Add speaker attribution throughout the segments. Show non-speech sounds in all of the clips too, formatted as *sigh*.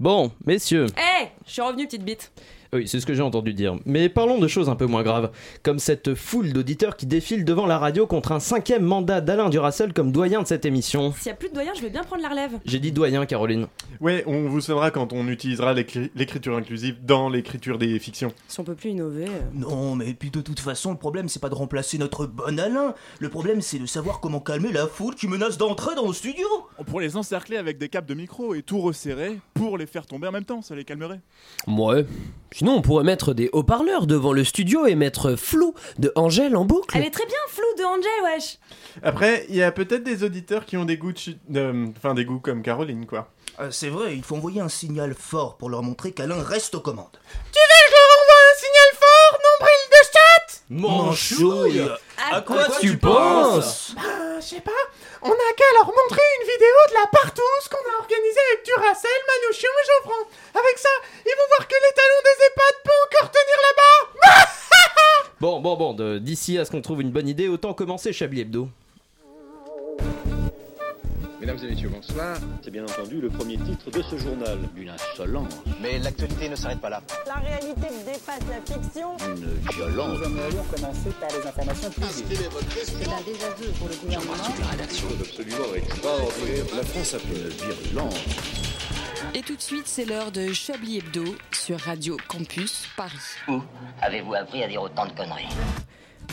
Speaker 1: Bon, messieurs,
Speaker 2: Hé Eh, Je suis revenu, petite bite.
Speaker 1: oui, c'est ce que j'ai entendu dire. Mais parlons de choses un peu moins graves, comme cette foule d'auditeurs qui défile devant la radio contre un cinquième mandat d'Alain Duracel comme doyen de cette émission.
Speaker 2: S'il y a plus de doyen, je vais bien prendre la relève.
Speaker 1: J'ai dit doyen, Caroline.
Speaker 3: Ouais, on vous saura quand on utilisera l'écri- l'écriture inclusive dans l'écriture des fictions.
Speaker 2: Si on peut plus innover. euh.
Speaker 4: Non, mais puis de toute façon, le problème, c'est pas de remplacer notre bon Alain. Le problème, c'est de savoir comment calmer la foule qui menace d'entrer dans le studio.
Speaker 5: On pourrait les encercler avec des câbles de micro et tout resserrer pour les faire tomber en même temps, ça les calmerait.
Speaker 6: Ouais. euh, Sinon, on pourrait mettre des haut-parleurs devant le studio et mettre Flou de Angèle en boucle.
Speaker 2: Elle est très bien floue de Angel, wesh
Speaker 3: Après, il y a peut-être des auditeurs qui ont des goûts de chi- euh, Enfin, des goûts comme Caroline, quoi.
Speaker 4: Ah, c'est vrai, il faut envoyer un signal fort pour leur montrer qu'Alain reste aux commandes. Manchouille
Speaker 2: À
Speaker 6: quoi tu penses
Speaker 7: Euh, je sais pas, on a qu'à leur montrer une vidéo de la partouze qu'on a organisée avec Duracell, Manouchian et Geoffran. Avec ça, ils vont voir que les talons des EHPAD peuvent encore tenir la barre.
Speaker 1: Bon, bon, bon, de- d'ici à ce qu'on trouve une bonne idée, autant commencer Chablis Hebdo.
Speaker 8: Mesdames et messieurs, bonsoir. C'est bien entendu le premier titre de ce journal. Une insolence. Mais l'actualité ne s'arrête pas là.
Speaker 9: La réalité dépasse la fiction.
Speaker 8: Une violence. Nous allons commencer par les informations publiques.
Speaker 9: C'est un désaveu pour le gouvernement.
Speaker 8: La rédaction est absolument extraordinaire. La France a fait une virulence.
Speaker 10: Et tout de suite, c'est l'heure de Chablis Hebdo sur Radio Campus Paris.
Speaker 9: Avez-vous appris à dire autant de conneries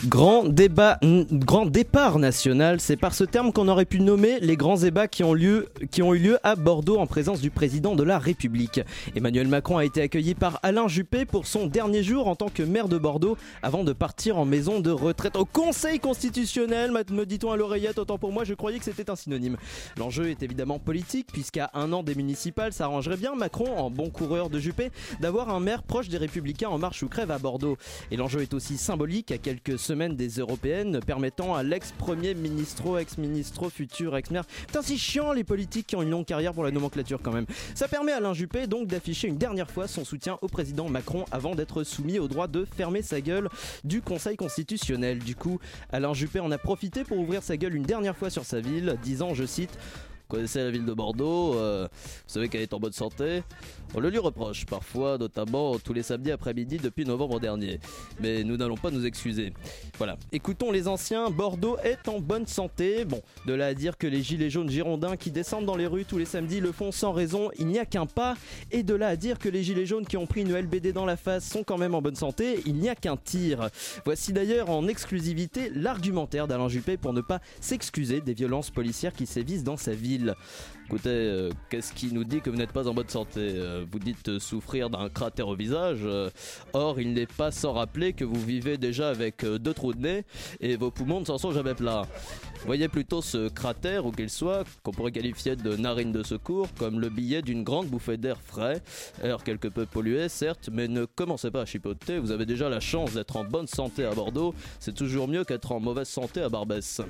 Speaker 1: Grand débat, n- grand départ national, c'est par ce terme qu'on aurait pu nommer les grands débats qui ont, lieu, qui ont eu lieu à Bordeaux en présence du président de la République. Emmanuel Macron a été accueilli par Alain Juppé pour son dernier jour en tant que maire de Bordeaux avant de partir en maison de retraite au Conseil constitutionnel, ma- me dit-on à l'oreillette, autant pour moi je croyais que c'était un synonyme. L'enjeu est évidemment politique puisqu'à un an des municipales, ça arrangerait bien Macron, en bon coureur de Juppé, d'avoir un maire proche des Républicains en marche ou crève à Bordeaux. Et l'enjeu est aussi symbolique à quelques semaines des européennes, permettant à l'ex-premier ministro, ex-ministro, futur ex-maire. Putain, c'est chiant les politiques qui ont une longue carrière pour la nomenclature quand même. Ça permet à Alain Juppé donc d'afficher une dernière fois son soutien au président Macron avant d'être soumis au droit de fermer sa gueule du Conseil constitutionnel. Du coup, Alain Juppé en a profité pour ouvrir sa gueule une dernière fois sur sa ville, disant, je cite, Vous connaissez la ville de Bordeaux, euh, vous savez qu'elle est en bonne santé. On le lui reproche parfois, notamment tous les samedis après-midi depuis novembre dernier mais nous n'allons pas nous excuser. Voilà, écoutons les anciens, Bordeaux est en bonne santé. Bon, de là à dire que les gilets jaunes girondins qui descendent dans les rues tous les samedis le font sans raison, il n'y a qu'un pas. Et de là à dire que les gilets jaunes qui ont pris une LBD dans la face sont quand même en bonne santé, il n'y a qu'un tir. Voici d'ailleurs en exclusivité l'argumentaire d'Alain Juppé pour ne pas s'excuser des violences policières qui sévissent dans sa ville. Écoutez, euh, qu'est-ce qui nous dit que vous n'êtes pas en bonne santé Euh, Vous dites euh, souffrir d'un cratère au visage euh, Or, il n'est pas sans rappeler que vous vivez déjà avec euh, deux trous de nez et vos poumons ne s'en sont jamais plats. Voyez plutôt ce cratère, où qu'il soit, qu'on pourrait qualifier de narine de secours, comme le billet d'une grande bouffée d'air frais. Air quelque peu pollué, certes, mais ne commencez pas à chipoter, vous avez déjà la chance d'être en bonne santé à Bordeaux, c'est toujours mieux qu'être en mauvaise santé à Barbès.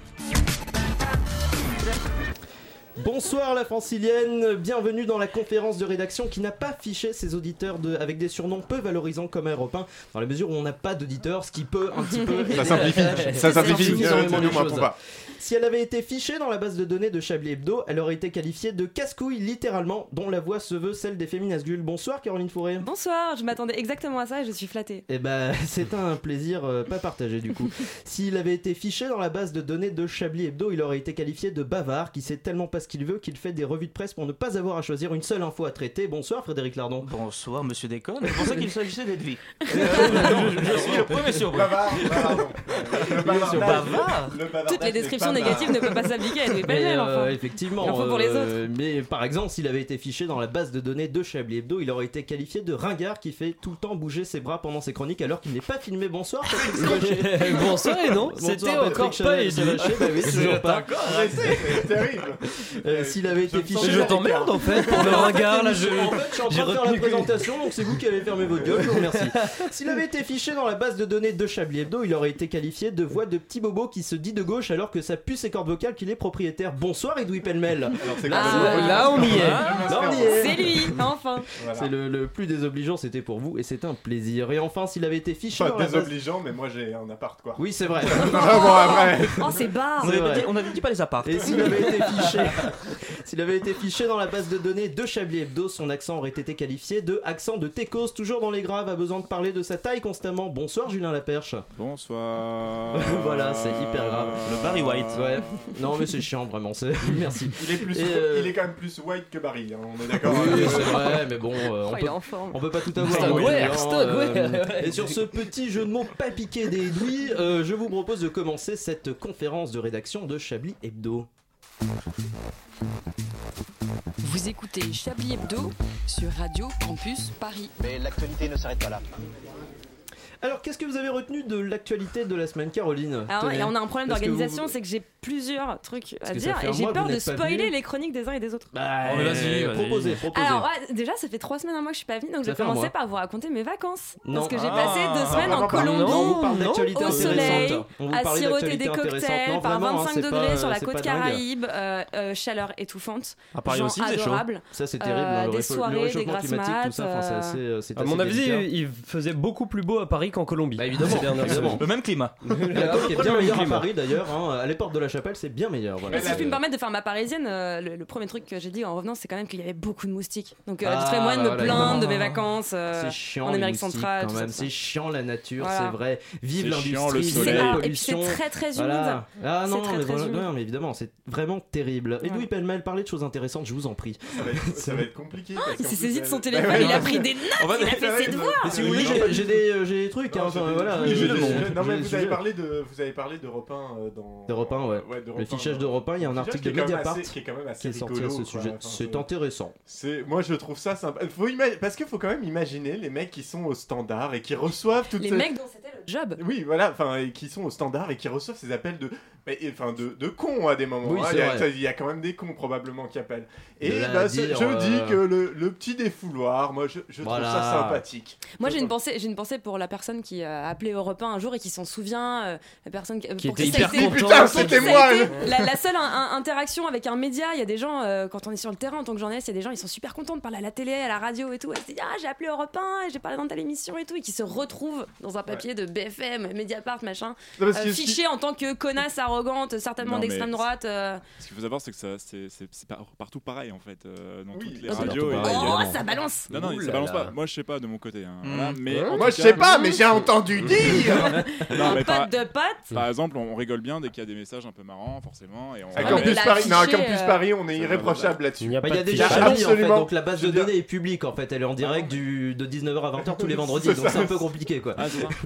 Speaker 1: Bonsoir la francilienne, bienvenue dans la conférence de rédaction qui n'a pas fiché ses auditeurs de- avec des surnoms peu valorisants comme Europe 1, dans la mesure où on n'a pas d'auditeurs, ce qui peut un petit peu... aider *laughs* à-
Speaker 3: *laughs* Ça simplifie. Ça
Speaker 1: Ça
Speaker 3: simplifie.
Speaker 1: simplifie
Speaker 3: euh,
Speaker 1: énormément les
Speaker 3: Nous, on
Speaker 1: choses.
Speaker 3: pas.
Speaker 1: Si elle avait été fichée dans la base de données de Chablis Hebdo, elle aurait été qualifiée de casse-couille littéralement, dont la voix se veut celle des féminasgules. Bonsoir Caroline Fourré.
Speaker 2: Bonsoir, je m'attendais exactement à ça et je suis flattée.
Speaker 1: Eh ben, *laughs* c'est un plaisir euh, pas partagé du coup. S'il avait été fiché dans la base de données de Chablis Hebdo, il aurait été qualifié de bavard, qui sait tellement pas ce qu'il veut qu'il fait des revues de presse pour ne pas avoir à choisir une seule info à traiter. Bonsoir Frédéric Lardon.
Speaker 4: Bonsoir, monsieur Déconne. Je pensais qu'il s'agissait d'Edwy. Je suis le premier surpris.
Speaker 3: Bavard, bavard, non. Le bavardage-
Speaker 4: Bavard
Speaker 3: le bavardage
Speaker 2: Toutes les
Speaker 3: n'est
Speaker 2: descriptions
Speaker 3: pas
Speaker 2: négatives ne peuvent pas s'appliquer à Edwin
Speaker 1: Mais,
Speaker 2: Pagel,
Speaker 1: euh,
Speaker 2: enfin.
Speaker 1: effectivement. euh,
Speaker 2: Il en faut pour les
Speaker 1: Mais par exemple, s'il avait été fiché dans la base de données de Chablis Hebdo, il aurait été qualifié de ringard qui fait tout le temps bouger ses bras pendant ses chroniques alors qu'il n'est pas filmé. Bonsoir. Patrick Savaché.
Speaker 6: *laughs* Bonsoir et non,
Speaker 1: Bonsoir,
Speaker 6: c'était
Speaker 1: Patrick
Speaker 6: encore
Speaker 1: Chava-
Speaker 6: pas évident.
Speaker 1: Savaché. Bah oui, toujours pas.
Speaker 3: bavard. Mais c'est- C'est terrible.
Speaker 1: Euh, S'il avait été fiché.
Speaker 6: Je t'emmerde en fait pour
Speaker 1: Ah.
Speaker 6: le ringard là, je.
Speaker 1: En fait, je suis en
Speaker 6: J'ai
Speaker 1: train de faire
Speaker 6: retenu
Speaker 1: la
Speaker 6: que-
Speaker 1: présentation, donc c'est vous qui allez fermer votre gueule, je
Speaker 6: *laughs*
Speaker 1: vous remercie. S'il avait été fiché dans la base de données de Chablis Hebdo, il aurait été qualifié de voix de petit bobo qui se dit de gauche alors que ça pue ses cordes vocales qu'il est propriétaire. Bonsoir Edoui Pellemel.
Speaker 3: Alors, c'est
Speaker 2: Ah,
Speaker 3: quoi, ça
Speaker 6: Là on y est.
Speaker 1: Là, on y est.
Speaker 2: C'est lui, enfin
Speaker 3: Voilà.
Speaker 1: C'est le, le plus désobligeant, c'était pour vous, et c'est un plaisir. Et enfin, s'il avait été fiché
Speaker 3: Pas
Speaker 1: dans la base-
Speaker 3: désobligeant, mais moi j'ai un appart quoi.
Speaker 1: hein. Oui, c'est vrai.
Speaker 3: Ah bon, après.
Speaker 2: Oh, c'est barre
Speaker 1: Ah, C'est vrai.
Speaker 4: On n'avait dit pas les apparts.
Speaker 1: Et s'il avait été fiché... *laughs* S'il avait été fiché dans la base de données de Chablis Hebdo, son accent aurait été qualifié de accent de Técos, toujours dans les graves, a besoin de parler de sa taille constamment. Bonsoir Julien Laperche.
Speaker 5: Bonsoir.
Speaker 1: *laughs* voilà, c'est hyper grave.
Speaker 5: Le Barry White.
Speaker 1: Ouais. Non mais c'est chiant
Speaker 6: *laughs*
Speaker 1: vraiment, c'est merci.
Speaker 3: *laughs* Il est, plus,
Speaker 1: Et, euh,
Speaker 3: il est quand même plus white que Barry, hein, on est d'accord.
Speaker 1: Oui, c'est vrai, mais bon, euh,
Speaker 2: Oh,
Speaker 1: on, peut, on peut pas tout avoir.
Speaker 6: Stop,
Speaker 1: oui,
Speaker 6: ouais,
Speaker 1: non,
Speaker 6: stop, ouais, ouais.
Speaker 1: Et sur ce petit jeu de mots pas piqué des douilles, euh, je vous propose de commencer cette conférence de rédaction de Chablis Hebdo.
Speaker 10: Vous écoutez Chablis Hebdo sur Radio Campus Paris.
Speaker 8: Mais l'actualité ne s'arrête pas là.
Speaker 1: Alors, qu'est-ce que vous avez retenu de l'actualité de la semaine, Caroline
Speaker 2: Alors,
Speaker 1: Tenez.
Speaker 2: et Ah on a un problème
Speaker 1: Parce que vous-
Speaker 2: d'organisation, c'est que j'ai plusieurs trucs à
Speaker 1: que ça
Speaker 2: dire
Speaker 1: fait un
Speaker 2: et j'ai
Speaker 1: mois que
Speaker 2: peur
Speaker 1: vous
Speaker 2: de
Speaker 1: n'êtes pas
Speaker 2: spoiler
Speaker 1: venus.
Speaker 2: les chroniques des uns et des autres.
Speaker 1: Bah,
Speaker 6: Oh, mais vas-y, vas-y.
Speaker 1: proposez, proposez.
Speaker 2: Alors ouais, déjà ça fait trois semaines un mois que je suis pas venue donc je
Speaker 1: Ça
Speaker 2: vais
Speaker 1: fait un
Speaker 2: commencer
Speaker 1: mois.
Speaker 2: par vous raconter mes vacances
Speaker 1: Non.
Speaker 2: parce que j'ai
Speaker 5: Ah,
Speaker 2: passé deux
Speaker 5: on
Speaker 2: semaines
Speaker 5: va
Speaker 2: en
Speaker 5: pas parler-
Speaker 1: on vous
Speaker 2: Colombie.
Speaker 1: parle d'actualité
Speaker 2: au soleil,
Speaker 1: intéressante. On vous
Speaker 2: à
Speaker 1: parle
Speaker 2: siroter
Speaker 1: d'actualité
Speaker 2: des
Speaker 1: intéressante.
Speaker 2: cocktails
Speaker 1: Non,
Speaker 2: par
Speaker 1: vraiment, hein,
Speaker 2: 25
Speaker 1: c'est
Speaker 2: degrés
Speaker 1: pas, euh,
Speaker 2: sur la
Speaker 1: c'est
Speaker 2: côte
Speaker 1: pas dingue. Ah,
Speaker 2: Caraïbe, euh, euh, chaleur étouffante,
Speaker 6: À
Speaker 2: gens
Speaker 6: c'est
Speaker 2: adorables,
Speaker 1: Ça c'est
Speaker 2: Euh,
Speaker 1: terrible, hein, le,
Speaker 2: des
Speaker 1: réchau-
Speaker 2: soirées,
Speaker 1: le
Speaker 2: des
Speaker 1: réchauffement climatique, tout ça,
Speaker 2: grasse-maths,
Speaker 1: enfin, c'est
Speaker 2: euh,
Speaker 1: assez, euh, c'est
Speaker 6: À
Speaker 1: assez
Speaker 6: mon avis, *laughs*
Speaker 1: délicat.
Speaker 6: il faisait beaucoup plus beau à Paris qu'en Colombie.
Speaker 1: Bah, évidemment,
Speaker 6: Ces dernières
Speaker 1: évidemment.
Speaker 6: semaines.
Speaker 4: Le même climat.
Speaker 1: La coque est bien
Speaker 6: Le
Speaker 1: meilleure à
Speaker 6: climat.
Speaker 1: Paris d'ailleurs, hein. à les portes de la chapelle c'est bien meilleur. Voilà.
Speaker 2: Et si je puis me permettre de faire ma parisienne, euh, le, le premier truc que j'ai dit en revenant, c'est quand même qu'il y avait beaucoup de moustiques. Donc, euh,
Speaker 1: Ah,
Speaker 2: du très moyen de
Speaker 1: voilà,
Speaker 2: me plaindre de mes
Speaker 1: évidemment.
Speaker 2: vacances. euh,
Speaker 1: C'est chiant
Speaker 2: en
Speaker 1: les
Speaker 2: Amérique
Speaker 1: moustiques,
Speaker 2: centrale,
Speaker 1: quand
Speaker 2: tout ça,
Speaker 1: même.
Speaker 2: tout ça.
Speaker 1: C'est chiant la nature,
Speaker 2: Voilà.
Speaker 1: c'est vrai. Vive
Speaker 5: C'est chiant, le
Speaker 1: l'industrie,
Speaker 2: puis c'est
Speaker 1: vive la
Speaker 2: rare, ah, et puis c'est
Speaker 1: pollution.
Speaker 2: très très humide.
Speaker 1: Voilà. Ah
Speaker 2: C'est
Speaker 1: non,
Speaker 2: très,
Speaker 1: mais
Speaker 2: très
Speaker 1: voilà-
Speaker 2: humide.
Speaker 1: non, mais évidemment, c'est vraiment terrible. Et Louis
Speaker 2: Ouais.
Speaker 1: Pellemel, parlez de choses intéressantes, je vous en prie.
Speaker 3: Ça va être, ça va être compliqué. parce
Speaker 2: Il
Speaker 3: qu'en
Speaker 2: s'est
Speaker 3: plus,
Speaker 2: Ah, saisi de
Speaker 3: elle-
Speaker 2: son
Speaker 3: Bah
Speaker 2: téléphone,
Speaker 3: ouais,
Speaker 2: il a
Speaker 3: non,
Speaker 2: pris
Speaker 1: *laughs*
Speaker 2: des notes,
Speaker 3: Ah ouais,
Speaker 2: il a
Speaker 3: non,
Speaker 2: fait
Speaker 3: non,
Speaker 2: ses
Speaker 3: non,
Speaker 2: devoirs.
Speaker 3: mais
Speaker 1: Si vous voulez,
Speaker 3: non,
Speaker 1: j'ai- j'ai des, euh, j'ai des trucs. hein,
Speaker 3: Non,
Speaker 1: enfin,
Speaker 3: j'ai-
Speaker 1: voilà,
Speaker 3: oui,
Speaker 1: euh,
Speaker 3: j'ai-
Speaker 1: je-
Speaker 3: j'ai- Non,
Speaker 1: je-
Speaker 3: mais
Speaker 1: je-
Speaker 3: vous avez parlé de, vous avez parlé d'Europe 1 euh, dans.
Speaker 1: D'Europe 1, ouais.
Speaker 3: d'Europe
Speaker 1: Le
Speaker 3: 1,
Speaker 1: fichage
Speaker 3: dans-
Speaker 1: d'Europe 1, il y a un
Speaker 3: Fichage
Speaker 1: article
Speaker 3: qui
Speaker 1: de
Speaker 3: est quand même
Speaker 1: Mediapart
Speaker 3: assez- Qui est quand même
Speaker 1: qui
Speaker 3: assez
Speaker 1: est sorti à
Speaker 3: rigolo,
Speaker 1: ce
Speaker 3: quoi.
Speaker 1: sujet.
Speaker 3: Enfin,
Speaker 1: C'est
Speaker 3: je-
Speaker 1: intéressant.
Speaker 3: C'est, moi je trouve ça sympa. Faut ima- Parce qu'il faut quand même imaginer les mecs qui sont au standard et qui reçoivent toutes
Speaker 2: Les
Speaker 3: ces...
Speaker 2: mecs dont c'était le job.
Speaker 3: Oui, voilà, enfin, et qui sont au standard et qui reçoivent ces appels de, mais, et, enfin, de, de cons à des moments.
Speaker 1: Oui,
Speaker 3: hein.
Speaker 1: c'est
Speaker 3: il, y a,
Speaker 1: vrai.
Speaker 3: il y a quand même des cons probablement qui appellent. Et
Speaker 1: De là à
Speaker 3: bah, c'est-
Speaker 1: dire,
Speaker 3: je
Speaker 1: euh,
Speaker 3: dis que le, le petit défouloir, moi je, je
Speaker 1: Voilà.
Speaker 3: trouve ça sympathique.
Speaker 2: Moi, j'ai une pensée, j'ai une pensée pour la personne qui euh, a appelé Europe 1 un jour et qui s'en souvient, euh, la personne qui,
Speaker 6: Qui
Speaker 2: pour
Speaker 6: était
Speaker 2: qui ça
Speaker 6: hyper
Speaker 2: a été-
Speaker 6: contente.
Speaker 3: Putain,
Speaker 2: pour qui
Speaker 3: c'était
Speaker 2: ça a
Speaker 3: moi
Speaker 2: été
Speaker 3: le-
Speaker 2: la, la seule un- un- interaction avec un média, il y a des gens, euh, quand on est sur le terrain en tant que journaliste, il y a des gens, ils sont super contents de parler à la télé, à la radio et tout. Ils se disent, ah, j'ai appelé Europe 1, et j'ai parlé dans telle émission et tout, et qui se retrouvent dans un papier de BFM, Mediapart, machin,
Speaker 3: Non, parce
Speaker 2: euh,
Speaker 3: que-
Speaker 2: fichés en tant que connasse arrogante, certainement
Speaker 5: Non, mais-
Speaker 2: d'extrême droite. euh,
Speaker 5: Ce qu'il faut savoir, c'est que ça, c'est, c'est- c'est par- partout pareil en fait, euh, dans
Speaker 3: Oui,
Speaker 5: toutes les
Speaker 2: c'est
Speaker 5: radios.
Speaker 6: partout
Speaker 5: et-
Speaker 6: pareil.
Speaker 2: oh,
Speaker 6: évidemment.
Speaker 2: ça balance!
Speaker 5: Non, non,
Speaker 6: Ouh
Speaker 5: ça
Speaker 6: là
Speaker 5: balance
Speaker 6: là.
Speaker 5: pas. Moi, je sais pas de mon côté. hein,
Speaker 4: Hmm.
Speaker 5: voilà, mais en
Speaker 3: Moi
Speaker 5: tout
Speaker 3: je
Speaker 5: cas-
Speaker 3: sais pas, mais j'ai entendu dire
Speaker 5: Non, mais
Speaker 2: un
Speaker 5: par,
Speaker 2: pote de pote!
Speaker 5: par exemple, on rigole bien dès qu'il y a des messages un peu marrants, forcément. Et on
Speaker 3: À
Speaker 2: mais
Speaker 3: Campus
Speaker 2: la
Speaker 3: Paris, non, à
Speaker 2: fichée,
Speaker 3: Campus
Speaker 2: euh,
Speaker 3: Paris, on est
Speaker 5: c'est
Speaker 3: irréprochable là-dessus.
Speaker 6: n'y a
Speaker 1: Bah,
Speaker 6: pas
Speaker 1: il y a
Speaker 6: de
Speaker 1: déjà
Speaker 6: fichage.
Speaker 1: Chablis, en fait,
Speaker 3: Absolument.
Speaker 1: donc la base de
Speaker 3: Je veux dire- Ah
Speaker 1: données est publique en fait, elle est en direct du, de 19h à 20h tous les vendredis,
Speaker 3: *laughs* C'est
Speaker 1: donc
Speaker 3: ça.
Speaker 1: c'est un peu compliqué
Speaker 5: Ah,
Speaker 1: quoi.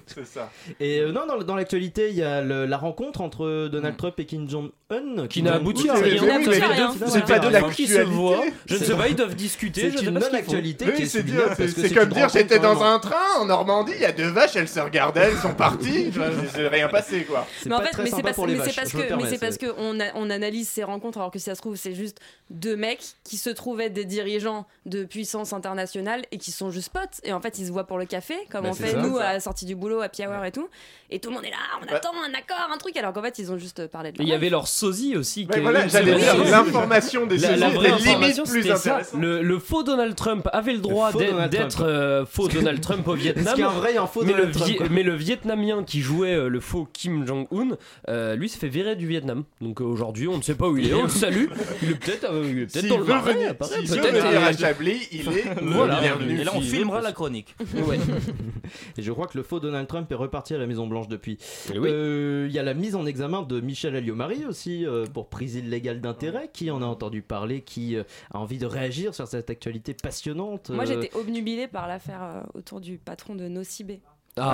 Speaker 3: C'est ça.
Speaker 1: Et euh, non, dans, dans l'actualité, il y a le- la rencontre entre
Speaker 3: Mm.
Speaker 1: Donald Trump et Kim Jong-un
Speaker 6: Qui n'a abouti à
Speaker 3: Oui,
Speaker 6: rien.
Speaker 3: mais oui, mais
Speaker 2: rien.
Speaker 1: C'est
Speaker 6: C'est
Speaker 1: pas
Speaker 6: pas
Speaker 1: de
Speaker 6: de la qui se
Speaker 3: l'actualité.
Speaker 6: voit. Je ne
Speaker 1: C'est
Speaker 6: sais
Speaker 1: pas-
Speaker 6: pas, ils doivent discuter.
Speaker 1: C'est
Speaker 6: je ne sais
Speaker 1: une
Speaker 6: pas ce qu'ils font.
Speaker 1: non-actualité qui
Speaker 3: Oui,
Speaker 1: est
Speaker 3: c'est
Speaker 1: soulignable
Speaker 3: dire-
Speaker 1: parce que
Speaker 3: c'est
Speaker 1: c'est
Speaker 3: comme
Speaker 1: une
Speaker 3: dire
Speaker 1: rencontre,
Speaker 3: j'étais dans
Speaker 1: vraiment.
Speaker 3: un train en Normandie, il y a deux vaches, elles se regardaient, elles sont parties, Enfin, c'est rien passé quoi.
Speaker 1: C'est
Speaker 2: Mais en
Speaker 1: pas
Speaker 2: fait,
Speaker 1: très
Speaker 2: mais c'est
Speaker 1: sympa
Speaker 2: parce,
Speaker 1: pour les
Speaker 2: mais c'est
Speaker 1: vaches,
Speaker 2: parce
Speaker 1: je me
Speaker 2: que, mais
Speaker 1: permets,
Speaker 2: c'est parce
Speaker 1: c'est-
Speaker 2: que on, a- on analyse ces rencontres alors que si ça se trouve, c'est juste deux mecs qui se trouvaient des dirigeants de puissance internationale et qui sont juste potes. Et en fait, ils se voient pour le café, comme
Speaker 1: Bah,
Speaker 2: on
Speaker 1: c'est
Speaker 2: fait
Speaker 1: ça,
Speaker 2: nous
Speaker 1: ça.
Speaker 2: à la sortie du boulot, à Piawer et tout. Et tout le monde est là, on
Speaker 3: Bah.
Speaker 2: attend un accord, un truc. Alors qu'en fait, ils ont juste parlé de.
Speaker 6: Et Il
Speaker 2: leur
Speaker 6: y avait leur sosie aussi.
Speaker 3: Mais
Speaker 6: qui-
Speaker 3: voilà,
Speaker 6: oui,
Speaker 3: j'allais
Speaker 6: oui,
Speaker 3: dire,
Speaker 6: oui.
Speaker 3: l'information des
Speaker 6: La, la
Speaker 3: sujets
Speaker 6: vraie
Speaker 3: est limite
Speaker 6: information,
Speaker 3: plus
Speaker 6: c'était ça.
Speaker 3: intéressante.
Speaker 6: Le, le faux Donald Trump avait le droit
Speaker 1: faux
Speaker 6: d'être-
Speaker 1: Donald Trump.
Speaker 6: d'être euh, faux Donald
Speaker 1: *laughs*
Speaker 6: Trump au
Speaker 1: Est-ce
Speaker 6: Vietnam.
Speaker 1: qu'il y a un vrai info
Speaker 6: mais,
Speaker 1: Donald
Speaker 6: le
Speaker 1: Trump,
Speaker 6: Viet-
Speaker 1: quoi
Speaker 2: *laughs*
Speaker 6: mais le Vietnamien qui jouait euh, le faux Kim Jong-un, euh, lui s'est fait virer du Vietnam. Donc euh, aujourd'hui, on ne sait pas où il est, on le salue. Il est peut-être euh, il est peut-être
Speaker 3: S'il
Speaker 6: dans
Speaker 3: veut
Speaker 6: le marais,
Speaker 3: venir,
Speaker 6: apparaît,
Speaker 3: s'il veut
Speaker 6: peut-être.
Speaker 3: venir
Speaker 6: euh,
Speaker 3: à Chablis, il est
Speaker 6: Voilà.
Speaker 3: bienvenu.
Speaker 4: Et là, on filmera la chronique.
Speaker 6: ouais.
Speaker 1: Et je crois que le faux Donald Trump est reparti à la Maison Blanche depuis.
Speaker 6: Et
Speaker 2: Eh
Speaker 1: Euh, Il
Speaker 6: Eh oui.
Speaker 1: y a la mise en examen de Michel Alliomari aussi euh, pour prise illégale d'intérêt. Qui en a entendu parler Qui euh, a envie de réagir sur cette actualité passionnante
Speaker 2: Moi,
Speaker 1: euh,
Speaker 2: j'étais obnubilée par l'affaire euh, autour du patron de Nocibé.
Speaker 1: Ah,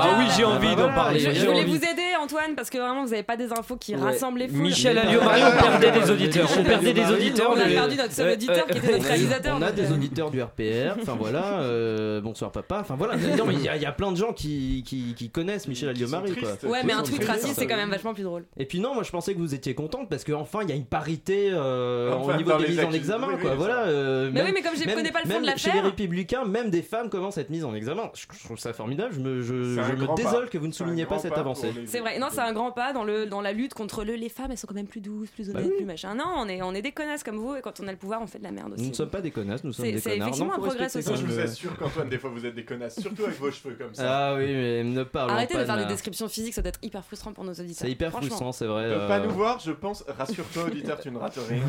Speaker 6: Ah,
Speaker 1: bah,
Speaker 2: allez-y.
Speaker 6: oui, j'ai
Speaker 1: Ah,
Speaker 6: envie
Speaker 1: bah,
Speaker 6: d'en
Speaker 1: voilà,
Speaker 6: parler.
Speaker 1: je-
Speaker 2: Je
Speaker 1: j'ai
Speaker 2: voulais
Speaker 6: envie.
Speaker 2: vous aider, Antoine, parce que vraiment, vous avez pas des infos qui
Speaker 6: Ouais.
Speaker 2: rassemblaient fou. bah
Speaker 6: Michel
Speaker 1: Mais pas-
Speaker 6: Alliomari, on perdait des
Speaker 1: Mais
Speaker 6: auditeurs.
Speaker 1: Michel
Speaker 6: On perdait des
Speaker 1: Alliomari,
Speaker 6: auditeurs.
Speaker 2: on a
Speaker 1: mais-
Speaker 2: perdu notre seul
Speaker 6: Euh,
Speaker 2: auditeur
Speaker 6: euh,
Speaker 2: qui était notre
Speaker 1: On a-
Speaker 2: réalisateur.
Speaker 1: On a
Speaker 2: donc,
Speaker 1: des
Speaker 2: euh,
Speaker 1: auditeurs du RPR, enfin voilà, euh, bonsoir papa, enfin voilà, non mais il y, a- il y a plein de gens qui, qui, qui connaissent Michel
Speaker 3: Qui sont
Speaker 1: Alliomari
Speaker 3: tristes.
Speaker 1: quoi.
Speaker 2: Ouais,
Speaker 1: Oui,
Speaker 2: mais
Speaker 1: on
Speaker 2: un
Speaker 1: est
Speaker 2: tweet
Speaker 1: très
Speaker 2: raciste,
Speaker 1: bien.
Speaker 2: c'est quand même vachement plus drôle.
Speaker 1: Et puis non, moi je pensais que vous étiez contente parce qu'enfin il y a une parité euh,
Speaker 3: Enfin,
Speaker 1: au niveau
Speaker 3: dans
Speaker 1: des
Speaker 3: les
Speaker 1: mises en
Speaker 3: acquis.
Speaker 1: examen
Speaker 3: Oui, oui,
Speaker 1: quoi,
Speaker 3: ça.
Speaker 1: voilà. euh,
Speaker 2: Mais
Speaker 1: même-
Speaker 2: oui, mais comme je
Speaker 1: même-
Speaker 2: connais pas le fond
Speaker 1: même
Speaker 2: de
Speaker 1: chez les
Speaker 2: l'affaire.
Speaker 1: républicains, même des femmes commencent à être mises en examen. Je, je trouve ça formidable. Je me, je,
Speaker 3: C'est un
Speaker 1: je me
Speaker 3: grand pas.
Speaker 1: désole que vous ne soulignez
Speaker 3: soulignez
Speaker 1: pas cette avancée.
Speaker 2: C'est vrai. et non, c'est un grand pas dans, le, dans la lutte contre le les femmes, elles sont quand même plus douces, plus
Speaker 1: Bah
Speaker 2: honnêtes,
Speaker 1: oui.
Speaker 2: plus machin. Non, on est, on est des connasses comme vous et quand on a le pouvoir, on fait de la merde
Speaker 1: Nous
Speaker 2: aussi.
Speaker 1: ne sommes pas des connasses, nous sommes
Speaker 2: C'est-
Speaker 1: des
Speaker 2: c'est
Speaker 1: connards.
Speaker 2: effectivement
Speaker 1: Non, faut
Speaker 2: un progrès
Speaker 1: respecter
Speaker 2: social.
Speaker 1: quand
Speaker 3: Je
Speaker 1: même
Speaker 3: vous
Speaker 1: le-
Speaker 3: assure qu'Antoine, des fois vous êtes des connasses, surtout avec vos cheveux comme ça.
Speaker 1: Ah oui, mais ne parlons
Speaker 2: Arrêtez
Speaker 1: pas
Speaker 2: de faire des
Speaker 1: là.
Speaker 2: descriptions physiques, ça doit être hyper frustrant pour nos auditeurs.
Speaker 1: C'est hyper
Speaker 2: Franchement.
Speaker 1: frustrant, c'est vrai.
Speaker 3: Ne
Speaker 1: euh.
Speaker 3: pas nous voir, je pense. Rassure-toi, auditeur, tu ne rates rien.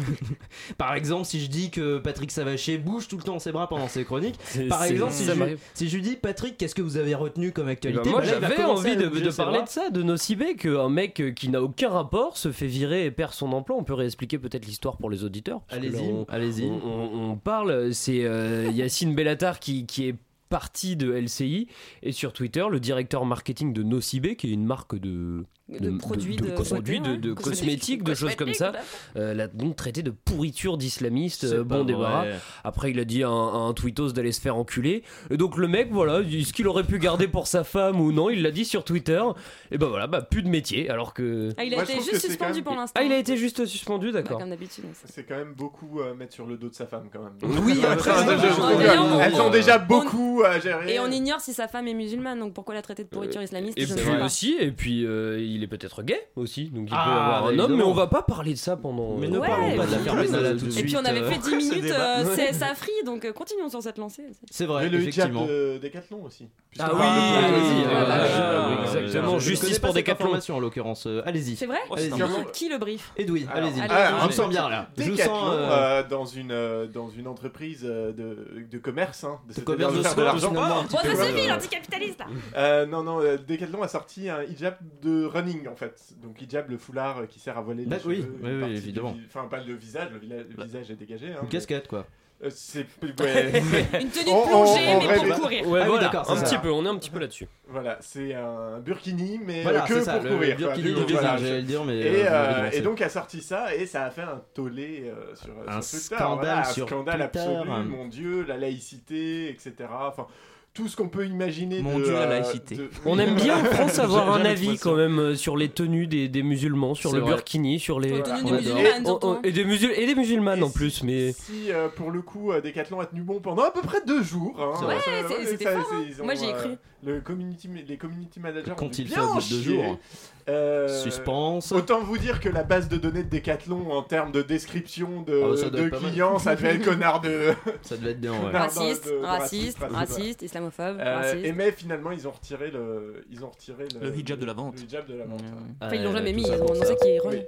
Speaker 1: Par exemple, si je dis que Patrick Savaché bouge tout le temps ses bras pendant ses chroniques,
Speaker 6: C'est-
Speaker 1: par
Speaker 6: c'est-
Speaker 1: exemple, si
Speaker 6: ça
Speaker 1: je,
Speaker 6: m'arrive.
Speaker 1: si je lui dis Patrick, qu'est-ce que vous avez retenu comme
Speaker 6: Eh
Speaker 1: actualité
Speaker 6: ben, moi
Speaker 1: Bah là, il va
Speaker 6: j'avais
Speaker 1: commencer à
Speaker 6: envie de,
Speaker 1: bouger
Speaker 6: de
Speaker 1: ses
Speaker 6: parler
Speaker 1: bras.
Speaker 6: de ça, de Nocibé, qu'un mec euh, qui n'a aucun rapport se fait virer et perd son emploi. On peut réexpliquer peut-être l'histoire pour les auditeurs. parce que là,
Speaker 1: Allez-y,
Speaker 6: on-
Speaker 1: allez-y.
Speaker 6: On, on- on parle, c'est
Speaker 1: *laughs*
Speaker 6: euh, Yacine Bellatar qui, qui est parti de LCI et sur Twitter le directeur marketing de Nocibé qui est une marque de
Speaker 2: De produits
Speaker 6: de,
Speaker 2: de
Speaker 6: produits
Speaker 2: beauté,
Speaker 6: de- de
Speaker 2: ouais,
Speaker 6: cosmétiques de choses comme ça euh, l'a donc traité de pourriture d'islamistes
Speaker 1: C'est
Speaker 6: euh,
Speaker 1: pas
Speaker 6: bon
Speaker 1: vrai.
Speaker 6: débarras après il a dit à un, à un tweetos d'aller se faire enculer et donc le mec voilà ce qu'il aurait pu garder pour sa femme ou non il l'a dit sur Twitter et ben voilà bah plus de métier alors que
Speaker 2: Ah, il a
Speaker 3: Moi, je
Speaker 2: été
Speaker 3: trouve
Speaker 2: juste
Speaker 3: que c'est quand
Speaker 2: suspendu
Speaker 3: même-
Speaker 2: pour l'instant. hein.
Speaker 6: ah il a été juste suspendu
Speaker 2: Bah,
Speaker 6: d'accord
Speaker 2: Comme d'habitude. ça.
Speaker 3: C'est quand même beaucoup à mettre sur le dos de sa femme, quand même. euh,
Speaker 6: oui après
Speaker 3: Elles
Speaker 2: c'est-
Speaker 3: ont
Speaker 2: c'est-
Speaker 3: déjà-
Speaker 2: c'est- c'est-
Speaker 3: Elles ont
Speaker 2: on-
Speaker 3: déjà beaucoup à gérer.
Speaker 2: Et on ignore si sa femme est musulmane, donc pourquoi la traiter de pourriture islamiste
Speaker 6: Et
Speaker 2: je ne
Speaker 6: puis
Speaker 2: sais pas.
Speaker 6: aussi, et puis euh, il est peut-être gay aussi, donc il
Speaker 1: Ah,
Speaker 6: peut avoir un homme, mais
Speaker 1: évidemment.
Speaker 6: on va pas parler de ça pendant.
Speaker 1: Mais ne
Speaker 2: Ouais,
Speaker 1: parlons pas de
Speaker 2: oui.
Speaker 1: l'affaire Benalla tout de
Speaker 2: Et
Speaker 1: suite.
Speaker 2: puis on avait
Speaker 1: euh.
Speaker 2: fait 10 minutes
Speaker 3: débat.
Speaker 2: euh, CSA Free, donc euh, continuons sur cette lancée.
Speaker 1: C'est vrai,
Speaker 3: Mais le hijab
Speaker 1: effectivement.
Speaker 3: de Decathlon aussi.
Speaker 6: Ah
Speaker 3: Puisqu'on
Speaker 6: oui,
Speaker 3: parle de-
Speaker 1: Allez-y,
Speaker 6: Ah,
Speaker 1: euh,
Speaker 6: bah,
Speaker 1: euh,
Speaker 6: oui,
Speaker 1: euh,
Speaker 6: exactement.
Speaker 1: je- je
Speaker 6: Justice
Speaker 1: connais pas
Speaker 6: pour
Speaker 1: cette
Speaker 6: Decathlon.
Speaker 1: information, en l'occurrence. Euh, Allez-y.
Speaker 2: C'est vrai
Speaker 1: Allez-y.
Speaker 3: Comment-
Speaker 2: Qui le brief
Speaker 1: Edwin,
Speaker 3: Alors,
Speaker 1: allez-y.
Speaker 2: allez,
Speaker 1: Ah, Je
Speaker 2: allez.
Speaker 1: me sens bien là. Je me
Speaker 3: Decathlon,
Speaker 1: sens. euh,
Speaker 3: euh, dans une euh, dans une entreprise euh, de, de commerce, hein, de, c'est-à-dire
Speaker 1: commerce de
Speaker 3: faire de
Speaker 1: secours,
Speaker 3: l'argent.
Speaker 1: finalement, un
Speaker 2: Bon, ça
Speaker 3: peu,
Speaker 2: c'est
Speaker 3: ouais.
Speaker 2: lui, *laughs* l'anticapitaliste là
Speaker 3: Euh, non non, euh, Decathlon a sorti un hijab de running en fait, donc hijab le foulard euh, qui sert à voiler les
Speaker 1: Bah,
Speaker 3: cheveux,
Speaker 1: oui,
Speaker 3: une
Speaker 1: oui, oui,
Speaker 3: partie du
Speaker 1: évidemment. Bah,
Speaker 3: vi- Enfin pas le visage, le, vila- le visage est dégagé. Hein,
Speaker 1: Une
Speaker 3: mais-
Speaker 1: casquette quoi.
Speaker 3: Euh, c'est
Speaker 1: *laughs*
Speaker 3: ouais,
Speaker 2: Une tenue
Speaker 3: On-
Speaker 2: de plongée,
Speaker 6: oh,
Speaker 3: on- on
Speaker 2: mais pour
Speaker 3: rêve-
Speaker 2: courir.
Speaker 6: Ouais,
Speaker 1: Ah oui,
Speaker 6: voilà,
Speaker 1: d'accord, c'est
Speaker 6: un
Speaker 1: ça.
Speaker 6: petit peu, on est un petit peu là-dessus.
Speaker 3: voilà, c'est un burkini mais
Speaker 1: Voilà,
Speaker 3: euh,
Speaker 1: c'est
Speaker 3: que
Speaker 1: ça.
Speaker 3: pour
Speaker 1: Le
Speaker 3: courir.
Speaker 1: le burkini
Speaker 3: quoi.
Speaker 1: du
Speaker 3: Donc, voilà,
Speaker 1: visage, j'allais le dire, mais.
Speaker 3: Et,
Speaker 1: euh,
Speaker 3: euh,
Speaker 1: vous l'avez
Speaker 3: et donc a sorti ça et ça a fait un tollé euh, sur,
Speaker 1: Un
Speaker 3: sur Twitter.
Speaker 1: scandale
Speaker 3: Voilà, un
Speaker 1: sur
Speaker 3: scandale
Speaker 1: Twitter.
Speaker 3: absolu, mon Dieu, la laïcité, etc. Enfin, tout ce qu'on peut imaginer.
Speaker 11: Mon
Speaker 3: de,
Speaker 11: Dieu, la
Speaker 3: euh,
Speaker 11: laïcité.
Speaker 3: de-
Speaker 6: On aime bien en
Speaker 3: *laughs*
Speaker 6: France avoir
Speaker 11: J'aime
Speaker 6: un avis
Speaker 11: l'expression.
Speaker 6: quand même euh, sur les tenues des, des musulmans, sur
Speaker 1: C'est
Speaker 6: le
Speaker 1: vrai.
Speaker 6: burkini, sur les.
Speaker 2: Une
Speaker 3: Voilà.
Speaker 2: tenue
Speaker 1: On
Speaker 2: de
Speaker 1: adore.
Speaker 2: musulmane,
Speaker 6: Oh, oh,
Speaker 2: surtout. hein.
Speaker 6: et, des musul- et des musulmanes
Speaker 3: Ah, Et
Speaker 6: en plus, mais.
Speaker 3: Si euh, pour le coup, euh, Decathlon a tenu bon pendant à peu près deux jours. hein.
Speaker 1: C'est vrai.
Speaker 3: Euh,
Speaker 2: Ouais, c'est- c'était
Speaker 3: ça,
Speaker 2: fort, hein.
Speaker 3: c'est- ils ont,
Speaker 2: Moi, j'y ai
Speaker 3: euh,
Speaker 2: cru.
Speaker 3: Le community, les community managers ont dû
Speaker 1: Qu'ont-ils fait
Speaker 3: bien
Speaker 1: au bout
Speaker 3: en
Speaker 1: de deux
Speaker 3: chier.
Speaker 1: jours
Speaker 3: Euh,
Speaker 1: Suspense.
Speaker 3: Autant vous dire que la base de données de Decathlon en termes de description de,
Speaker 1: Ah bah, ça doit
Speaker 3: de
Speaker 1: être pas mal.
Speaker 3: clients, ça devait être connard *laughs* de,
Speaker 1: Ça devait être bien, ouais.
Speaker 3: Pardon,
Speaker 2: Raciste,
Speaker 3: de- de
Speaker 2: raciste,
Speaker 3: raciste, raciste.
Speaker 2: raciste, islamophobe,
Speaker 3: Euh, et
Speaker 2: raciste.
Speaker 3: mais finalement ils ont retiré le ils ont retiré le,
Speaker 11: Le hijab de la vente.
Speaker 3: le hijab de la vente.
Speaker 2: Enfin, ils l'ont
Speaker 1: Ouais,
Speaker 2: jamais
Speaker 1: Euh, tout
Speaker 2: mis, hein,
Speaker 1: ça
Speaker 2: ils ont
Speaker 1: pour ça.
Speaker 2: annoncé qu'il est
Speaker 3: Oui.
Speaker 2: revenu.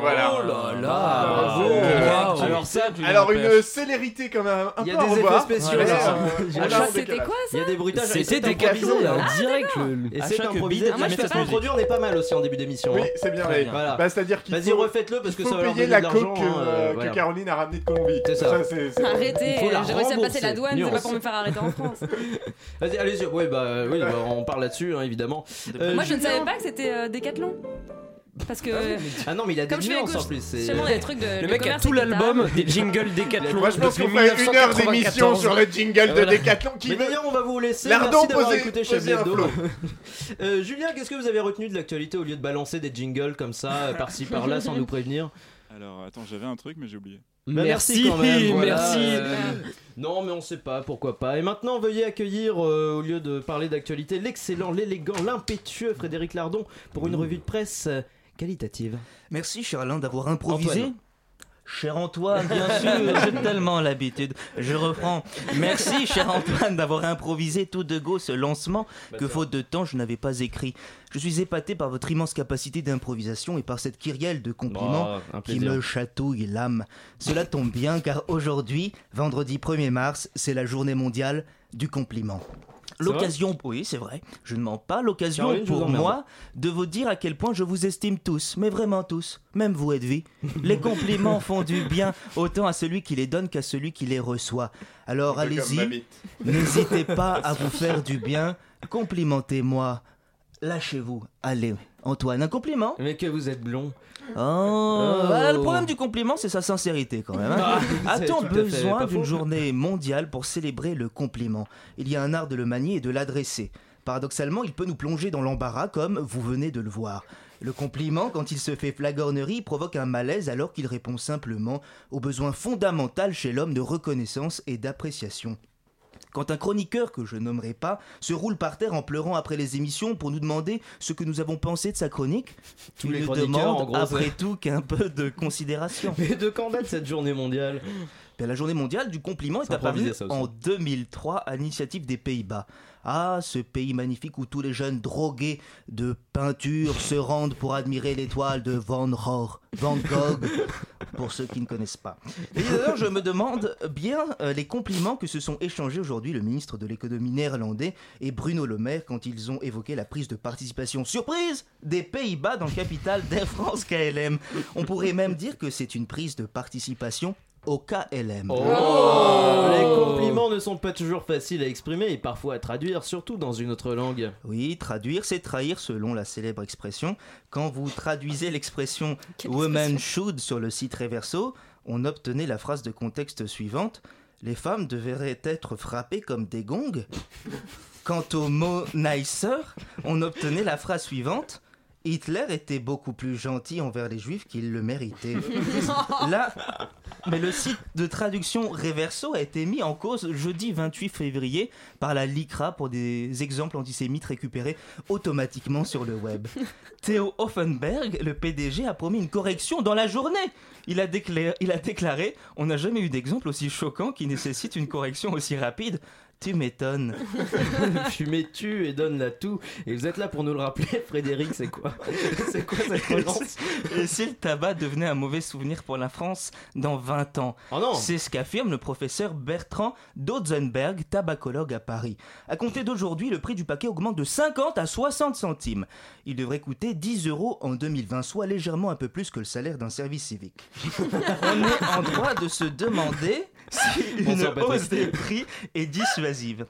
Speaker 3: Voilà.
Speaker 6: Oh là
Speaker 3: Ah,
Speaker 6: là
Speaker 3: bravo.
Speaker 6: Waouh.
Speaker 1: Alors ça,
Speaker 3: Alors une célérité comme un, un
Speaker 1: Il y
Speaker 3: peu
Speaker 1: a
Speaker 3: au
Speaker 1: des effets
Speaker 3: revoir.
Speaker 1: spéciaux Ah,
Speaker 3: Mais,
Speaker 1: là.
Speaker 3: euh,
Speaker 1: J'ai la
Speaker 3: voilà, on
Speaker 1: chance.
Speaker 2: Ah, C'était
Speaker 3: décalage.
Speaker 2: quoi
Speaker 1: Il y a des bruitages. et
Speaker 6: C'était
Speaker 1: c'est
Speaker 6: des
Speaker 1: improvisé,
Speaker 6: capitaux,
Speaker 1: hein.
Speaker 6: en direct le-
Speaker 1: Et
Speaker 11: À
Speaker 1: c'est
Speaker 11: chaque
Speaker 1: improvisé.
Speaker 11: bide,
Speaker 1: Ah,
Speaker 11: ils
Speaker 1: moi, je
Speaker 11: mettent
Speaker 1: fais
Speaker 11: cette
Speaker 1: pas un
Speaker 11: musique.
Speaker 1: produit, on est pas mal aussi en début d'émission.
Speaker 3: Oui,
Speaker 1: hein.
Speaker 3: c'est bien.
Speaker 11: Très
Speaker 3: mais-
Speaker 11: bien.
Speaker 1: Voilà.
Speaker 3: Bah, c'est-à-dire qu'il
Speaker 1: Vas-y,
Speaker 3: faut,
Speaker 1: refaites-le parce que
Speaker 3: il
Speaker 1: ça
Speaker 3: faut
Speaker 1: va leur
Speaker 3: payer
Speaker 1: donner
Speaker 3: la
Speaker 1: de
Speaker 3: coke
Speaker 1: l'argent.
Speaker 3: que,
Speaker 1: hein,
Speaker 3: euh, que
Speaker 1: voilà.
Speaker 3: Caroline a ramenée de Colombie.
Speaker 1: C'est ça.
Speaker 3: c'est- c'est-
Speaker 1: Il
Speaker 2: Arrêtez,
Speaker 1: faut la
Speaker 2: j'ai réussi à passer
Speaker 1: rembourser.
Speaker 2: la douane, c'est pas
Speaker 1: Nuance.
Speaker 2: pour me faire arrêter en France.
Speaker 1: Vas-y, allez-y. Oui, bah oui, bah, on parle là-dessus, hein, évidemment. Euh,
Speaker 2: Moi je ne
Speaker 1: Julien-
Speaker 2: savais pas que c'était euh, Décathlon. Parce que
Speaker 1: Ah non, mais il a des
Speaker 2: Comme je fais
Speaker 1: nuances
Speaker 2: gauche,
Speaker 1: en plus. c'est-
Speaker 2: seulement des trucs de. de
Speaker 6: Le mec a
Speaker 2: commerce,
Speaker 6: tout
Speaker 2: etc.
Speaker 6: l'album des jingles Décathlon.
Speaker 3: Moi, je pense qu'on
Speaker 6: depuis
Speaker 3: ferait une heure
Speaker 6: 1994.
Speaker 3: d'émission sur le jingle de
Speaker 6: Voilà.
Speaker 3: Decathlon qui
Speaker 1: Mais
Speaker 3: veut.
Speaker 1: d'ailleurs, on va vous laisser.
Speaker 3: Lardon,
Speaker 1: Merci d'avoir
Speaker 3: posez-
Speaker 1: écouté
Speaker 3: posez
Speaker 1: Chablis
Speaker 3: un
Speaker 1: Hebdo.
Speaker 3: flow.
Speaker 1: *laughs* Euh, Julien, qu'est-ce que vous avez retenu de l'actualité au lieu de balancer des jingles comme ça, euh, par-ci, par-là, sans nous prévenir
Speaker 5: Alors attends, j'avais un truc mais j'ai oublié.
Speaker 1: Bah,
Speaker 6: Merci,
Speaker 1: quand même, voilà,
Speaker 6: merci.
Speaker 1: euh, non, mais on sait pas, pourquoi pas. Et maintenant, veuillez accueillir, euh, au lieu de parler d'actualité, l'excellent, l'élégant, l'impétueux Frédéric Lardon pour une revue de presse euh, qualitative.
Speaker 4: Merci, cher Alain, d'avoir improvisé.
Speaker 1: Antoine.
Speaker 4: Cher Antoine, bien *laughs* sûr, j'ai tellement l'habitude. Je reprends. Merci, cher Antoine, d'avoir improvisé tout de go ce lancement que, faute de temps, je n'avais pas écrit. Je suis épaté par votre immense capacité d'improvisation et par cette kyrielle de compliments
Speaker 1: Oh, un
Speaker 4: qui
Speaker 1: plaisir.
Speaker 4: me chatouille l'âme. Cela tombe bien car aujourd'hui, vendredi 1er mars, c'est la journée mondiale du compliment.
Speaker 1: vrai
Speaker 4: L'occasion, oui, c'est vrai, je ne mens pas, l'occasion
Speaker 1: Caroline, je vous
Speaker 4: pour
Speaker 1: emmerde.
Speaker 4: moi de vous dire à quel point je vous estime tous, mais vraiment tous, même vous, Edwy. Les compliments font du bien autant à celui qui les donne qu'à celui qui les reçoit. Alors
Speaker 3: Un peu comme ma
Speaker 4: allez-y,
Speaker 3: bite.
Speaker 4: n'hésitez pas à vous faire du bien, complimentez-moi, lâchez-vous, allez. Antoine, un compliment
Speaker 1: Mais que vous êtes blond.
Speaker 4: Oh.
Speaker 1: Oh. Ah,
Speaker 4: Voilà, le problème du compliment, c'est sa sincérité quand même. hein.
Speaker 1: c'est
Speaker 4: A-t-on
Speaker 1: tout à fait pas
Speaker 4: besoin
Speaker 1: faux.
Speaker 4: d'une journée mondiale pour célébrer le compliment Il y a un art de le manier et de l'adresser. Paradoxalement, il peut nous plonger dans l'embarras comme vous venez de le voir. Le compliment, quand il se fait flagornerie, provoque un malaise alors qu'il répond simplement au besoin fondamental chez l'homme de reconnaissance et d'appréciation. quand un chroniqueur, que je nommerai pas, se roule par terre en pleurant après les émissions pour nous demander ce que nous avons pensé de sa chronique.
Speaker 1: Tous
Speaker 4: Il
Speaker 1: les
Speaker 4: nous
Speaker 1: chroniqueurs,
Speaker 4: demande,
Speaker 1: en gros,
Speaker 4: après
Speaker 1: c'est-
Speaker 4: tout qu'un peu de considération.
Speaker 1: *laughs* Mais de quand date cette journée mondiale
Speaker 4: Ben, La journée mondiale du compliment est
Speaker 1: C'est improvisé,
Speaker 4: apparue
Speaker 1: ça aussi.
Speaker 4: en 2003 à l'initiative des Pays-Bas. Ah, ce pays magnifique où tous les jeunes drogués de peinture se rendent pour admirer l'étoile de Van Gogh. Van Gogh, pour ceux qui ne connaissent pas. Et d'ailleurs, je me demande bien euh, les compliments que se sont échangés aujourd'hui le ministre de l'économie néerlandais et Bruno Le Maire quand ils ont évoqué la prise de participation surprise des Pays-Bas dans le capital d'Air France KLM. On pourrait même dire que c'est une prise de participation au KLM.
Speaker 1: Oh. Les compliments ne sont pas toujours faciles à exprimer et parfois à traduire, surtout dans une autre langue.
Speaker 4: Oui, traduire, c'est trahir selon la célèbre expression. Quand vous traduisez l'expression woman should sur le site Reverso, on obtenait la phrase de contexte suivante Les femmes devraient être frappées comme des gongs. Quant au mot *laughs* nicer, on obtenait la phrase suivante Hitler était beaucoup plus gentil envers les juifs qu'il le méritait. Là, mais le site de traduction Reverso a été mis en cause jeudi 28 février par la LICRA pour des exemples antisémites récupérés automatiquement sur le web. Theo Offenberg, le PDG, a promis une correction dans la journée. Il a, décla- il a déclaré On n'a jamais eu d'exemple aussi choquant qui nécessite une correction aussi rapide. Tu m'étonnes.
Speaker 1: Fumez tu et donne la tout. Et vous êtes là pour nous le rappeler, *laughs* Frédéric, c'est quoi C'est quoi cette relance
Speaker 4: Et si le tabac devenait un mauvais souvenir pour la France dans 20 ans
Speaker 1: Oh non
Speaker 4: C'est ce qu'affirme le professeur Bertrand Dodzenberg, tabacologue à Paris. À compter d'aujourd'hui, le prix du paquet augmente de 50 à 60 centimes. Il devrait coûter 10 euros en 2020, soit légèrement un peu plus que le salaire d'un service civique. *laughs* On est en droit de se demander si une
Speaker 1: Bonsoir, Patrick.
Speaker 4: hausse des prix est dissuasive.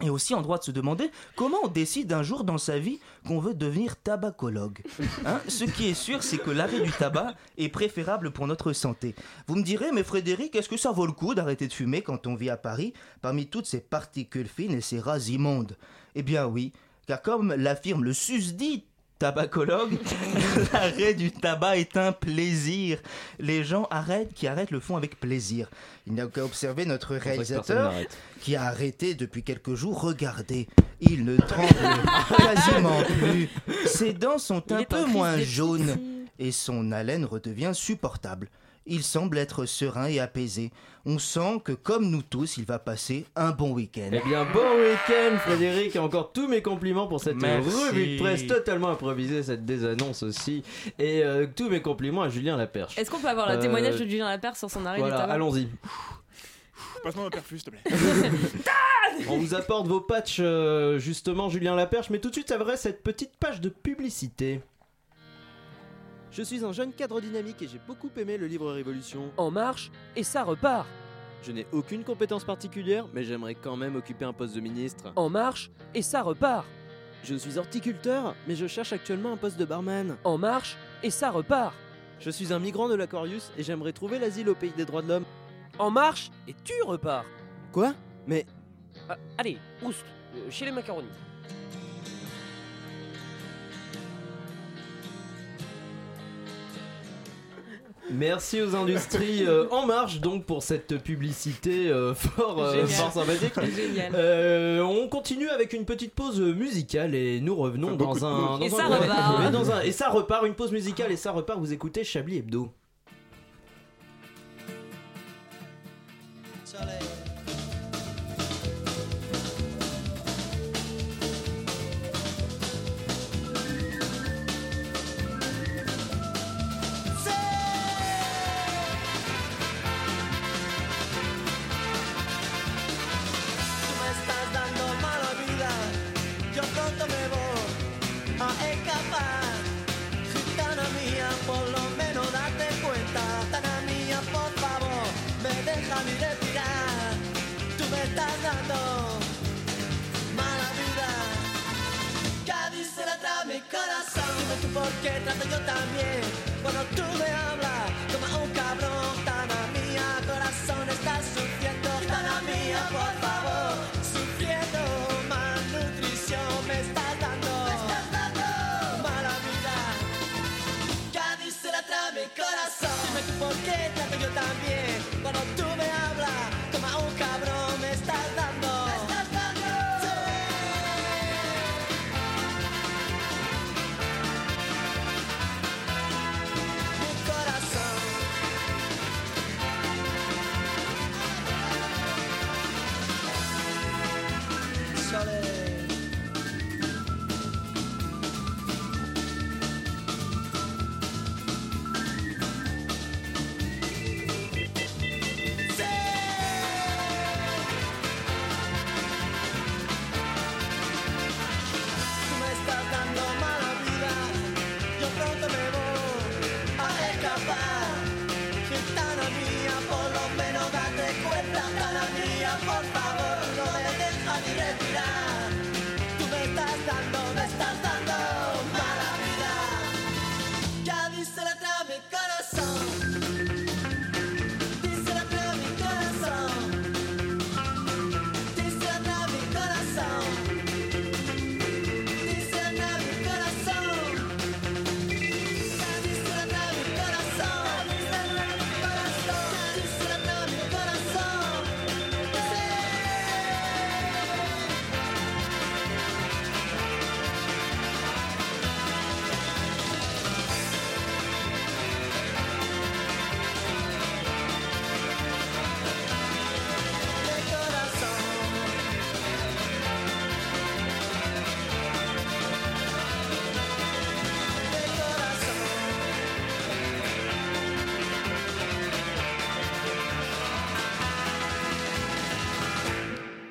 Speaker 4: Et aussi en droit de se demander comment on décide un jour dans sa vie qu'on veut devenir tabacologue. Hein Ce qui est sûr, c'est que l'arrêt du tabac est préférable pour notre santé. Vous me direz, mais Frédéric, est-ce que ça vaut le coup d'arrêter de fumer quand on vit à Paris parmi toutes ces particules fines et ces rases immondes Eh bien oui, car comme l'affirme le susdit tabacologue, *laughs* l'arrêt du tabac est un plaisir. Les gens arrêtent qui arrêtent le font avec plaisir. Il n'y a qu'à observer notre
Speaker 1: personne
Speaker 4: réalisateur
Speaker 1: n'arrête.
Speaker 4: qui a arrêté depuis quelques jours. Regardez, il ne tremble quasiment plus. Ses dents sont un peu moins jaunes et son haleine redevient supportable. Il semble être serein et apaisé. On sent que, comme nous tous, il va passer un bon week-end.
Speaker 1: Eh bien, bon week-end, Frédéric, et encore tous mes compliments pour cette
Speaker 4: Merci.
Speaker 1: revue de presse totalement improvisée, cette désannonce aussi. Et euh, tous mes compliments à Julien Laperche.
Speaker 2: Est-ce qu'on peut avoir le
Speaker 1: Euh,
Speaker 2: témoignage de Julien Lapierre sur son arrêt
Speaker 1: Voilà,
Speaker 2: du tabac
Speaker 1: allons-y.
Speaker 5: Passe-moi un perfus, s'il te plaît.
Speaker 1: On vous apporte vos patchs, euh, justement, Julien Laperche, mais tout de suite, ça vrai, cette petite page de publicité. Je suis un jeune cadre dynamique et j'ai beaucoup aimé le livre Révolution.
Speaker 6: En marche, et ça repart.
Speaker 1: Je n'ai aucune compétence particulière, mais j'aimerais quand même occuper un poste de ministre.
Speaker 6: En marche, et ça repart.
Speaker 1: Je suis horticulteur, mais je cherche actuellement un poste de barman.
Speaker 6: En marche, et ça repart.
Speaker 1: Je suis un migrant de l'Aquarius et j'aimerais trouver l'asile au pays des droits de l'homme.
Speaker 6: En marche, et tu repars.
Speaker 1: Quoi Mais
Speaker 6: Ah, allez, oust, euh, chez les macaronis.
Speaker 1: Merci aux industries euh, En Marche donc pour cette publicité euh, fort, euh,
Speaker 2: Génial.
Speaker 1: fort sympathique.
Speaker 2: Génial.
Speaker 1: Euh, on continue avec une petite pause musicale et nous revenons dans un, dans
Speaker 2: Et
Speaker 1: un-
Speaker 2: ça repart.
Speaker 1: Mais dans un- et ça repart une pause musicale et ça repart vous écoutez Chablis Hebdo.
Speaker 11: Tú me estás dando mala vida, yo pronto me voy a escapar. Gitana mía, por lo menos date cuenta. Gitana mía, por favor, me deja mi respirar. Tú me estás dando mala vida. Cádiz se la trae mi corazón. Dime tú por qué trato yo también. Cuando tú me hablas, toma un cabrón. Gitana mía, corazón, estás sufriendo. Gitana mía, por favor, sufriendo. Malnutrición me estás dando. Me estás dando. Mala vida. Cádiz se la trae mi corazón. Dime tú por qué trato yo también. Cuando tú me hablas, toma un cabrón, me estás dando. Me estás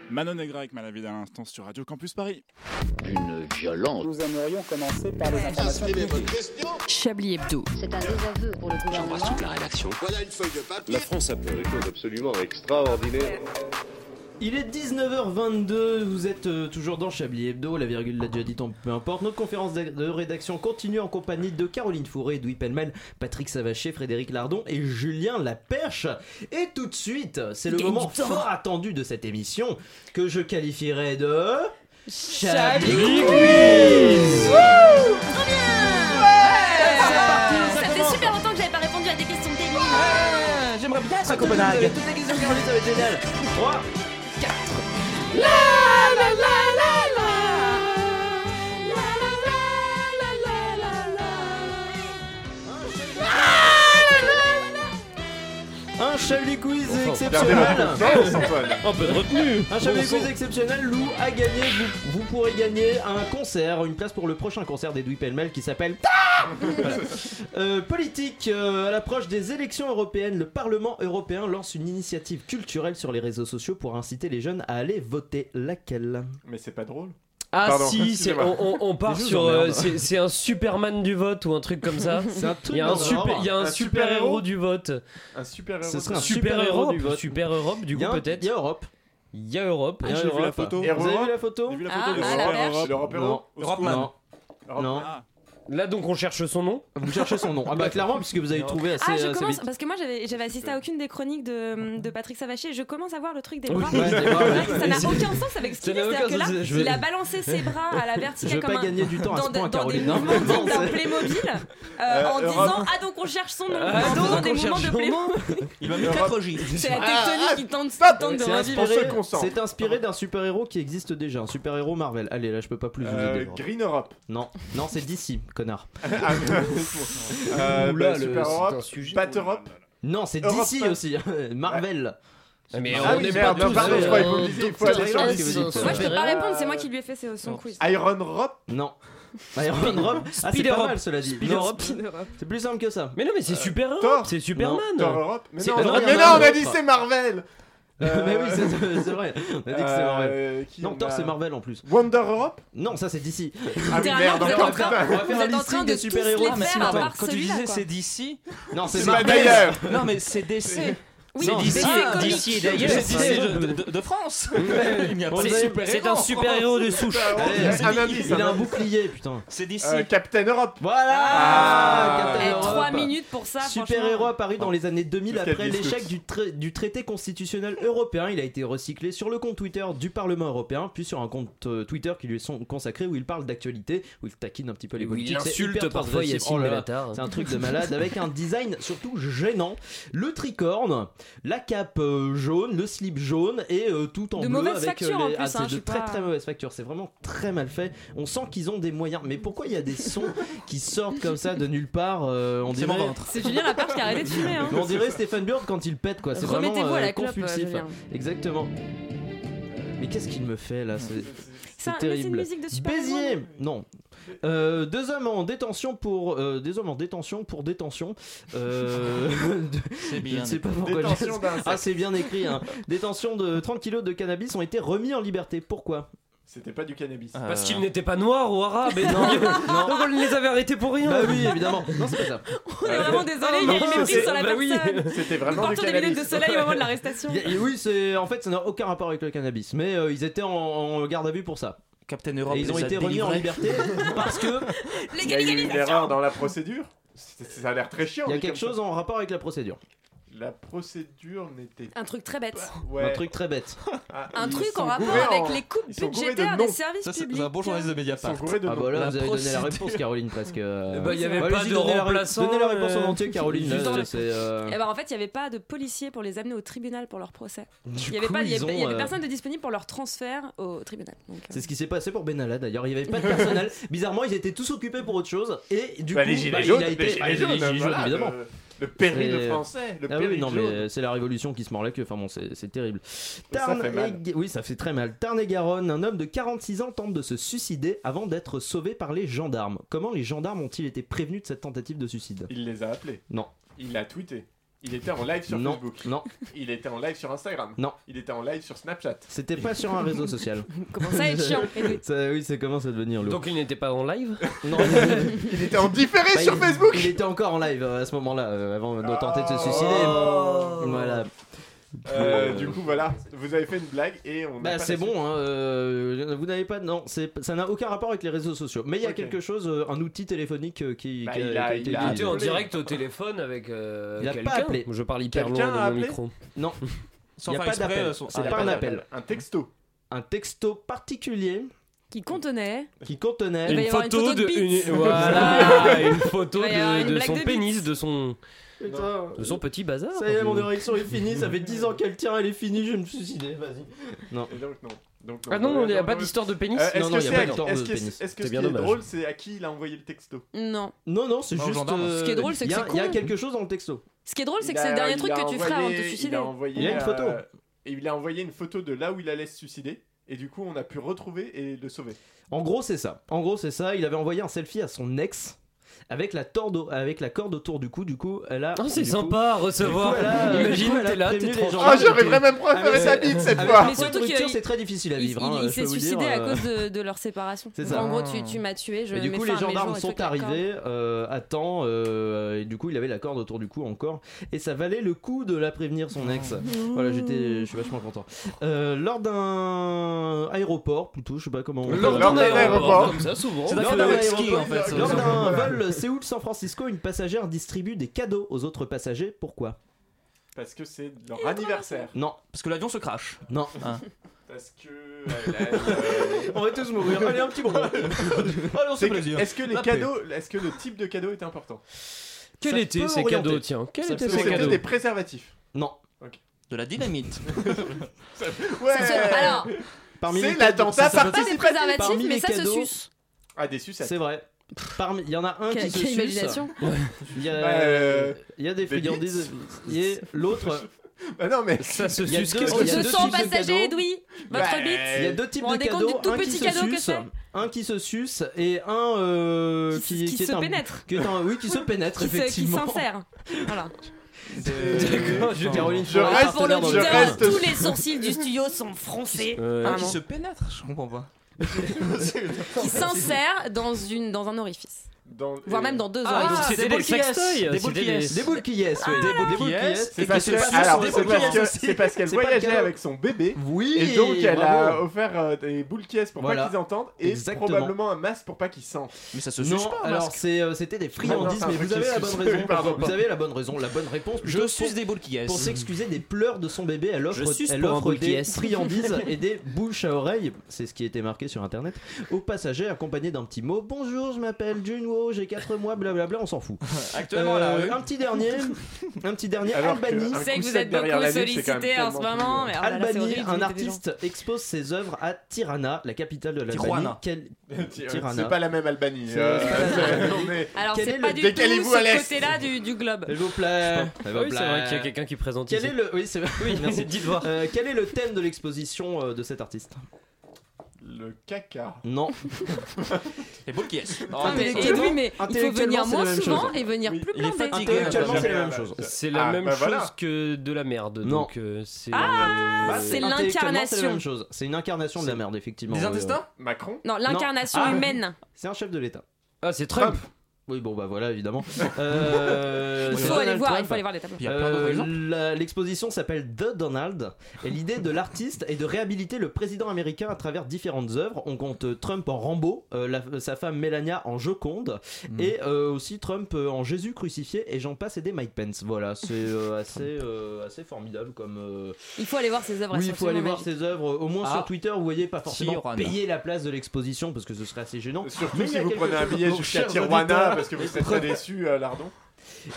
Speaker 5: Manon Negra avec Malavide à l'instant sur Radio Campus Paris.
Speaker 8: Une violence.
Speaker 7: Nous aimerions commencer par les informations
Speaker 10: Chablis Hebdo. C'est un désaveu pour le gouvernement.
Speaker 8: toute la rédaction. Voilà une feuille de papier. La France a fait des choses absolument extraordinaires.
Speaker 1: Il est 19h22, vous êtes euh, toujours dans Chablis Hebdo, la virgule l'a déjà dit, tant- peu importe. Notre conférence de- de rédaction continue en compagnie de Caroline Fourré, Douy Pellemel, Patrick Savaché, Frédéric Lardon et Julien Laperche. Et tout de suite, c'est le
Speaker 11: Gagne
Speaker 1: moment
Speaker 11: du temps.
Speaker 1: fort attendu de cette émission que je qualifierais de...
Speaker 11: Chablis
Speaker 1: Quiz
Speaker 2: Euh, Ça fait super longtemps que j'avais pas répondu à des questions de déni.
Speaker 4: J'aimerais bien
Speaker 1: ça, Copenhague. Toutes les questions qui ont été, ça va être génial. Trois.
Speaker 11: La la la la la La la la la la la la La la la la
Speaker 1: Un Chablis Quiz
Speaker 11: Enfin,
Speaker 1: exceptionnel
Speaker 11: gardez la confiance, Antoine.
Speaker 1: Un peu de retenue
Speaker 3: Ah,
Speaker 1: Un Chablis
Speaker 11: Bon
Speaker 1: Quiz
Speaker 11: sang.
Speaker 1: exceptionnel, Lou a gagné, vous, vous pourrez gagner un concert, une place pour le prochain concert d'Edoui Pellemel qui s'appelle...
Speaker 6: *laughs*
Speaker 1: Voilà. Euh, politique, euh, à l'approche des élections européennes, le Parlement européen lance une initiative culturelle sur les réseaux sociaux pour inciter les jeunes à aller voter. Laquelle
Speaker 3: Mais c'est pas drôle.
Speaker 6: Ah
Speaker 3: Pardon,
Speaker 6: si, c'est-
Speaker 3: excusez-moi.
Speaker 6: on, on- on part
Speaker 3: Je vous
Speaker 6: sur... euh,
Speaker 3: emmerde.
Speaker 6: c'est c'est un Superman du vote ou un truc comme ça.
Speaker 3: *laughs* C'est un truc
Speaker 6: il y a un
Speaker 3: dans le
Speaker 6: super,
Speaker 3: genre.
Speaker 6: il y a un
Speaker 3: Un
Speaker 6: super héros
Speaker 3: super-héros
Speaker 6: du vote.
Speaker 3: Un super héros.
Speaker 6: Ce serait un
Speaker 3: Super
Speaker 6: super
Speaker 3: héros
Speaker 6: héros
Speaker 3: du vote.
Speaker 6: Super Europe du
Speaker 1: Il y a
Speaker 6: coup
Speaker 1: un-
Speaker 6: peut-être.
Speaker 1: Il y a Europe.
Speaker 6: Il y a Europe.
Speaker 1: Ah, j'ai vu la photo.
Speaker 6: Héros.
Speaker 1: Vous avez vu la photo
Speaker 5: J'ai vu
Speaker 6: la
Speaker 1: photo
Speaker 6: de
Speaker 1: de
Speaker 6: l'Europe.
Speaker 1: Europe.
Speaker 6: L'Europe héros.
Speaker 1: Non.
Speaker 6: Au secours.
Speaker 1: Non. Non.
Speaker 5: Ah. *laughs*
Speaker 6: Là donc on cherche son nom.
Speaker 1: Vous cherchez son nom. Ah *laughs* bah clairement puisque vous avez trouvé assez, euh,
Speaker 2: Ah, je
Speaker 1: assez
Speaker 2: commence
Speaker 1: vite.
Speaker 2: parce que moi j'avais j'avais assisté à aucune des chroniques de, de Patrick Savaché. Je commence à voir le truc des
Speaker 1: Oui,
Speaker 2: bras.
Speaker 1: ouais, des bras, ouais.
Speaker 2: Ça n'a
Speaker 1: Et c'est-
Speaker 2: aucun sens avec ce
Speaker 1: ça
Speaker 2: qu'il dit.
Speaker 1: n'a
Speaker 2: C'est-à-dire
Speaker 1: aucun
Speaker 2: que là,
Speaker 1: sens, je
Speaker 2: il
Speaker 1: vais-
Speaker 2: a balancé
Speaker 1: *laughs*
Speaker 2: ses bras à la
Speaker 1: Je
Speaker 2: verticale
Speaker 1: vais
Speaker 2: comme
Speaker 1: pas
Speaker 2: un.
Speaker 1: gagner du temps à
Speaker 2: dans
Speaker 1: ce
Speaker 2: des-
Speaker 1: point,
Speaker 2: dans des
Speaker 1: Caroline. hein.
Speaker 2: mouvements dignes d'un
Speaker 1: *laughs* C'est-
Speaker 2: Playmobil euh,
Speaker 1: Euh,
Speaker 2: en
Speaker 1: Europe.
Speaker 2: disant Ah donc on cherche son nom.
Speaker 1: Ah,
Speaker 2: en
Speaker 1: donc
Speaker 2: faisant
Speaker 1: on
Speaker 2: des mouvements
Speaker 1: cherche
Speaker 2: de
Speaker 1: son nom.
Speaker 2: Playmobil.
Speaker 4: Il va mettre quatre registres.
Speaker 2: C'est la
Speaker 4: Ah,
Speaker 2: tectonique
Speaker 4: ah,
Speaker 2: qui tente, qui tente de
Speaker 1: C'est
Speaker 2: revivre.
Speaker 1: inspiré, c'est inspiré d'un super-héros qui existe déjà, un super-héros Marvel. Allez, là, je peux pas plus vous
Speaker 3: Euh,
Speaker 1: aider. *laughs*
Speaker 3: Green Europe.
Speaker 1: Non, non, c'est d'ici, connard.
Speaker 3: Ah, euh,
Speaker 1: Oula,
Speaker 3: bah,
Speaker 1: le-
Speaker 3: Super
Speaker 1: c'est un
Speaker 3: Europe.
Speaker 1: sujet.
Speaker 3: Pat Europe.
Speaker 1: Non, c'est
Speaker 3: Europe
Speaker 1: d'ici
Speaker 3: Pat.
Speaker 1: aussi, *laughs* Marvel.
Speaker 6: Mais
Speaker 3: Ah on oui, est merde, pas non, tous, pardon, je euh, croyais qu'on le disait, il faut
Speaker 1: Ah,
Speaker 3: aller dans les
Speaker 2: Moi je peux pas répondre, c'est moi qui lui ai fait ce- son quiz.
Speaker 3: Iron Rope.
Speaker 1: Non. Iron Rope, ah, c'est
Speaker 6: Speed
Speaker 1: pas
Speaker 6: Europe.
Speaker 1: mal cela dit.
Speaker 6: Speed
Speaker 1: Non.
Speaker 6: Europe.
Speaker 2: Speed Europe.
Speaker 1: C'est plus simple que ça.
Speaker 6: Mais non mais c'est
Speaker 3: Euh,
Speaker 6: Super Europe,
Speaker 1: Thor.
Speaker 6: c'est Superman.
Speaker 1: Non, Thor Europe.
Speaker 3: Mais
Speaker 6: C'est-
Speaker 3: non,
Speaker 6: Ah,
Speaker 3: mais non, on a dit c'est Marvel. *laughs* Euh,
Speaker 1: Mais oui, c'est c'est vrai. On a dit que c'est Marvel.
Speaker 3: Euh, qui
Speaker 1: non,
Speaker 3: on
Speaker 1: Thor,
Speaker 3: a
Speaker 1: c'est Marvel en plus.
Speaker 3: Wonder Europe
Speaker 1: Non, ça c'est d'ici.
Speaker 3: Ah oui, merde,
Speaker 1: on
Speaker 3: encore
Speaker 1: va faire,
Speaker 3: putain.
Speaker 1: on va faire
Speaker 2: Vous
Speaker 1: la
Speaker 2: êtes en
Speaker 1: liste
Speaker 2: train de
Speaker 1: des
Speaker 2: tous
Speaker 1: super-héros.
Speaker 2: les
Speaker 6: Ah,
Speaker 2: faire, à part
Speaker 4: Quand tu
Speaker 2: celui-là,
Speaker 4: disais
Speaker 2: quoi.
Speaker 4: c'est d'ici.
Speaker 1: Non, c'est
Speaker 4: c'est
Speaker 1: Marvel.
Speaker 4: d'ailleurs. Non mais
Speaker 2: *laughs*
Speaker 4: c'est DC.
Speaker 2: Oui,
Speaker 4: c'est
Speaker 2: non,
Speaker 4: d'ici,
Speaker 2: DC
Speaker 4: Ah,
Speaker 2: comics.
Speaker 4: d'ici et d'ailleurs.
Speaker 6: C'est
Speaker 4: C'est
Speaker 6: DC.
Speaker 4: de, de- de
Speaker 6: *laughs*
Speaker 4: France. Il n'y a
Speaker 6: Bon,
Speaker 4: pas de
Speaker 6: c'est-
Speaker 4: super-héros
Speaker 6: c'est un
Speaker 4: en France.
Speaker 6: super-héros de souche.
Speaker 1: Allez,
Speaker 3: Un indice,
Speaker 1: Il a
Speaker 3: un
Speaker 1: un bouclier, putain.
Speaker 4: C'est d'ici.
Speaker 3: Euh, Captain Europe.
Speaker 1: Voilà
Speaker 3: Ah,
Speaker 1: Captain
Speaker 2: Eh, trois
Speaker 1: Europe.
Speaker 2: minutes pour ça,
Speaker 1: Super-héros apparu dans les années 2000
Speaker 3: Jusqu'à
Speaker 1: après
Speaker 3: 10
Speaker 1: l'échec
Speaker 3: août.
Speaker 1: du, tra- du traité constitutionnel européen. Il a été recyclé sur le compte Twitter du Parlement européen, puis sur un compte euh, Twitter qui lui est son- consacré où il parle d'actualité, où il taquine un petit peu les
Speaker 6: Où il
Speaker 1: politiques. C'est
Speaker 6: insulte
Speaker 1: hyper
Speaker 6: parfois
Speaker 1: transgressif.
Speaker 6: Yassine
Speaker 1: Oh là là,
Speaker 6: Bellatar.
Speaker 1: C'est un truc de malade avec un design surtout gênant. Le tricorne, la cape euh, jaune, le slip jaune et euh, tout en
Speaker 2: De
Speaker 1: bleu
Speaker 2: mauvaise
Speaker 1: avec euh,
Speaker 2: facture, en
Speaker 1: les-
Speaker 2: plus,
Speaker 1: ah,
Speaker 2: hein,
Speaker 1: c'est
Speaker 2: je
Speaker 1: de
Speaker 2: suis
Speaker 1: très
Speaker 2: pas-
Speaker 1: très mauvaise facture. C'est vraiment très mal fait. On sent qu'ils ont des moyens. Mais pourquoi il y a des sons qui sortent comme ça de nulle part euh, on
Speaker 4: C'est mon
Speaker 1: dirait-
Speaker 4: ventre.
Speaker 2: C'est Julien Laperche qui a arrêté de fumer. Hein.
Speaker 1: mais on dirait Stéphane Björn quand il pète quoi, c'est vraiment
Speaker 2: Remettez-vous à la
Speaker 1: euh,
Speaker 2: clope,
Speaker 1: compulsif.
Speaker 2: Julien.
Speaker 1: Exactement. Mais qu'est-ce qu'il me fait là C'est
Speaker 2: Ça,
Speaker 1: c'est
Speaker 2: mais c'est une
Speaker 1: terrible.
Speaker 2: musique de super
Speaker 1: Béziers Non. Euh, deux hommes en détention pour euh, des hommes en détention pour détention. Euh, de-
Speaker 4: C'est
Speaker 1: je
Speaker 4: bien.
Speaker 1: ne sais pas pourquoi. j'ai-
Speaker 3: Détention d'un
Speaker 1: Ah
Speaker 3: sac.
Speaker 1: c'est bien écrit. Hein. Détention de 30 kilos de cannabis ont été remis en liberté. Pourquoi
Speaker 3: C'était pas du cannabis.
Speaker 1: Ah.
Speaker 4: Euh.
Speaker 6: Parce qu'ils n'étaient pas noirs ou arabes. Et
Speaker 1: Non,
Speaker 6: donc,
Speaker 1: non.
Speaker 6: donc on les avait arrêtés pour rien.
Speaker 1: Bah oui évidemment. Non c'est pas ça.
Speaker 2: On est vraiment désolé, il y a
Speaker 3: non,
Speaker 2: une méprise
Speaker 3: c'est-
Speaker 2: sur la
Speaker 6: bah oui. *laughs*
Speaker 2: personne.
Speaker 3: C'était
Speaker 2: Nous
Speaker 3: vraiment du
Speaker 2: portons des lunettes de
Speaker 3: cannabis.
Speaker 2: soleil au moment de l'arrestation.
Speaker 1: Il y a- et oui c'est en fait ça n'a aucun rapport avec le cannabis. Mais euh, ils étaient en- en garde à vue pour ça.
Speaker 4: Captain Europe.
Speaker 1: Et ils ont
Speaker 4: les a
Speaker 1: été remis en
Speaker 4: délivrés.
Speaker 1: liberté parce que
Speaker 3: Il y a eu une erreur dans la procédure. C'est- Ça a l'air très chiant.
Speaker 1: il y a
Speaker 3: dit
Speaker 1: quelque
Speaker 3: comme ça.
Speaker 1: chose en rapport avec la procédure.
Speaker 3: La procédure n'était
Speaker 2: Un truc très bête.
Speaker 3: Ouais.
Speaker 1: Un truc très bête.
Speaker 3: Ah,
Speaker 2: Un
Speaker 3: ils
Speaker 2: truc
Speaker 3: sont
Speaker 2: en rapport
Speaker 3: gourés
Speaker 2: avec
Speaker 3: en-
Speaker 2: les coupes
Speaker 3: ils sont gourés de
Speaker 2: budgétaires des
Speaker 3: noms.
Speaker 2: services
Speaker 4: Ça, c'est
Speaker 2: publics.
Speaker 4: c'est un bon journaliste de
Speaker 3: Ils sont
Speaker 4: Mediapart.
Speaker 3: gourés de
Speaker 1: Ah
Speaker 3: noms.
Speaker 1: bah là,
Speaker 4: La
Speaker 1: vous avez donné la
Speaker 4: procédure.
Speaker 1: réponse, Caroline, presque. euh,
Speaker 6: Eh bah, il y avait
Speaker 1: allez-y,
Speaker 6: pas de
Speaker 1: donnez la ré-
Speaker 6: remplaçant,
Speaker 1: Donnez la réponse
Speaker 6: euh,
Speaker 1: en entier, Caroline.
Speaker 6: juste
Speaker 1: là,
Speaker 6: dans le-
Speaker 1: c'est, euh,
Speaker 2: Et ben en fait, il n'y avait pas de policiers pour les amener au tribunal pour leur procès.
Speaker 1: du
Speaker 2: Il n'y avait,
Speaker 1: coup,
Speaker 2: pas, il y
Speaker 1: ils
Speaker 2: avait- il y
Speaker 1: ont,
Speaker 2: avait
Speaker 1: euh,
Speaker 2: personne de disponible pour leur transfert au tribunal. Donc, euh,
Speaker 1: C'est ce qui s'est passé pour Benalla d'ailleurs, il n'y avait pas
Speaker 2: *laughs*
Speaker 1: de personnel. Bizarrement, ils étaient tous occupés pour autre chose et du
Speaker 3: Bah,
Speaker 1: coup,
Speaker 3: les gilets
Speaker 1: bah,
Speaker 3: jaunes,
Speaker 1: il a été
Speaker 3: les
Speaker 1: ah,
Speaker 3: gilets jaunes, voilà,
Speaker 1: évidemment.
Speaker 3: le- Le péril
Speaker 1: C'est-
Speaker 3: de français, le
Speaker 1: Ah oui,
Speaker 3: péril
Speaker 1: non,
Speaker 3: jaune.
Speaker 1: mais c'est la révolution qui se mord la queue. Enfin bon, c'est c'est terrible.
Speaker 3: Ça
Speaker 1: Tarn
Speaker 3: fait mal.
Speaker 1: et- Oui, ça fait très mal. Tarn-et-Garonne, un homme de 46 ans tente de se suicider avant d'être sauvé par les gendarmes. Comment les gendarmes ont-ils été prévenus de cette tentative de suicide
Speaker 3: Il les a appelés.
Speaker 1: Non.
Speaker 3: Il l'a tweeté. Il était en live sur
Speaker 1: Non,
Speaker 3: Facebook.
Speaker 1: non.
Speaker 3: Il était en live sur Instagram.
Speaker 1: Non.
Speaker 3: Il était en live sur Snapchat.
Speaker 1: C'était pas sur un réseau social.
Speaker 2: euh,
Speaker 3: Comment ça, être chiant, Edwin
Speaker 1: Ça- Oui, ça commence à devenir lourd.
Speaker 6: Donc il n'était pas en live
Speaker 1: Non.
Speaker 3: *laughs* il était en différé
Speaker 1: sur Facebook Bah, Il était encore en live euh, à ce moment-là, euh, avant de tenter de se suicider. Voilà.
Speaker 3: Oh. Euh,
Speaker 1: Euh,
Speaker 3: du coup, voilà, vous avez fait une blague et on. a
Speaker 1: Bah
Speaker 3: pas
Speaker 1: c'est
Speaker 3: reçu.
Speaker 1: bon, hein, euh, vous n'avez pas... Non, c'est- ça n'a aucun rapport avec les réseaux sociaux. Mais il y a
Speaker 3: Ok.
Speaker 1: quelque chose, euh, un outil téléphonique euh, qui,
Speaker 3: Bah,
Speaker 1: qui
Speaker 3: il a-
Speaker 1: qui été
Speaker 6: Il
Speaker 1: utilisé.
Speaker 6: était en direct au téléphone avec euh,
Speaker 1: Il a pas
Speaker 6: quelqu'un.
Speaker 1: appelé.
Speaker 6: Je parle hyper
Speaker 1: Quelqu'un
Speaker 6: loin
Speaker 1: a
Speaker 6: de mon
Speaker 1: appelé
Speaker 6: micro.
Speaker 1: Non.
Speaker 6: Sans
Speaker 1: il n'y a
Speaker 6: faire
Speaker 1: pas
Speaker 6: exprès,
Speaker 1: d'appel.
Speaker 6: euh, son-
Speaker 1: C'est
Speaker 6: ah,
Speaker 1: pas
Speaker 6: il
Speaker 1: un
Speaker 6: y a pas
Speaker 1: appel.
Speaker 3: Un texto.
Speaker 1: Un texto particulier
Speaker 2: Qui contenait.
Speaker 1: qui contenait
Speaker 2: Il va y avoir une photo de bite.
Speaker 6: une- voilà, une photo
Speaker 2: Il va y avoir
Speaker 6: de,
Speaker 2: une
Speaker 6: de
Speaker 2: blague
Speaker 6: son
Speaker 2: de bite.
Speaker 6: pénis, de son
Speaker 1: Putain.
Speaker 6: de son petit
Speaker 2: Oh.
Speaker 6: bazar.
Speaker 1: Ça y est, mon érection est finie, ça fait 10 ans qu'elle tient, elle est finie, je vais me suicider, vas-y. Non.
Speaker 3: Et donc, non. Donc,
Speaker 6: Ah non, il n'y a
Speaker 3: non,
Speaker 6: pas
Speaker 3: non.
Speaker 6: d'histoire de pénis.
Speaker 3: Euh, est-ce
Speaker 1: Non, non,
Speaker 3: que
Speaker 1: il y a
Speaker 3: c'est
Speaker 1: pas
Speaker 3: à-
Speaker 1: d'histoire
Speaker 3: Est-ce
Speaker 1: de
Speaker 3: que,
Speaker 1: pénis.
Speaker 3: est-ce que
Speaker 1: C'est
Speaker 3: ce
Speaker 1: bien
Speaker 3: qui est
Speaker 1: dommage.
Speaker 3: drôle, c'est à qui il a envoyé le texto
Speaker 2: Non.
Speaker 1: Non, non, c'est
Speaker 3: Non,
Speaker 1: juste.
Speaker 3: gendarme.
Speaker 1: euh,
Speaker 2: Ce qui est drôle, c'est que
Speaker 1: il y a-
Speaker 2: c'est
Speaker 1: Il y a
Speaker 2: con.
Speaker 1: quelque chose dans le texto.
Speaker 2: Ce qui est drôle,
Speaker 3: Il
Speaker 2: c'est que c'est
Speaker 3: a-
Speaker 2: le dernier
Speaker 3: il
Speaker 2: truc
Speaker 3: a
Speaker 2: que tu feras avant de te
Speaker 3: envoyé- Il
Speaker 2: suicider.
Speaker 3: a envoyé.
Speaker 1: Il y a une
Speaker 3: euh,
Speaker 1: photo.
Speaker 3: et il a envoyé une photo de là où il allait se suicider. Et du coup, on a pu retrouver et le sauver.
Speaker 1: En gros, c'est ça. En gros, c'est ça. Il avait envoyé un selfie à son ex. Avec la, torde au- avec la corde autour du cou, du coup, elle a.
Speaker 6: Oh, c'est
Speaker 1: du coup-
Speaker 6: sympa à recevoir.
Speaker 1: du coup, elle a- du coup,
Speaker 6: Imagine,
Speaker 1: elle a
Speaker 6: t'es là,
Speaker 1: prévenu
Speaker 6: t'es
Speaker 1: les
Speaker 6: tranquille.
Speaker 1: gens.
Speaker 6: Ah, j'arriverais
Speaker 3: même pas à faire
Speaker 1: Avec-
Speaker 3: sa bite cette
Speaker 1: avec
Speaker 3: fois.
Speaker 1: un
Speaker 2: Mais surtout
Speaker 1: point de
Speaker 2: qu'il-
Speaker 1: rupture, c'est très difficile à
Speaker 2: Il-
Speaker 1: vivre.
Speaker 2: il-
Speaker 1: hein,
Speaker 2: il
Speaker 1: je
Speaker 2: s'est
Speaker 1: peux vous le
Speaker 2: suicidé
Speaker 1: dire,
Speaker 2: à
Speaker 1: euh.
Speaker 2: cause de, de leur séparation.
Speaker 1: C'est ça.
Speaker 2: En gros, tu, tu m'as tué. Je
Speaker 1: Et du
Speaker 2: mets
Speaker 1: coup,
Speaker 2: fin
Speaker 1: les
Speaker 2: à mes
Speaker 1: gendarmes
Speaker 2: jours avec
Speaker 1: sont
Speaker 2: la corde.
Speaker 1: arrivés euh, à temps, euh, et du coup, il avait la corde autour du cou encore, et ça valait le coup de la prévenir son ex.
Speaker 2: Oh.
Speaker 1: Voilà, j'étais, je suis vachement content. Euh, lors d'un aéroport, plutôt, je sais pas comment. on
Speaker 6: Lors
Speaker 1: peut-
Speaker 6: d'un aéroport, comme ça, souvent.
Speaker 1: Lors
Speaker 6: C'est
Speaker 1: d'un
Speaker 6: avec ski,
Speaker 1: aéroport,
Speaker 6: en fait,
Speaker 1: lors
Speaker 6: ça.
Speaker 1: d'un vol Séoul-San Francisco, une passagère distribue des cadeaux aux autres passagers. Pourquoi
Speaker 3: Parce que c'est leur anniversaire.
Speaker 1: Non.
Speaker 4: Parce que l'avion se crache.
Speaker 1: Non.
Speaker 3: Parce que. euh,
Speaker 1: On va tous mourir. Allez, un petit bon. Allons,
Speaker 3: C'est
Speaker 1: c'est
Speaker 3: que-
Speaker 1: plaisir.
Speaker 3: Est-ce que les
Speaker 1: La paix.
Speaker 3: cadeaux, est-ce que le type de cadeau est important
Speaker 6: Quel
Speaker 1: Ça
Speaker 6: était
Speaker 1: peut
Speaker 6: ces
Speaker 1: orienter.
Speaker 6: cadeaux, tiens Quel
Speaker 1: Ça
Speaker 6: était
Speaker 1: peut
Speaker 6: ces
Speaker 1: orienter.
Speaker 6: cadeaux
Speaker 3: Des préservatifs.
Speaker 1: Non.
Speaker 3: Ok.
Speaker 4: De la
Speaker 3: *laughs*
Speaker 4: dynamite.
Speaker 3: Ouais.
Speaker 2: Ça se- Alors,
Speaker 1: Parmi
Speaker 3: C'est
Speaker 1: les cadeaux- ça,
Speaker 3: l'attentat
Speaker 1: ça peut-
Speaker 2: pas des
Speaker 1: Parmi
Speaker 2: préservatifs, mais
Speaker 1: les
Speaker 2: ça se
Speaker 1: cadeaux-
Speaker 2: suce.
Speaker 3: Ah, des sucettes.
Speaker 1: C'est vrai. Parmi, il y en a un
Speaker 2: Quelle-
Speaker 1: qui se
Speaker 2: quelle
Speaker 1: suce.
Speaker 2: imagination.
Speaker 1: Il y a,
Speaker 3: Bah, euh,
Speaker 1: il y a des
Speaker 3: des *laughs*
Speaker 1: friandises. Et l'autre,
Speaker 3: Bah non,
Speaker 1: *laughs*
Speaker 3: mais.
Speaker 6: Ça se
Speaker 1: Il y a
Speaker 6: suce.
Speaker 1: deux-
Speaker 6: Qu'est-ce
Speaker 1: il
Speaker 6: que
Speaker 1: y a
Speaker 6: c'est
Speaker 1: deux
Speaker 2: Ce
Speaker 1: types
Speaker 2: sont
Speaker 1: de
Speaker 2: passagers,
Speaker 1: cadeaux.
Speaker 2: Edoui Votre
Speaker 3: Bah,
Speaker 2: bite
Speaker 1: il y a deux types
Speaker 2: Vous vous
Speaker 1: de
Speaker 2: rendez compte
Speaker 1: cadeaux,
Speaker 2: du tout
Speaker 1: un qui
Speaker 2: petit
Speaker 1: se
Speaker 2: cadeau que
Speaker 1: suce,
Speaker 2: c'est
Speaker 1: un qui se suce et un euh,
Speaker 2: Qui-
Speaker 1: qui,
Speaker 2: qui se
Speaker 1: est un-
Speaker 2: pénètre.
Speaker 1: qui est un- oui, qui se pénètre
Speaker 2: *laughs* qui se- qui
Speaker 1: effectivement.
Speaker 2: s'insère. Voilà.
Speaker 3: Euh,
Speaker 1: D'accord, Euh, je- Caroline,
Speaker 3: Je
Speaker 1: Ferrand,
Speaker 3: reste-
Speaker 2: Ah, pour
Speaker 1: partenaire dans le
Speaker 3: je
Speaker 2: l'auditeur,
Speaker 1: podcast.
Speaker 3: reste-
Speaker 2: tous les sourcils du studio sont froncés.
Speaker 6: Euh,
Speaker 4: Ah,
Speaker 2: Vraiment.
Speaker 4: qui se pénètre Je comprends pas.
Speaker 2: Qui s'insère dans, une- dans un orifice.
Speaker 3: Dans-
Speaker 2: Voire
Speaker 3: euh,
Speaker 2: même dans deux
Speaker 4: Ah,
Speaker 2: orifices.
Speaker 4: donc c'est
Speaker 6: C'était
Speaker 4: des
Speaker 6: des
Speaker 4: boules qui
Speaker 6: sextoys.
Speaker 4: yes, des
Speaker 6: c'était
Speaker 4: boules qui yes.
Speaker 1: Des boules qui yes, oui.
Speaker 4: Des boules qui
Speaker 1: yes.
Speaker 4: yes.
Speaker 1: Et
Speaker 3: C'est
Speaker 1: que
Speaker 3: parce
Speaker 1: c'est
Speaker 3: que,
Speaker 1: pas-
Speaker 3: alors,
Speaker 1: c'est
Speaker 3: c'est
Speaker 1: pas
Speaker 3: parce que-
Speaker 1: aussi.
Speaker 3: c'est parce qu'elle
Speaker 1: C'est pas
Speaker 3: voyageait
Speaker 1: cadeau.
Speaker 3: avec son bébé.
Speaker 1: Oui.
Speaker 3: Et donc elle a
Speaker 1: bravo.
Speaker 3: offert euh, des boules qui est pour
Speaker 1: Voilà.
Speaker 3: pas qu'ils entendent et
Speaker 1: Exactement.
Speaker 3: probablement un masque pour pas qu'ils sentent. *laughs*
Speaker 4: Mais ça se suce
Speaker 1: Non,
Speaker 4: pas. un
Speaker 1: alors
Speaker 4: masque.
Speaker 1: c'est, euh, c'était des friandises,
Speaker 3: c'est un
Speaker 1: mais
Speaker 3: truc
Speaker 1: vous avez
Speaker 3: qui
Speaker 1: la
Speaker 3: se
Speaker 1: bonne
Speaker 3: suce.
Speaker 1: raison.
Speaker 3: Pardon.
Speaker 1: Vous avez la bonne raison, la bonne réponse.
Speaker 4: je
Speaker 1: plutôt,
Speaker 4: suce
Speaker 1: pour-
Speaker 4: des boules qui yes.
Speaker 1: Pour s'excuser des pleurs de son bébé, elle offre,
Speaker 6: Je suce
Speaker 1: elle
Speaker 6: pour un
Speaker 1: offre
Speaker 6: boule qui
Speaker 1: des
Speaker 6: est.
Speaker 3: *laughs*
Speaker 1: friandises et des bouches à oreilles, c'est ce qui était marqué sur internet, aux passagers accompagnés d'un petit mot Bonjour, je m'appelle Junwo, j'ai 4 mois, blablabla, on s'en fout.
Speaker 4: Actuellement à la
Speaker 1: Euh,
Speaker 4: rue.
Speaker 1: un petit
Speaker 3: *laughs*
Speaker 1: dernier, un petit dernier,
Speaker 3: Alors que-
Speaker 1: Albanie.
Speaker 3: un
Speaker 2: Je sais
Speaker 3: coup
Speaker 2: que vous
Speaker 3: sec
Speaker 2: êtes
Speaker 3: derrière
Speaker 2: beaucoup
Speaker 3: la nuque, c'est quand même
Speaker 2: sollicité en ce
Speaker 3: tellement
Speaker 2: moment.
Speaker 3: plus,
Speaker 2: mais alors Ah là, c'est
Speaker 1: Albanie,
Speaker 2: horrible,
Speaker 1: un
Speaker 2: j'imite des
Speaker 1: artiste expose ses œuvres à Tirana, la capitale de l'Albanie.
Speaker 4: Tijuana.
Speaker 1: Quelle- Tirana.
Speaker 3: Euh, C'est pas la même Albanie.
Speaker 1: C'est-
Speaker 3: euh,
Speaker 1: c'est pas la
Speaker 3: c'est- on est-
Speaker 2: gens. Alors,
Speaker 1: Quel est
Speaker 2: c'est pas
Speaker 1: le-
Speaker 2: du tout
Speaker 3: Décalez-vous à
Speaker 2: ce
Speaker 3: l'est.
Speaker 2: côté-là du, du globe.
Speaker 1: S'il vous plaît. S'il
Speaker 6: Ah
Speaker 1: vous
Speaker 6: oui, c'est vrai
Speaker 1: plaît.
Speaker 6: qu'il y a quelqu'un qui présente.
Speaker 1: Quel
Speaker 6: ici. *laughs*
Speaker 1: est le oui c'est oui merci
Speaker 6: Dites
Speaker 1: *laughs*
Speaker 6: voir.
Speaker 1: Euh, quel est le thème de l'exposition euh, de cet artiste
Speaker 3: Le caca.
Speaker 1: Non
Speaker 4: Les boules qui yes.
Speaker 2: Putain, mais
Speaker 1: intellectuellement-
Speaker 2: Edoui, mais il faut
Speaker 1: intellectuellement,
Speaker 2: venir
Speaker 1: c'est la
Speaker 2: moins
Speaker 1: même
Speaker 2: souvent
Speaker 1: chose.
Speaker 2: et venir
Speaker 3: Oui,
Speaker 2: plus
Speaker 4: il est
Speaker 2: blindé.
Speaker 4: fatigué.
Speaker 1: Intellectuellement
Speaker 3: Ah,
Speaker 1: c'est la
Speaker 3: bah,
Speaker 1: même chose.
Speaker 6: C'est la
Speaker 3: Ah,
Speaker 6: même
Speaker 3: bah
Speaker 6: chose
Speaker 3: voilà.
Speaker 6: que de la merde.
Speaker 1: Non.
Speaker 6: Donc euh, c'est.
Speaker 2: Ah, c'est
Speaker 1: Euh, Intellectuellement, C'est la
Speaker 2: l'incarnation.
Speaker 1: même chose. C'est une incarnation de la merde effectivement.
Speaker 4: Des
Speaker 1: Euh,
Speaker 6: hein
Speaker 4: intestins
Speaker 3: Macron.
Speaker 2: Non, l'incarnation
Speaker 1: Ah.
Speaker 2: humaine.
Speaker 1: C'est un chef de l'État.
Speaker 6: Ah, c'est Trump.
Speaker 1: Oui bon bah
Speaker 6: *laughs*
Speaker 1: voilà évidemment. Euh,
Speaker 2: Il
Speaker 1: c'est
Speaker 2: faut aller
Speaker 1: Donald
Speaker 2: voir,
Speaker 1: Trump.
Speaker 2: il faut aller voir les tableaux.
Speaker 4: Il y a plein d'autres
Speaker 1: Euh,
Speaker 4: exemples.
Speaker 1: la- L'exposition s'appelle The Donald et l'idée de l'artiste est de réhabiliter le président américain à travers différentes œuvres. On compte euh, Trump en Rambo, euh, la- sa femme Melania en Joconde
Speaker 4: Hmm.
Speaker 1: et euh, aussi Trump euh, en Jésus crucifié et j'en passe et des Mike Pence. Voilà, c'est
Speaker 4: *laughs*
Speaker 1: euh, assez, euh, assez formidable comme. euh,
Speaker 2: Il faut aller voir ses œuvres. elles
Speaker 1: Oui,
Speaker 2: sont
Speaker 1: il faut aller
Speaker 2: absolument
Speaker 1: voir ses œuvres. Au moins
Speaker 4: Ah.
Speaker 1: sur Twitter, vous voyez pas forcément
Speaker 4: Tijuana.
Speaker 1: payer la place de l'exposition parce que ce serait assez gênant.
Speaker 3: Surtout
Speaker 1: Mais il y
Speaker 3: si
Speaker 1: a
Speaker 3: vous
Speaker 1: quelque
Speaker 3: prenez un
Speaker 1: chose.
Speaker 3: billet
Speaker 1: Donc,
Speaker 3: jusqu'à
Speaker 1: chers
Speaker 3: Tijuana
Speaker 1: auditeurs,
Speaker 3: parce que vous serez très déçu, euh, Lardon.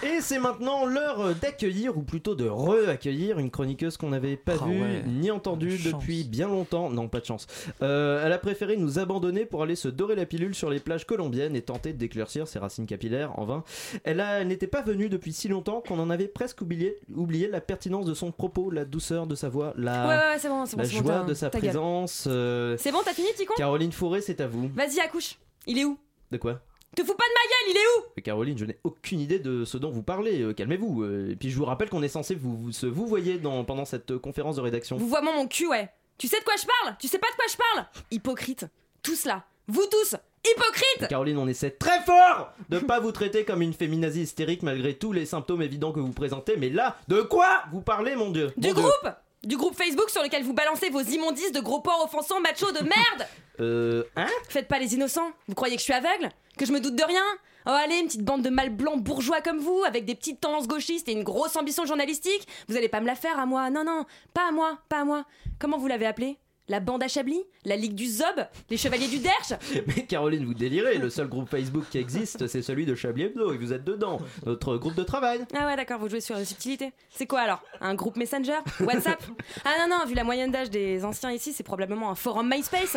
Speaker 1: et c'est maintenant l'heure d'accueillir, ou plutôt de re-accueillir, une chroniqueuse qu'on n'avait pas
Speaker 4: Ah
Speaker 1: vue
Speaker 4: ouais.
Speaker 1: ni entendue
Speaker 4: Chance.
Speaker 1: depuis bien longtemps. Non, pas de chance. Euh, elle a préféré nous abandonner pour aller se dorer la pilule sur les plages colombiennes et tenter d'éclaircir ses racines capillaires en vain. Elle, a- elle n'était pas venue depuis si longtemps qu'on en avait presque oublié, oublié la pertinence de son propos, la douceur de sa voix, la,
Speaker 2: Ouais, ouais, ouais, c'est bon, c'est bon.
Speaker 1: la
Speaker 2: c'est bon,
Speaker 1: joie
Speaker 2: t'as-
Speaker 1: de sa
Speaker 2: ta gueule.
Speaker 1: présence. Euh,
Speaker 2: C'est bon, t'as fini, Ticon
Speaker 1: Caroline Fourré, c'est à vous.
Speaker 2: Vas-y, accouche. Il est où
Speaker 1: De quoi
Speaker 2: te fous pas de ma gueule, il est où
Speaker 1: Mais Caroline, je n'ai aucune idée de ce dont vous parlez, euh, calmez-vous. Euh, Et puis je vous rappelle qu'on est censé vous, vous, se- vous voyez dans, pendant cette euh, conférence de rédaction.
Speaker 2: Vous voyez mon cul, ouais. Tu sais de quoi je parle Tu sais pas de quoi je parle Hypocrite. Tous là. Vous tous.
Speaker 1: Mais
Speaker 2: Hypocrite
Speaker 1: Caroline, on essaie très fort de pas vous traiter comme une féminazie hystérique malgré tous les symptômes évidents que vous présentez, mais là, de quoi vous parlez, mon dieu
Speaker 2: Du
Speaker 1: Mon Dieu.
Speaker 2: groupe Du groupe Facebook sur lequel vous balancez vos immondices de gros porcs offensants machos de merde
Speaker 1: Euh. Hein
Speaker 2: *laughs*
Speaker 1: *laughs*
Speaker 2: Faites pas les innocents. Vous croyez que je suis aveugle Que je me doute de rien Oh allez, une petite bande de mâles blancs bourgeois comme vous, avec des petites tendances gauchistes et une grosse ambition journalistique, vous allez pas me la faire à moi. Non, non, pas à moi, pas à moi. Comment vous l'avez appelé La bande à Chablis La Ligue du Zob Les Chevaliers du Derche
Speaker 1: Mais Caroline, vous délirez, le seul groupe Facebook qui existe, c'est celui de Chablis Hebdo, et vous êtes dedans, notre groupe de travail.
Speaker 2: Ah ouais, d'accord, vous jouez sur la subtilité. C'est quoi alors Un groupe Messenger WhatsApp Ah non, non, vu la moyenne d'âge des anciens ici, c'est probablement un forum MySpace.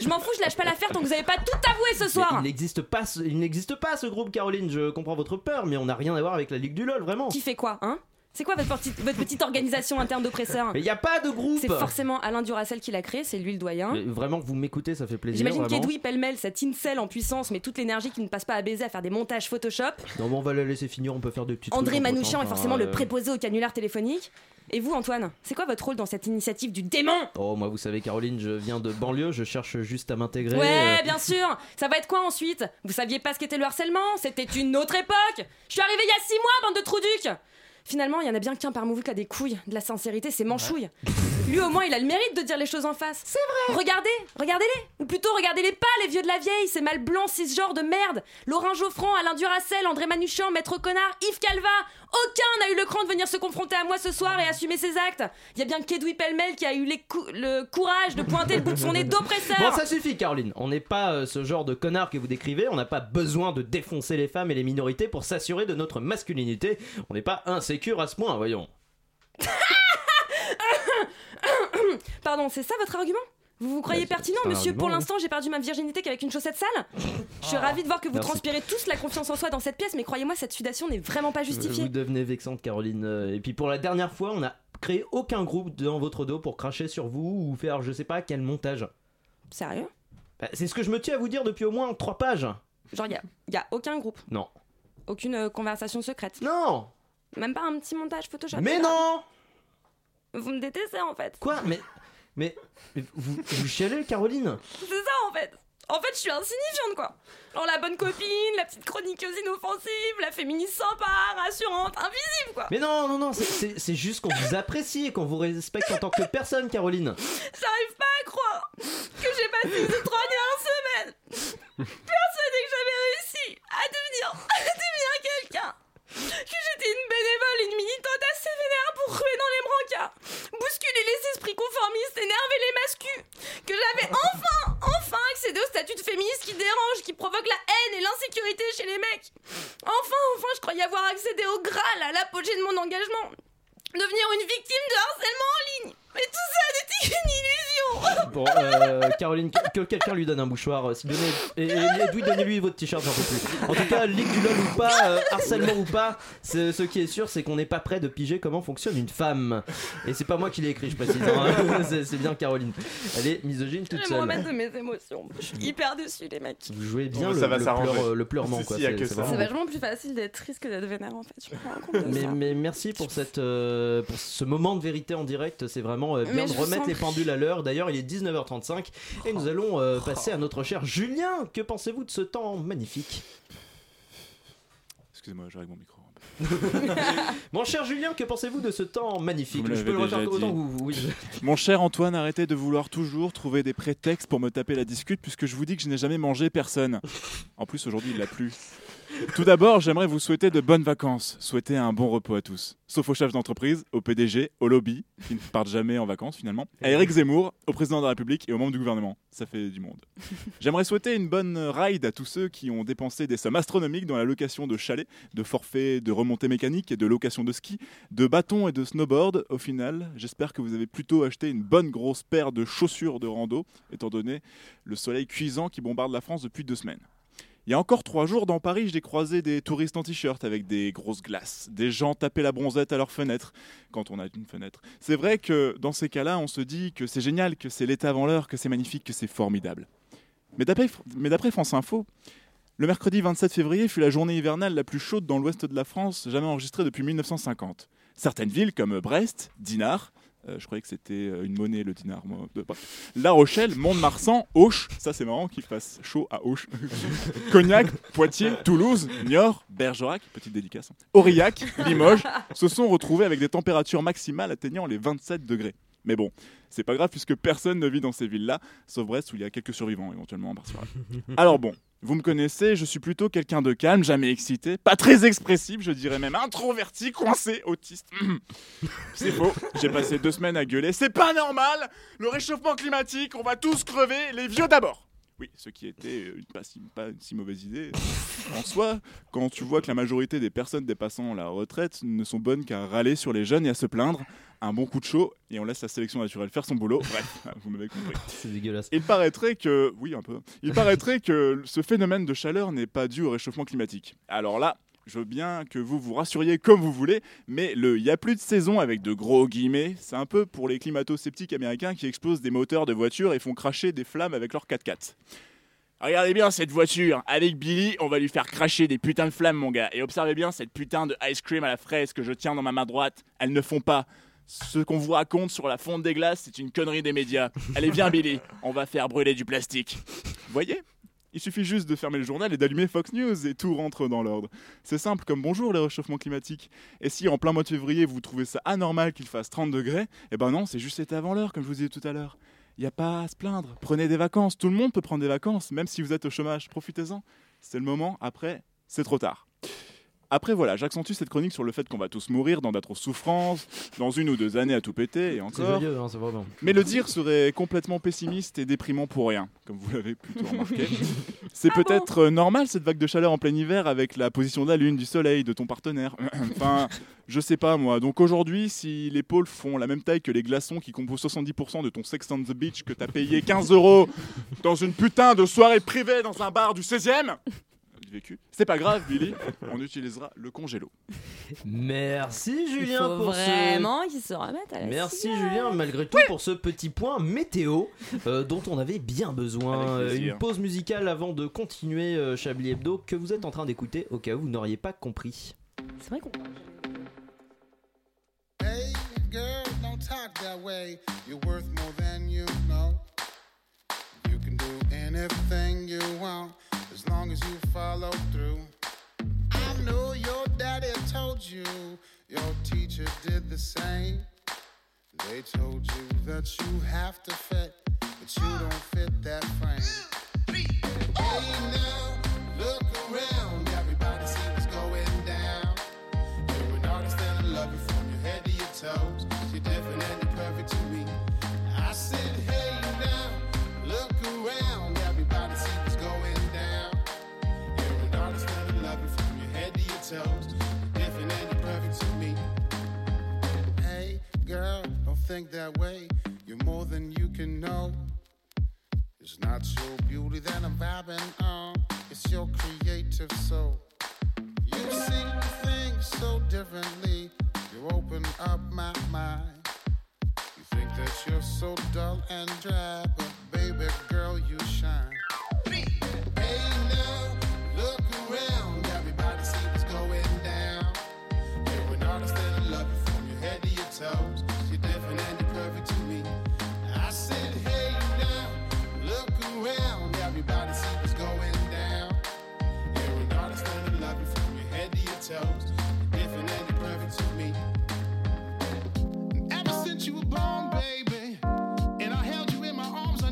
Speaker 2: Je m'en fous, je lâche pas l'affaire tant que vous avez pas tout avoué ce
Speaker 1: Mais
Speaker 2: soir
Speaker 1: Il n'existe pas, ce- il n'existe pas ce groupe, Caroline. Je comprends votre peur, mais on n'a rien à voir avec la Ligue du LOL, vraiment.
Speaker 2: Qui fait quoi, hein C'est quoi votre, petite- votre petite organisation interne d'oppresseurs
Speaker 1: Mais y a pas de groupe
Speaker 2: C'est forcément Alain Duracel qui l'a créé, c'est lui le doyen.
Speaker 1: Mais vraiment que vous m'écoutez, ça fait plaisir.
Speaker 2: J'imagine
Speaker 1: vraiment.
Speaker 2: qu'Edoui pêle-mêle, cette incel en puissance, mais toute l'énergie qui ne passe pas à baiser à faire des montages Photoshop.
Speaker 1: Non, mais on va la laisser finir, on peut faire des petites.
Speaker 2: André
Speaker 1: trucs entre
Speaker 2: Manouchian
Speaker 1: temps,
Speaker 2: est forcément
Speaker 1: enfin,
Speaker 2: le
Speaker 1: euh,
Speaker 2: préposé au canular téléphonique. Et vous, Antoine, c'est quoi votre rôle dans cette initiative du démon
Speaker 1: Oh, moi, vous savez, Caroline, je viens de banlieue, je cherche juste à m'intégrer.
Speaker 2: Ouais,
Speaker 1: euh,
Speaker 2: bien sûr. Ça va être quoi ensuite Vous saviez pas ce qu'était le harcèlement C'était une autre époque. Je suis arrivée il y a six mois, bande de trouducs. Finalement, il y en a bien qu'un parmi vous qui a des couilles, de la sincérité, c'est Manchouille. Lui, au moins, il a le mérite de dire les choses en face. C'est vrai. Regardez, regardez-les. Ou plutôt, regardez-les pas, les vieux de la vieille, ces mâles blancs, genres de merde. Laurent Geoffran, Alain Duracel, André Manuchan, Maître Connard, Yves Calva. Aucun n'a eu le cran de venir se confronter à moi ce soir et assumer ses actes. Il y a bien qu'Edoui Pellemel qui a eu les cou- le courage de pointer le bout de son nez d'oppresseur.
Speaker 1: Bon, ça suffit, Caroline. On n'est pas euh, ce genre de connard que vous décrivez. On n'a pas besoin de défoncer les femmes et les minorités pour s'assurer de notre masculinité. On n'est pas insécure à ce point, voyons.
Speaker 2: Pardon, c'est ça votre argument vous vous croyez pertinent,
Speaker 1: Bah, c'est un
Speaker 2: monsieur Pour
Speaker 1: argument, Ah,
Speaker 2: l'instant, j'ai perdu ma virginité qu'avec une chaussette sale. Je suis ravie de voir que vous
Speaker 1: Merci.
Speaker 2: transpirez tous la confiance en soi dans cette pièce, mais croyez-moi, cette sudation n'est vraiment pas
Speaker 1: Euh, Vous
Speaker 2: justifiée.
Speaker 1: vous devenez vexante, Caroline. Euh, Et puis pour la dernière fois, on n'a créé aucun groupe dans votre dos pour cracher sur vous ou faire je sais pas quel montage.
Speaker 2: Sérieux
Speaker 1: Bah, C'est ce que je me tiens à vous dire depuis au moins trois pages.
Speaker 2: Genre, il n'y a, aucun groupe,
Speaker 1: Non.
Speaker 2: aucune euh, conversation secrète.
Speaker 1: Non
Speaker 2: Même pas un petit montage Photoshop.
Speaker 1: Mais non
Speaker 2: Vous me détestez en fait.
Speaker 1: Quoi Mais. Mais. mais Vous, vous chialez, Caroline
Speaker 2: C'est ça en fait En fait, je suis insignifiante quoi Genre la bonne copine, la petite chroniqueuse inoffensive, la féministe sympa, rassurante, invisible quoi
Speaker 1: Mais non, non, non, c'est- c'est c'est juste qu'on vous apprécie et qu'on vous respecte en tant que personne, Caroline.
Speaker 2: J'arrive pas à croire que j'ai passé ces trois dernières semaines persuadée que j'avais réussi à devenir, *laughs* à devenir quelqu'un. Que j'étais une bénévole, une militante assez vénère pour ruer dans les brancards, bousculer les esprits conformistes, énerver les mascus. Que j'avais enfin, enfin accédé au statut de féministe qui dérange, qui provoque la haine et l'insécurité chez les mecs. Enfin, enfin, je croyais avoir accédé au Graal, à l'apogée de mon engagement. Devenir une victime de harcèlement en ligne. Mais tout ça n'était qu'une illusion.
Speaker 1: Bon, euh, Caroline, que, que quelqu'un lui donne un mouchoir. euh, si- Donnez, et, et- et Edoui, donnez-lui votre t-shirt, j'en peux plus. En tout cas, ligue du lol ou pas, euh, harcèlement ou pas, ce, ce qui est sûr, c'est qu'on n'est pas prêt de piger comment fonctionne une femme. Et c'est pas moi qui l'ai écrit, je précise. hein. *laughs* C'est c'est bien Caroline. Elle est misogyne toute
Speaker 2: Je vais me remettre de
Speaker 1: seule.
Speaker 2: mes émotions. Je suis hyper dessus, les mecs.
Speaker 1: Vous jouez bien
Speaker 3: Bon,
Speaker 1: le,
Speaker 3: ça va
Speaker 1: le
Speaker 3: s'arranger.
Speaker 1: pleur- le pleurement,
Speaker 3: Si,
Speaker 1: quoi.
Speaker 3: si, y a que ça.
Speaker 1: vraiment-
Speaker 2: C'est vachement plus facile d'être triste que d'être vénère en fait. Je me rends compte de
Speaker 1: Mais,
Speaker 2: ça.
Speaker 1: mais merci pour, cette, euh, pour ce moment de vérité en direct. C'est vraiment euh, bien
Speaker 2: Mais
Speaker 1: de
Speaker 2: je vous
Speaker 1: remettre
Speaker 2: en
Speaker 1: les
Speaker 2: prie.
Speaker 1: pendules à l'heure. D'ailleurs, il est 19h35 et nous allons
Speaker 2: Oh.
Speaker 1: euh, passer à notre cher Julien. Que pensez-vous de ce temps magnifique
Speaker 5: Excusez-moi, j'arrive avec mon micro.
Speaker 1: Mon cher Julien, que pensez-vous de ce temps magnifique
Speaker 5: Vous me
Speaker 1: Je peux le
Speaker 5: l'avez
Speaker 1: refaire
Speaker 5: déjà
Speaker 1: autant
Speaker 5: dit.
Speaker 1: que vous. oui, je-
Speaker 5: Mon cher Antoine, arrêtez de vouloir toujours trouver des prétextes pour me taper la discute puisque je vous dis que je n'ai jamais mangé personne. En plus, aujourd'hui, il a plu. Tout d'abord, j'aimerais vous souhaiter de bonnes vacances, souhaiter un bon repos à tous. Sauf aux chefs d'entreprise, au PDG, au lobby, qui ne partent jamais en vacances finalement, à Eric Zemmour, au président de la République et aux membres du gouvernement. Ça fait du monde. J'aimerais souhaiter une bonne ride à tous ceux qui ont dépensé des sommes astronomiques dans la location de chalets, de forfaits, de remontées mécaniques et de location de ski, de bâtons et de snowboard. Au final, j'espère que vous avez plutôt acheté une bonne grosse paire de chaussures de rando, étant donné le soleil cuisant qui bombarde la France depuis deux semaines. Il y a encore trois jours, dans Paris, j'ai croisé des touristes en t-shirt avec des grosses glaces, des gens tapaient la bronzette à leurs fenêtres, quand on a une fenêtre. C'est vrai que dans ces cas-là, on se dit que c'est génial, que c'est l'état avant l'heure, que c'est magnifique, que c'est formidable. Mais d'après mais d'après France Info, Le mercredi 27 février fut la journée hivernale la plus chaude dans l'ouest de la France jamais enregistrée depuis 1950. Certaines villes comme Brest, Dinard, euh, je croyais que c'était euh, une monnaie le dinar, moi, de- bref. La Rochelle, Mont-de-Marsan, Auch, ça c'est marrant qu'il fasse chaud à Auch, *laughs* Cognac, Poitiers, Toulouse, Niort, Bergerac, petite dédicace, hein. Aurillac, Limoges, se sont retrouvés avec des températures maximales atteignant les 27 degrés. Mais bon, c'est pas grave puisque personne ne vit dans ces villes-là, sauf Brest où il y a quelques survivants éventuellement en particulier. Alors bon, vous me connaissez, je suis plutôt quelqu'un de calme, jamais excité, pas très expressif, je dirais même introverti, coincé, autiste. *clears throat* C'est faux, j'ai passé deux semaines à gueuler, c'est pas normal, le réchauffement climatique, on va tous crever, les vieux d'abord. Oui, ce qui était euh, une- pas, si, pas une si mauvaise idée. En soi, quand tu vois que la majorité des personnes dépassant la retraite ne sont bonnes qu'à râler sur les jeunes et à se plaindre, un bon coup de chaud, et on laisse la sélection naturelle faire son boulot. Bref, *laughs* vous m'avez compris.
Speaker 1: C'est dégueulasse.
Speaker 5: Il paraîtrait que. Oui, un peu. Il paraîtrait que ce phénomène de chaleur n'est pas dû au réchauffement climatique. Alors là. Je veux bien que vous vous rassuriez comme vous voulez, mais le y a plus de saison avec de gros guillemets, c'est un peu pour les climato-sceptiques américains qui explosent des moteurs de voitures et font cracher des flammes avec leur 4x4. Regardez bien cette voiture. Avec Billy, on va lui faire cracher des putains de flammes, mon gars. Et observez bien cette putain de ice cream à la fraise que je tiens dans ma main droite. Elles ne font pas. Ce qu'on vous raconte sur la fonte des glaces, c'est une connerie des médias. Allez, viens, Billy. On va faire brûler du plastique. Voyez il suffit juste de fermer le journal et d'allumer Fox News et tout rentre dans l'ordre. C'est simple comme bonjour le réchauffement climatique. Et si en plein mois de février vous trouvez ça anormal qu'il fasse 30 degrés, eh ben non, c'est juste été avant l'heure comme je vous disais tout à l'heure. Il n'y a pas à se plaindre. Prenez des vacances, tout le monde peut prendre des vacances, même si vous êtes au chômage, profitez-en. C'est le moment, après, c'est trop tard. Après voilà, j'accentue cette chronique sur le fait qu'on va tous mourir dans d'atroces souffrances, dans une ou deux années à tout péter et
Speaker 1: C'est
Speaker 5: encore.
Speaker 1: joyeux, hein, c'est vraiment.
Speaker 5: Mais le dire serait complètement pessimiste et déprimant pour rien, comme vous l'avez plutôt remarqué. C'est peut-être euh, normal cette vague de chaleur en plein hiver avec la position de la lune, du soleil, de ton partenaire. *clears throat* enfin, je sais pas moi. Donc aujourd'hui, si les pôles font la même taille que les glaçons qui composent 70% de ton sex on the beach que t'as payé 15 euros dans une putain de soirée privée dans un bar du 16e, du vécu, c'est pas grave, Billy. On utilisera le congélo.
Speaker 1: Merci
Speaker 2: Il
Speaker 1: Julien
Speaker 2: faut
Speaker 1: pour
Speaker 2: vraiment qu'ils se remettent à
Speaker 1: ce...
Speaker 2: la
Speaker 1: Merci
Speaker 2: cigarette.
Speaker 1: Julien malgré tout pour ce petit point météo euh, dont on avait bien besoin.
Speaker 6: Avec
Speaker 1: Euh,
Speaker 6: plaisir.
Speaker 1: Une pause musicale avant de continuer euh, Chablis Hebdo que vous êtes en train d'écouter au cas où vous n'auriez pas compris.
Speaker 2: C'est vrai qu'on.
Speaker 12: Hey, girl, don't talk that way. You're worth more than you know. You can do anything you want as long as you follow through. I know your daddy told you, your teacher did the same. They told you that you have to fit, but you don't fit that frame. Hey, now, look around. Everybody see what's going down. You're an artist and I love you from your head to your toes. You're different and you're perfect to me. I said, hey now, look around. Everybody see what's going down. You're an artist and I love you from your head to your toes. You're different and you're perfect to me. Hey girl, don't think that way. You're more than you can know. It's not your beauty that I'm vibing on. It's your creative soul. You see things so differently. You open up my mind. You think that you're so dull and dry, but baby girl, you shine. Hey now, look around. Everybody see what's going down. You're an artist and I love you from your head to your toes. You're different and you're perfect to me. I said, hey now, look around. Everybody see what's going down. You're an artist and I love you from your head to your toes. You're different and you're perfect to me. And ever since you were born, baby, and I held you in my arms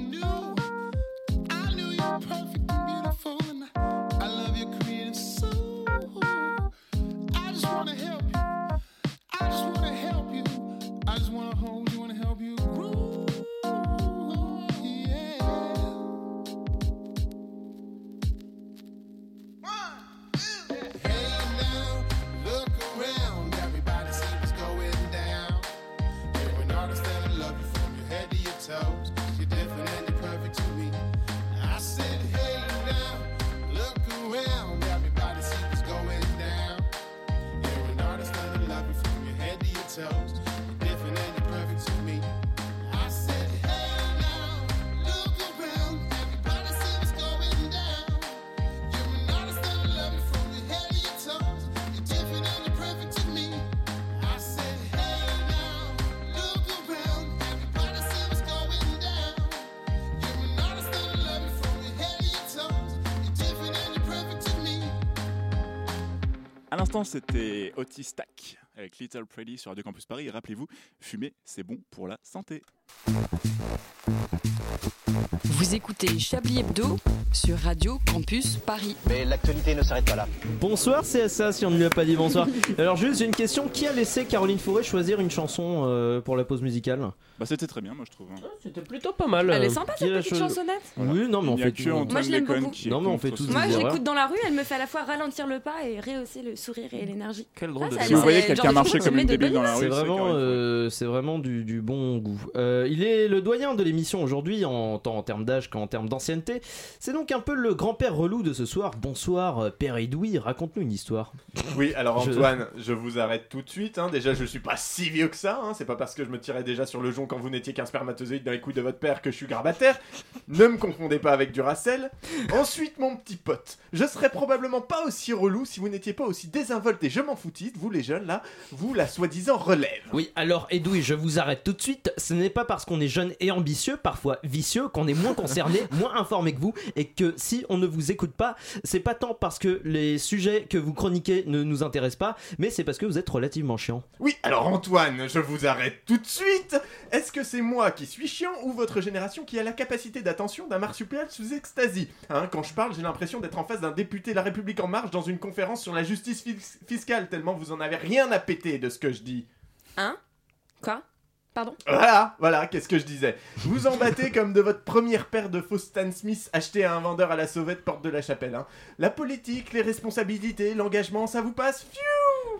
Speaker 5: À l'instant, c'était Otis Stack avec Little Pretty sur Radio Campus Paris. Et rappelez-vous, fumer, c'est bon pour la santé.
Speaker 10: Vous écoutez Chablis Hebdo sur Radio Campus Paris.
Speaker 8: Mais l'actualité ne s'arrête pas là.
Speaker 1: Bonsoir CSA si on ne lui a pas dit bonsoir. Alors juste j'ai une question, qui a laissé Caroline Fourré choisir une chanson euh, pour la pause musicale
Speaker 5: Bah c'était très bien moi je trouve.
Speaker 6: Ah, C'était plutôt pas mal. Ah,
Speaker 2: Elle est sympa, cette petite chansonnette.
Speaker 1: Oui non mais on
Speaker 5: Il y a
Speaker 1: fait
Speaker 5: que
Speaker 1: tout.
Speaker 5: Antoine Moi, je l'aime Déconne beaucoup. qui
Speaker 1: Non mais on fait
Speaker 5: compte
Speaker 1: tous
Speaker 5: aussi.
Speaker 2: Moi,
Speaker 1: des
Speaker 2: je
Speaker 1: erreurs.
Speaker 2: l'écoute dans la rue, elle me fait à la fois ralentir le pas et rehausser le sourire et l'énergie.
Speaker 6: Quel
Speaker 2: drôle
Speaker 5: de Si vous voyez quelqu'un marcher comme une débile dans la rue,
Speaker 1: C'est
Speaker 5: Ah c'est
Speaker 1: vraiment,
Speaker 5: Caroline Fourré.
Speaker 1: euh, c'est vraiment du, du bon goût. Euh, il est le doyen de l'émission aujourd'hui, en, tant en termes d'âge qu'en termes d'ancienneté. C'est donc un peu le grand-père relou de ce soir. Bonsoir, euh, Père Edoui, raconte-nous une histoire.
Speaker 3: *laughs* Oui, alors
Speaker 1: Je-
Speaker 3: Antoine, je, vous arrête tout de suite. hein. Déjà, je suis pas si vieux que ça. hein. C'est pas parce que je me tirais déjà sur le jonc quand vous n'étiez qu'un spermatozoïde dans les couilles de votre père que je suis grabataire. Ne me confondez pas avec Duracell. Ensuite, mon petit pote, je serais probablement pas aussi relou si vous n'étiez pas aussi désinvolte et je m'en foutiste, vous les jeunes là, vous la soi-disant relève.
Speaker 1: Oui, alors Edoui, je vous arrête tout de suite. Ce n'est pas parce qu'on est jeune et ambitieux, parfois vicieux, qu'on est moins *laughs* concerné, moins informé que vous, et que si on ne vous écoute pas, c'est pas tant parce que les sujets que vous chroniquez ne nous intéressent pas, mais c'est parce que vous êtes relativement chiant.
Speaker 3: Oui, alors Antoine, je vous arrête tout de suite. Est-ce que c'est moi qui suis chiant ou votre génération qui a la capacité d'attention d'un marsupial sous extasie Hein, Quand je parle, j'ai l'impression d'être en face d'un député La République en marche dans une conférence sur la justice fis- fiscale, tellement vous en avez rien à péter de ce que je dis.
Speaker 2: Hein Quoi Pardon
Speaker 3: Voilà, voilà, qu'est-ce que je disais. Vous en battez comme de votre première paire de faux Stan Smith achetée à un vendeur à la sauvette porte de la chapelle. hein. La politique, les responsabilités, l'engagement, ça vous passe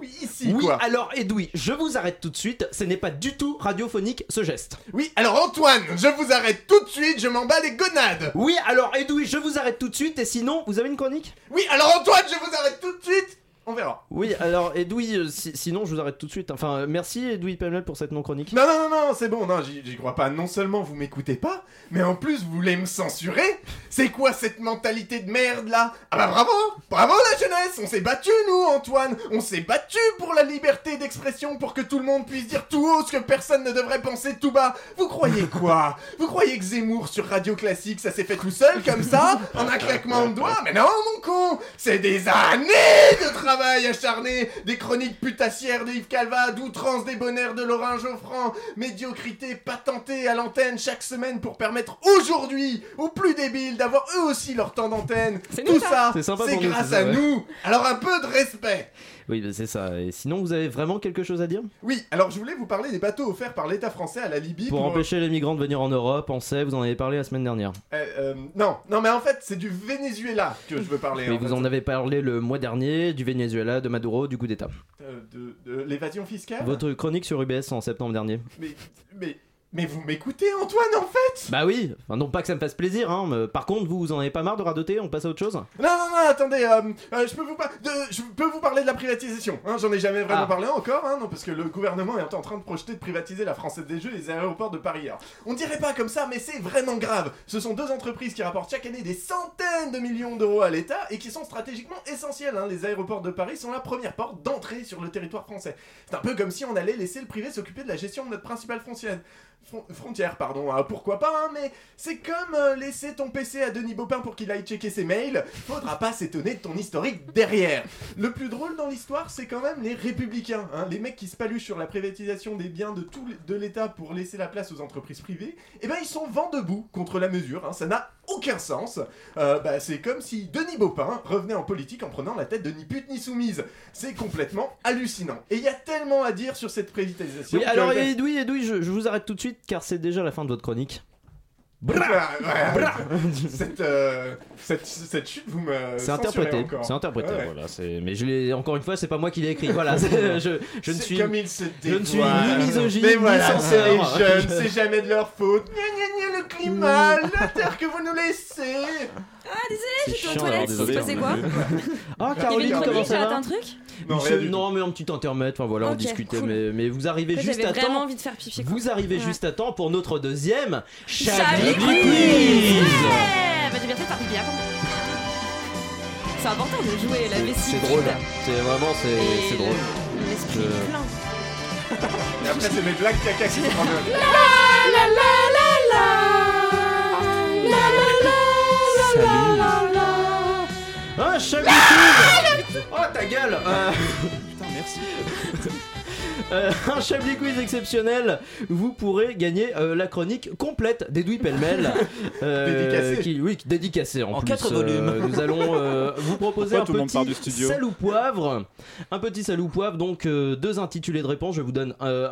Speaker 3: Fiou Ici,
Speaker 1: oui,
Speaker 3: quoi.
Speaker 1: alors Edoui, je vous arrête tout de suite. Ce n'est pas du tout radiophonique ce geste.
Speaker 3: Oui, alors Antoine, je vous arrête tout de suite, je m'en bats les gonades.
Speaker 1: Oui, alors Edoui, je vous arrête tout de suite. Et sinon, vous avez une chronique
Speaker 3: Oui, alors Antoine, je vous arrête tout de suite. On verra.
Speaker 1: Oui, alors Edoui, euh, si- sinon je vous arrête tout de suite. Enfin, euh, merci Edoui Pamel pour cette non-chronique.
Speaker 3: Non, non, non, non, c'est bon, non, j'y j'y crois pas. Non seulement vous m'écoutez pas, mais en plus vous voulez me censurer C'est quoi cette mentalité de merde là Ah bah bravo Bravo la jeunesse On s'est battu nous, Antoine On s'est battu pour la liberté d'expression, pour que tout le monde puisse dire tout haut ce que personne ne devrait penser tout bas Vous croyez quoi Vous croyez que Zemmour sur Radio Classique, ça s'est fait tout seul comme ça En un claquement de doigts Mais non, mon con C'est des années de travail acharné Des chroniques putassières de Yves Calva, d'outrance des bonheurs de Laurent Geoffran, médiocrité patentée à l'antenne chaque semaine pour permettre aujourd'hui aux plus débiles d'avoir eux aussi leur temps d'antenne.
Speaker 1: nous,
Speaker 3: Tout
Speaker 1: ça.
Speaker 3: ça,
Speaker 1: C'est
Speaker 3: c'est
Speaker 1: sympa pour nous,
Speaker 3: grâce
Speaker 1: c'est ça,
Speaker 3: à
Speaker 1: ouais.
Speaker 3: nous Alors un peu de respect
Speaker 1: Oui, bah, c'est ça. Et sinon, vous avez vraiment quelque chose à dire
Speaker 3: Oui, alors je voulais vous parler des bateaux offerts par l'État français à la Libye
Speaker 1: Pour empêcher les migrants de venir en Europe, on sait, vous en avez parlé la semaine dernière.
Speaker 3: Euh, euh, non, non mais en fait c'est du Venezuela que je veux parler.
Speaker 1: Mais
Speaker 3: en
Speaker 1: vous
Speaker 3: fait.
Speaker 1: en avez parlé le mois dernier du Venezuela, de Maduro, du coup d'État.
Speaker 3: Euh, de, de l'évasion fiscale
Speaker 1: Votre chronique sur UBS en septembre dernier.
Speaker 3: Mais, mais, mais vous m'écoutez Antoine en fait
Speaker 1: Bah oui, enfin, non pas que ça me fasse plaisir, hein, mais par contre, vous, vous en avez pas marre de radoter, on passe à autre chose
Speaker 3: Non, non, non, attendez, euh, euh, je, peux vous par- de- je peux vous parler de la privatisation. hein, J'en ai jamais vraiment
Speaker 1: Ah.
Speaker 3: parlé encore, hein, non, parce que le gouvernement est en train de projeter de privatiser la Française des Jeux et les aéroports de Paris. Alors, on dirait pas comme ça, mais c'est vraiment grave. Ce sont deux entreprises qui rapportent chaque année des centaines de millions d'euros à l'État et qui sont stratégiquement essentielles. hein. Les aéroports de Paris sont la première porte d'entrée sur le territoire français. C'est un peu comme si on allait laisser le privé s'occuper de la gestion de notre principale frontière. Fron- frontière, pardon, hein, pourquoi pas, hein, mais c'est comme euh, laisser ton PC à Denis Baupin pour qu'il aille checker ses mails, faudra pas s'étonner de ton historique derrière. Le plus drôle dans l'histoire, c'est quand même les républicains, hein, les mecs qui se paluchent sur la privatisation des biens de tout l- de l'État pour laisser la place aux entreprises privées, et ben ils sont vent debout contre la mesure, hein, ça n'a aucun sens. Euh, bah, c'est comme si Denis Baupin revenait en politique en prenant la tête de ni pute ni soumise. C'est complètement hallucinant. Et il y a tellement à dire sur cette privatisation.
Speaker 1: Oui,
Speaker 3: que-
Speaker 1: alors Edoui, Edoui, je, je vous arrête tout de suite car c'est déjà la fin de votre chronique.
Speaker 3: Bra Bra cette, euh, cette, cette chute, vous me.
Speaker 1: *laughs* C'est
Speaker 3: censurez
Speaker 1: interprété,
Speaker 3: encore.
Speaker 1: c'est interprété,
Speaker 3: Ouais.
Speaker 1: voilà. c'est- Mais je l'ai encore une fois, c'est pas moi qui l'ai écrit.
Speaker 3: *laughs*
Speaker 1: Voilà, c'est- euh, je, je ne
Speaker 3: C'est
Speaker 1: suis
Speaker 3: comme il se
Speaker 1: je ne suis
Speaker 3: dévoile.
Speaker 1: ni misogyne
Speaker 3: Mais
Speaker 1: ni
Speaker 3: voilà, c'est
Speaker 1: censeur.
Speaker 3: les jeunes, c'est jamais de leur faute. Gna gna gna, le climat, la terre que vous nous laissez.
Speaker 2: Ah, désolé, j'étais aux
Speaker 1: chiant
Speaker 2: toilettes, il
Speaker 1: d'avoir
Speaker 2: s'est
Speaker 1: des
Speaker 2: passé
Speaker 1: amis.
Speaker 2: quoi
Speaker 1: Ah,
Speaker 2: Il y avait une
Speaker 1: Caroline, comment
Speaker 2: chronique,
Speaker 1: ça
Speaker 2: j'arrête
Speaker 1: va
Speaker 2: un truc
Speaker 1: Non,
Speaker 3: rien du
Speaker 1: non, mais un petit intermède, enfin voilà, on
Speaker 2: Ok,
Speaker 1: discutait,
Speaker 2: cool.
Speaker 1: mais, mais vous arrivez
Speaker 2: Là,
Speaker 1: juste
Speaker 2: J'avais
Speaker 1: à
Speaker 2: vraiment
Speaker 1: temps.
Speaker 2: envie de faire pipi. quoi.
Speaker 1: Vous arrivez
Speaker 2: Ouais.
Speaker 1: juste à temps pour notre deuxième
Speaker 2: Chablis
Speaker 1: Chablis
Speaker 2: Quiz.
Speaker 1: Quiz.
Speaker 2: Ouais, bah, j'ai bien fait de faire pipi avant. C'est important de jouer la vessie.
Speaker 1: C'est
Speaker 2: vide.
Speaker 1: drôle, c'est vraiment c'est c'est drôle.
Speaker 2: L'esprit
Speaker 1: Je-
Speaker 2: plein.
Speaker 3: Et après, c'est mes blagues caca qui se prennent.
Speaker 2: Ah,
Speaker 1: Un Chablis Quiz. Ah, Oh Toi, ta gueule
Speaker 5: Putain, merci.
Speaker 1: Euh, *laughs* un Chablis Quiz exceptionnel, vous pourrez gagner euh, la chronique complète d'Edoui Pellemel. euh,
Speaker 5: Dédicacée.
Speaker 1: Qui, oui, qui- dédicacée en,
Speaker 5: En
Speaker 1: plus.
Speaker 5: quatre volumes.
Speaker 1: Nous allons euh, vous proposer
Speaker 5: Pourquoi
Speaker 1: un
Speaker 5: tout le monde part du
Speaker 1: petit
Speaker 5: studio
Speaker 1: salou poivre. Un petit salou poivre, donc euh, deux intitulés de réponse. Je vous donne euh,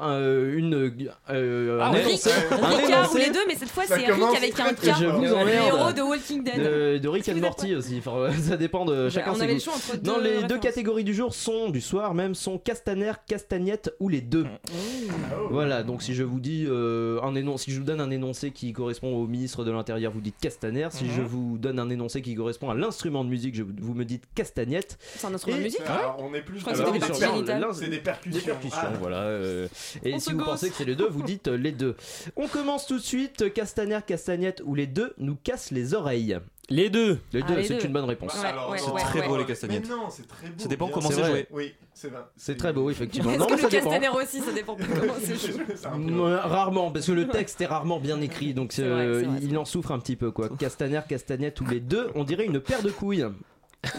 Speaker 1: un- une. euh,
Speaker 2: Ah,
Speaker 1: un
Speaker 2: oui.
Speaker 1: énoncé.
Speaker 2: Rick-
Speaker 1: Un
Speaker 2: Ricard
Speaker 1: énoncé.
Speaker 2: ou les deux, mais cette fois, Ça c'est Rick commence avec un très, très K,
Speaker 1: Je vous
Speaker 3: Ah
Speaker 2: le
Speaker 1: emmerde.
Speaker 2: héros de Walking Dead.
Speaker 1: euh, De, de Rick and Morty aussi. Enfin, *laughs* ça dépend de chacun
Speaker 2: ben, on
Speaker 1: ses
Speaker 2: avait le
Speaker 1: goûts.
Speaker 2: choix entre
Speaker 1: Non,
Speaker 2: deux
Speaker 1: les deux
Speaker 2: références.
Speaker 1: catégories du jour sont, du soir même, sont Castaner, Castagnette ou les deux.
Speaker 3: Hein
Speaker 1: Voilà, donc si je vous dis euh, un énon si je vous donne un énoncé qui correspond au ministre de l'Intérieur, vous dites Castaner. Si
Speaker 2: Mhm.
Speaker 1: je vous donne un énoncé qui correspond à l'instrument de musique, je vous, vous me dites Castagnette.
Speaker 2: C'est un instrument de
Speaker 1: Et-
Speaker 2: musique
Speaker 3: Alors, on est plus
Speaker 2: Je crois que
Speaker 3: dans
Speaker 2: c'était des
Speaker 3: l'in-
Speaker 2: parties génitales.
Speaker 3: l'in- c'est des percussions.
Speaker 1: Des percussions,
Speaker 3: Ah.
Speaker 1: voilà. euh, et
Speaker 3: On
Speaker 1: si
Speaker 3: se
Speaker 1: vous
Speaker 3: gosse.
Speaker 1: pensez que c'est les deux, vous dites euh, les deux. On commence tout de suite. euh, Castaner, Castagnette ou les deux nous cassent les oreilles. Les deux. Les
Speaker 3: Ah,
Speaker 1: deux,
Speaker 3: les
Speaker 1: c'est
Speaker 3: deux.
Speaker 1: une bonne réponse.
Speaker 3: Bah, Ouais, alors, ouais, c'est ouais, très ouais. beau, les castagnettes. Mais non, c'est très beau, Ça dépend bien comment sûr. c'est joué. Oui, c'est vrai.
Speaker 1: C'est très
Speaker 3: *laughs*
Speaker 1: beau, effectivement.
Speaker 2: Est-ce
Speaker 1: Non,
Speaker 2: que
Speaker 1: mais
Speaker 2: le
Speaker 1: ça dépend.
Speaker 2: Castaner aussi, ça dépend pas comment c'est joué.
Speaker 1: Ouais, Rarement, parce que le texte est rarement bien écrit, donc euh, il en souffre un petit peu quoi. Castaner, Castagnette ou les deux, on dirait une paire de couilles.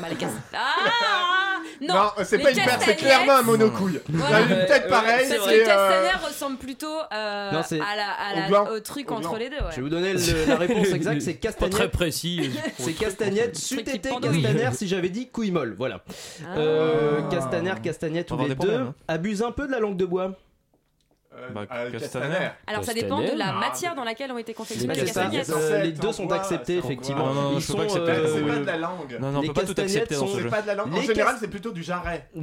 Speaker 2: Bah, les Castaner. Ah Non,
Speaker 3: Non, c'est pas une paire, c'est clairement un monocouille. Bah,
Speaker 2: Voilà.
Speaker 3: Là, une tête pareille,
Speaker 2: Parce que
Speaker 3: c'est,
Speaker 2: le
Speaker 3: euh,
Speaker 2: Castaner ressemble plutôt euh,
Speaker 1: Non, c'est-
Speaker 2: à la, à la-
Speaker 1: au blanc.
Speaker 2: au truc
Speaker 1: Au
Speaker 2: entre
Speaker 1: blanc.
Speaker 2: les deux. ouais.
Speaker 1: Je vais vous donner le- la réponse exacte, c'est
Speaker 6: Pas
Speaker 1: Castagnette.
Speaker 6: très *laughs* précis.
Speaker 1: C'est Castagnette, c'eût
Speaker 6: Truc qui
Speaker 1: été
Speaker 6: pendouille. Ah.
Speaker 1: Castaner si j'avais dit couille molle, voilà. Euh, Castaner, Castagnette ou
Speaker 6: avoir
Speaker 1: les
Speaker 6: des
Speaker 1: deux,
Speaker 6: problèmes, hein.
Speaker 1: abuse un peu de la langue de bois.
Speaker 3: euh, Castaner.
Speaker 2: Alors ça dépend de la
Speaker 1: Ah,
Speaker 2: matière dans laquelle ont été
Speaker 1: C'est
Speaker 2: confectionnés les
Speaker 1: que ça,
Speaker 2: castagnettes.
Speaker 1: euh, les
Speaker 3: C'est
Speaker 1: deux
Speaker 3: en
Speaker 1: sont
Speaker 3: bois,
Speaker 1: acceptés,
Speaker 3: c'est en bois.
Speaker 1: effectivement.
Speaker 3: Non, non, non,
Speaker 1: Ils
Speaker 3: je peux pas
Speaker 1: sont.
Speaker 3: accepter.
Speaker 1: euh,
Speaker 3: C'est pas de la langue. Non, non, on
Speaker 1: les
Speaker 3: peut pas tout
Speaker 1: castagnettes
Speaker 3: accepter dans ce
Speaker 1: sont-
Speaker 3: jeu. C'est pas de la langue. En
Speaker 1: Les
Speaker 3: général,
Speaker 1: cas-
Speaker 3: c'est plutôt du jarret. Euh,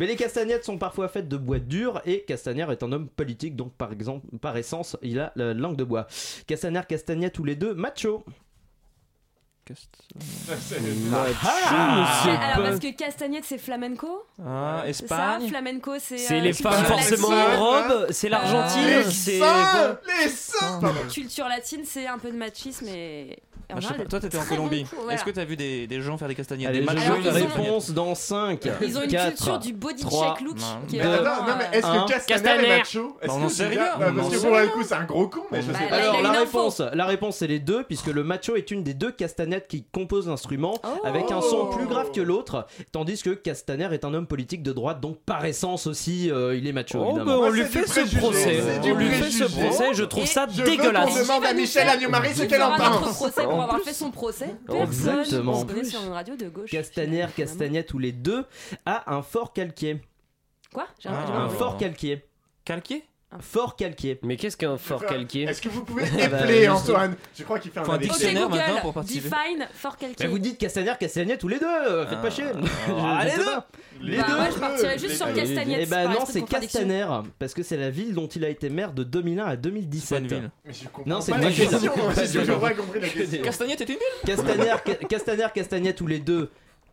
Speaker 1: Mais les castagnettes sont parfois faites de bois dur et Castaner est un homme politique, donc par exemple, par essence, il a la langue de bois. Castaner, Castagnette ou les deux, macho.
Speaker 2: Ah,
Speaker 1: je sais
Speaker 2: alors
Speaker 1: pas.
Speaker 2: parce que castagnette c'est flamenco.
Speaker 4: Ah,
Speaker 2: C'est
Speaker 4: Espagne.
Speaker 2: Ça, flamenco c'est.
Speaker 4: C'est
Speaker 2: euh,
Speaker 4: les
Speaker 2: culture
Speaker 4: femmes
Speaker 2: latine.
Speaker 4: forcément en robe, c'est l'Argentine,
Speaker 2: Euh,
Speaker 4: Les c'est- seins,
Speaker 3: les seins.
Speaker 2: Culture latine c'est un peu de machisme et. et en
Speaker 4: Ah, je sais
Speaker 2: général,
Speaker 4: pas, toi, t'étais en
Speaker 2: très bon
Speaker 4: Colombie.
Speaker 2: coup, voilà.
Speaker 4: Est-ce que t'as vu des, des gens faire des castagnettes
Speaker 1: Allez,
Speaker 4: des
Speaker 1: je
Speaker 4: machos faire
Speaker 1: joue
Speaker 4: des
Speaker 1: une
Speaker 4: castagnettes
Speaker 1: réponse dans 5.
Speaker 2: Ils ont une culture du body check look qui est euh,
Speaker 3: Mais attends, non, mais est-ce que Castaner, est macho Est-ce
Speaker 1: Non,
Speaker 3: que
Speaker 1: non,
Speaker 3: c'est
Speaker 1: sérieux,
Speaker 3: bien
Speaker 1: on
Speaker 3: Bah, Parce
Speaker 1: en
Speaker 3: que
Speaker 1: sait
Speaker 3: pour le
Speaker 1: rien.
Speaker 3: coup, c'est un gros con, mais je sais pas.
Speaker 1: Alors la réponse, la réponse c'est les deux puisque le macho est une des deux castanettes qui composent l'instrument avec un son plus grave que l'autre, tandis que Castaner est un homme politique de droite donc par essence aussi euh, il est macho.
Speaker 6: Oh,
Speaker 1: évidemment.
Speaker 6: bah, on lui fait ce procès. On lui fait ce procès, je trouve ça
Speaker 3: Je veux qu'on
Speaker 6: dégueulasse.
Speaker 3: demande à Michel Agnew-Marie ce
Speaker 2: Il
Speaker 3: qu'elle en
Speaker 2: fera notre
Speaker 3: pense.
Speaker 2: procès pour
Speaker 1: En
Speaker 2: avoir
Speaker 1: plus.
Speaker 2: fait son procès.
Speaker 1: En
Speaker 2: Personne
Speaker 1: exactement.
Speaker 2: ne se connaît sur une radio de gauche.
Speaker 1: Castaner, Castagnette ou les deux a un fort calquier.
Speaker 2: Quoi J'ai
Speaker 1: Ah, un,
Speaker 2: j'ai
Speaker 1: fort calquier.
Speaker 4: Calquier
Speaker 1: Fort calquier.
Speaker 6: Mais qu'est-ce qu'un fort calquier
Speaker 3: Est-ce que vous pouvez
Speaker 1: Ah bah,
Speaker 3: épeler
Speaker 1: je-
Speaker 3: Antoine Je crois qu'il fait un
Speaker 1: Faut un
Speaker 3: AVC.
Speaker 1: dictionnaire
Speaker 2: Google, define fort
Speaker 1: Mais
Speaker 2: calquier.
Speaker 1: Bah, vous dites Castaner, Castagnette ou les deux euh, Faites pas chier *laughs* Je-
Speaker 2: ah,
Speaker 1: je
Speaker 2: les
Speaker 1: sais
Speaker 2: deux.
Speaker 1: pas.
Speaker 2: Les Bah, deux. moi, je partirais juste sur Castagnette,
Speaker 1: Eh
Speaker 2: par
Speaker 1: ben non,
Speaker 2: esprit de
Speaker 1: c'est
Speaker 2: contradiction.
Speaker 1: Castaner, parce que c'est la ville dont il a été maire de 2001 à 2017.
Speaker 4: C'est pas une ville.
Speaker 3: Mais je comprends
Speaker 1: Non, c'est
Speaker 3: pas
Speaker 1: une
Speaker 3: la
Speaker 1: ville.
Speaker 3: question, moi, j'ai toujours pas compris la
Speaker 1: Que des-
Speaker 3: question.
Speaker 4: Castagnette est une
Speaker 1: Castaner, Ca- Castaner, Castagnette ou les deux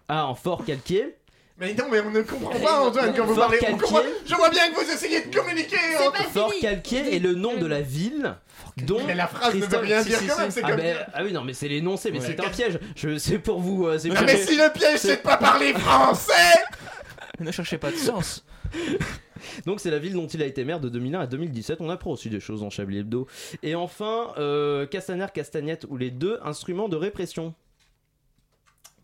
Speaker 1: a en fort calquier.
Speaker 3: Mais non, mais on ne comprend pas, Antoine, quand vous
Speaker 1: Fort
Speaker 3: parlez. on
Speaker 1: calquier.
Speaker 3: comprend- Je vois bien que vous essayez de communiquer. Antoine.
Speaker 1: Fort calquier est le nom de la ville dont
Speaker 3: Mais la phrase ne veut
Speaker 1: Christophe-
Speaker 3: rien
Speaker 1: si,
Speaker 3: dire
Speaker 1: si,
Speaker 3: quand
Speaker 1: si.
Speaker 3: même, c'est
Speaker 1: ah,
Speaker 3: comme
Speaker 1: ben,
Speaker 3: dire.
Speaker 1: ah oui non mais c'est l'énoncé mais
Speaker 3: Ouais.
Speaker 1: c'est un piège. Je c'est pour vous euh, c'est
Speaker 3: Non,
Speaker 1: pour-
Speaker 3: Ah, mais si le piège, c'est de pas parler français
Speaker 4: Ne cherchez pas de sens.
Speaker 1: Donc c'est la ville dont il a été maire de 2001 à 2017. On apprend aussi des choses en Chablis Hebdo. Et enfin, euh, Castaner, Castagnette ou les deux instruments de répression.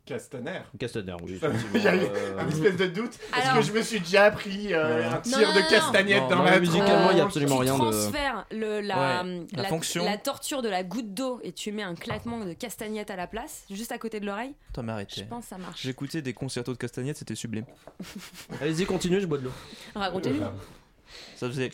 Speaker 3: Castaner.
Speaker 1: Castaner, oui. effectivement,
Speaker 3: Il y a eu
Speaker 1: euh,
Speaker 3: un Ah, espèce de doute. Est-ce que
Speaker 2: Alors-
Speaker 3: je me suis déjà pris euh, un
Speaker 2: Non,
Speaker 3: tir
Speaker 2: non,
Speaker 3: de
Speaker 2: non,
Speaker 3: castagnette
Speaker 1: non.
Speaker 3: dans
Speaker 1: Non,
Speaker 3: la
Speaker 1: musicalement, il y a absolument
Speaker 2: tu
Speaker 1: rien de-
Speaker 2: transfères le- la,
Speaker 1: Ouais, la fonction.
Speaker 2: la torture de la goutte d'eau et tu mets un claquement de castagnette à la place, juste à côté de l'oreille.
Speaker 4: Putain, mais arrêtez.
Speaker 2: Je pense que ça marche.
Speaker 4: J'écoutais des concertos de castagnettes, c'était sublime.
Speaker 1: Allez-y, continuez, je bois de l'eau.
Speaker 2: Racontez-lui.
Speaker 4: Ça faisait.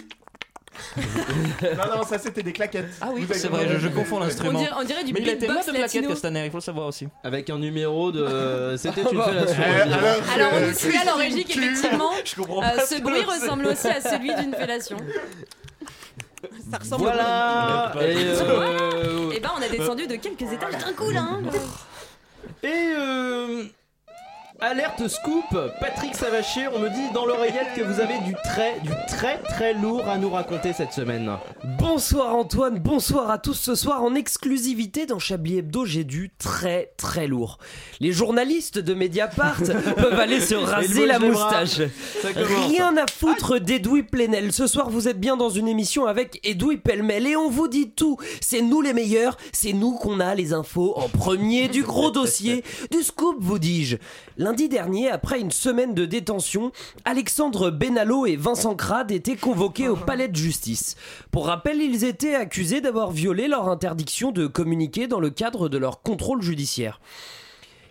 Speaker 3: Non, non, ça c'était des claquettes.
Speaker 4: Ah oui,
Speaker 3: Vous avez
Speaker 4: c'est vrai, je, je confonds
Speaker 2: On
Speaker 4: l'instrument.
Speaker 2: dirait- on dirait du
Speaker 4: Mais il était
Speaker 2: beatbox
Speaker 4: mort de plaquettes
Speaker 2: latino.
Speaker 4: Castaner, il faut le savoir aussi.
Speaker 1: Avec un numéro de. euh, C'était
Speaker 4: Ah
Speaker 1: une
Speaker 4: bah.
Speaker 1: fellation.
Speaker 4: Eh,
Speaker 3: Euh,
Speaker 1: évidemment.
Speaker 4: alors,
Speaker 2: Alors on nous signale en régie qu'effectivement,
Speaker 4: Je comprends
Speaker 2: euh,
Speaker 4: pas
Speaker 2: ce
Speaker 4: ce que
Speaker 2: bruit
Speaker 4: c'est.
Speaker 2: ressemble aussi à celui d'une fellation. Ça ressemble
Speaker 1: Voilà.
Speaker 2: au bruit.
Speaker 1: Et, euh,
Speaker 2: Et ben on a descendu de quelques étages d'un coup là. hein.
Speaker 1: Et euh, Alerte scoop, Patrick Savaché, on me dit dans l'oreillette que vous avez du très, du très très lourd à nous raconter cette semaine.
Speaker 6: Bonsoir Antoine, bonsoir à tous ce soir en exclusivité dans Chablis Hebdo, j'ai du très très lourd. Les journalistes de Mediapart peuvent aller se
Speaker 1: Et il
Speaker 6: raser
Speaker 1: bouge
Speaker 6: la
Speaker 1: les bras.
Speaker 6: moustache.
Speaker 1: Ça commence.
Speaker 6: Rien à foutre d'Edoui Plenel. Ce soir, vous êtes bien dans une émission avec Edoui Pellemel et on vous dit tout. C'est nous les meilleurs, c'est nous qu'on a les infos en premier du gros dossier, du scoop, vous dis-je. L'un Lundi dernier, après une semaine de détention, Alexandre Benalo et Vincent Crade étaient convoqués au palais de justice. Pour rappel, ils étaient accusés d'avoir violé leur interdiction de communiquer dans le cadre de leur contrôle judiciaire.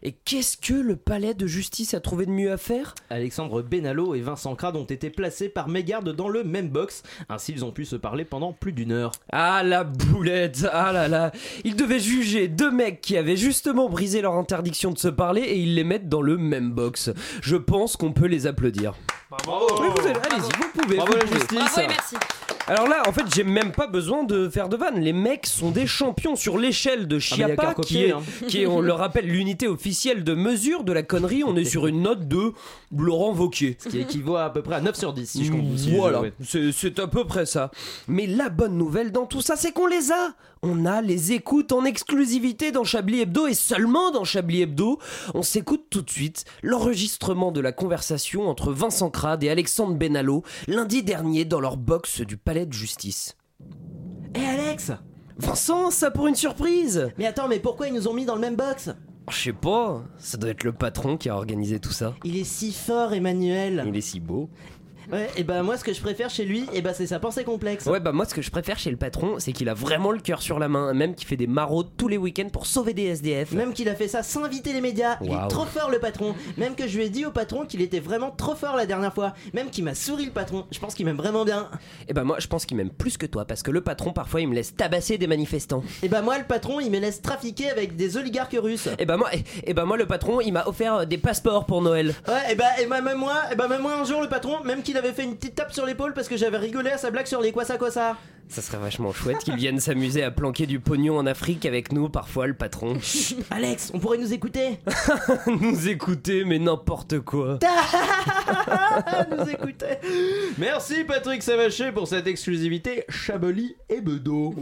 Speaker 6: Et qu'est-ce que le palais de justice a trouvé de mieux à faire
Speaker 1: Alexandre Benalo et Vincent Crade ont été placés par mégarde dans le même box. Ainsi, ils ont pu se parler pendant plus d'une heure.
Speaker 6: Ah la boulette Ah là là Ils devaient juger deux mecs qui avaient justement brisé leur interdiction de se parler et ils les mettent dans le même box. Je pense qu'on peut les applaudir.
Speaker 13: Bravo
Speaker 6: Oui, vous allez- allez-y, vous pouvez.
Speaker 13: Bravo
Speaker 6: vous
Speaker 13: la
Speaker 6: pouvez.
Speaker 13: justice. Bravo et merci.
Speaker 6: Alors là, en fait, j'ai même pas besoin de faire de vanne. Les mecs sont des champions sur l'échelle de
Speaker 1: Ah, mais y a
Speaker 6: Chiappa,
Speaker 1: qu'à
Speaker 6: qui,
Speaker 1: copier,
Speaker 6: est,
Speaker 1: hein.
Speaker 6: qui est, on le rappelle, l'unité officielle de mesure de la connerie. On est sur une note de Laurent Vauquier. Ce
Speaker 1: qui équivaut à peu près à 9 sur 10, si je compte. si je-
Speaker 6: Mmh. Voilà,
Speaker 1: ouais.
Speaker 6: c'est- c'est à peu près ça. Mais la bonne nouvelle dans tout ça, c'est qu'on les a On a les écoutes en exclusivité dans Chablis Hebdo et seulement dans Chablis Hebdo. On s'écoute tout de suite l'enregistrement de la conversation entre Vincent Crade et Alexandre Benalo lundi dernier dans leur box du palais de justice.
Speaker 1: Eh Alex
Speaker 6: Vincent, ça pour une surprise
Speaker 1: Mais attends, mais pourquoi ils nous ont mis dans le même box
Speaker 6: Je sais pas, ça doit être le patron qui a organisé tout ça.
Speaker 1: Il est si fort, Emmanuel.
Speaker 6: Il est si beau.
Speaker 1: Ouais, et ben moi, ce que je préfère chez lui, et ben c'est sa pensée complexe.
Speaker 6: Ouais, bah moi ce que je préfère chez le patron, c'est qu'il a vraiment le cœur sur la main, même qu'il fait des maraudes tous les week-ends pour sauver des SDF.
Speaker 1: Même qu'il a fait ça sans inviter les médias. Il est
Speaker 6: Waouh.
Speaker 1: trop fort, le patron. Même que je lui ai dit au patron qu'il était vraiment trop fort la dernière fois. Même qu'il m'a souri, le patron. Je pense qu'il m'aime vraiment bien.
Speaker 6: Et bah moi je pense qu'il m'aime plus que toi, parce que le patron parfois il me laisse tabasser des manifestants.
Speaker 1: Et bah moi, le patron, il me laisse trafiquer avec des oligarques russes.
Speaker 6: Et bah moi, et, et bah moi le patron il m'a offert euh, des passeports pour Noël.
Speaker 1: Ouais, et bah, et bah, même moi, et bah, même moi, un jour, le patron, même qu'il avait fait une petite tape sur l'épaule parce que j'avais rigolé à sa blague sur les quoi ça quoi ça.
Speaker 6: Ça serait vachement chouette qu'il vienne s'amuser à planquer du pognon en Afrique avec nous parfois le patron.
Speaker 1: Alex, on pourrait nous écouter
Speaker 6: *laughs* Nous écouter mais n'importe quoi.
Speaker 1: Nous écouter Merci Patrick Savaché pour cette exclusivité Chablis et Bedeau.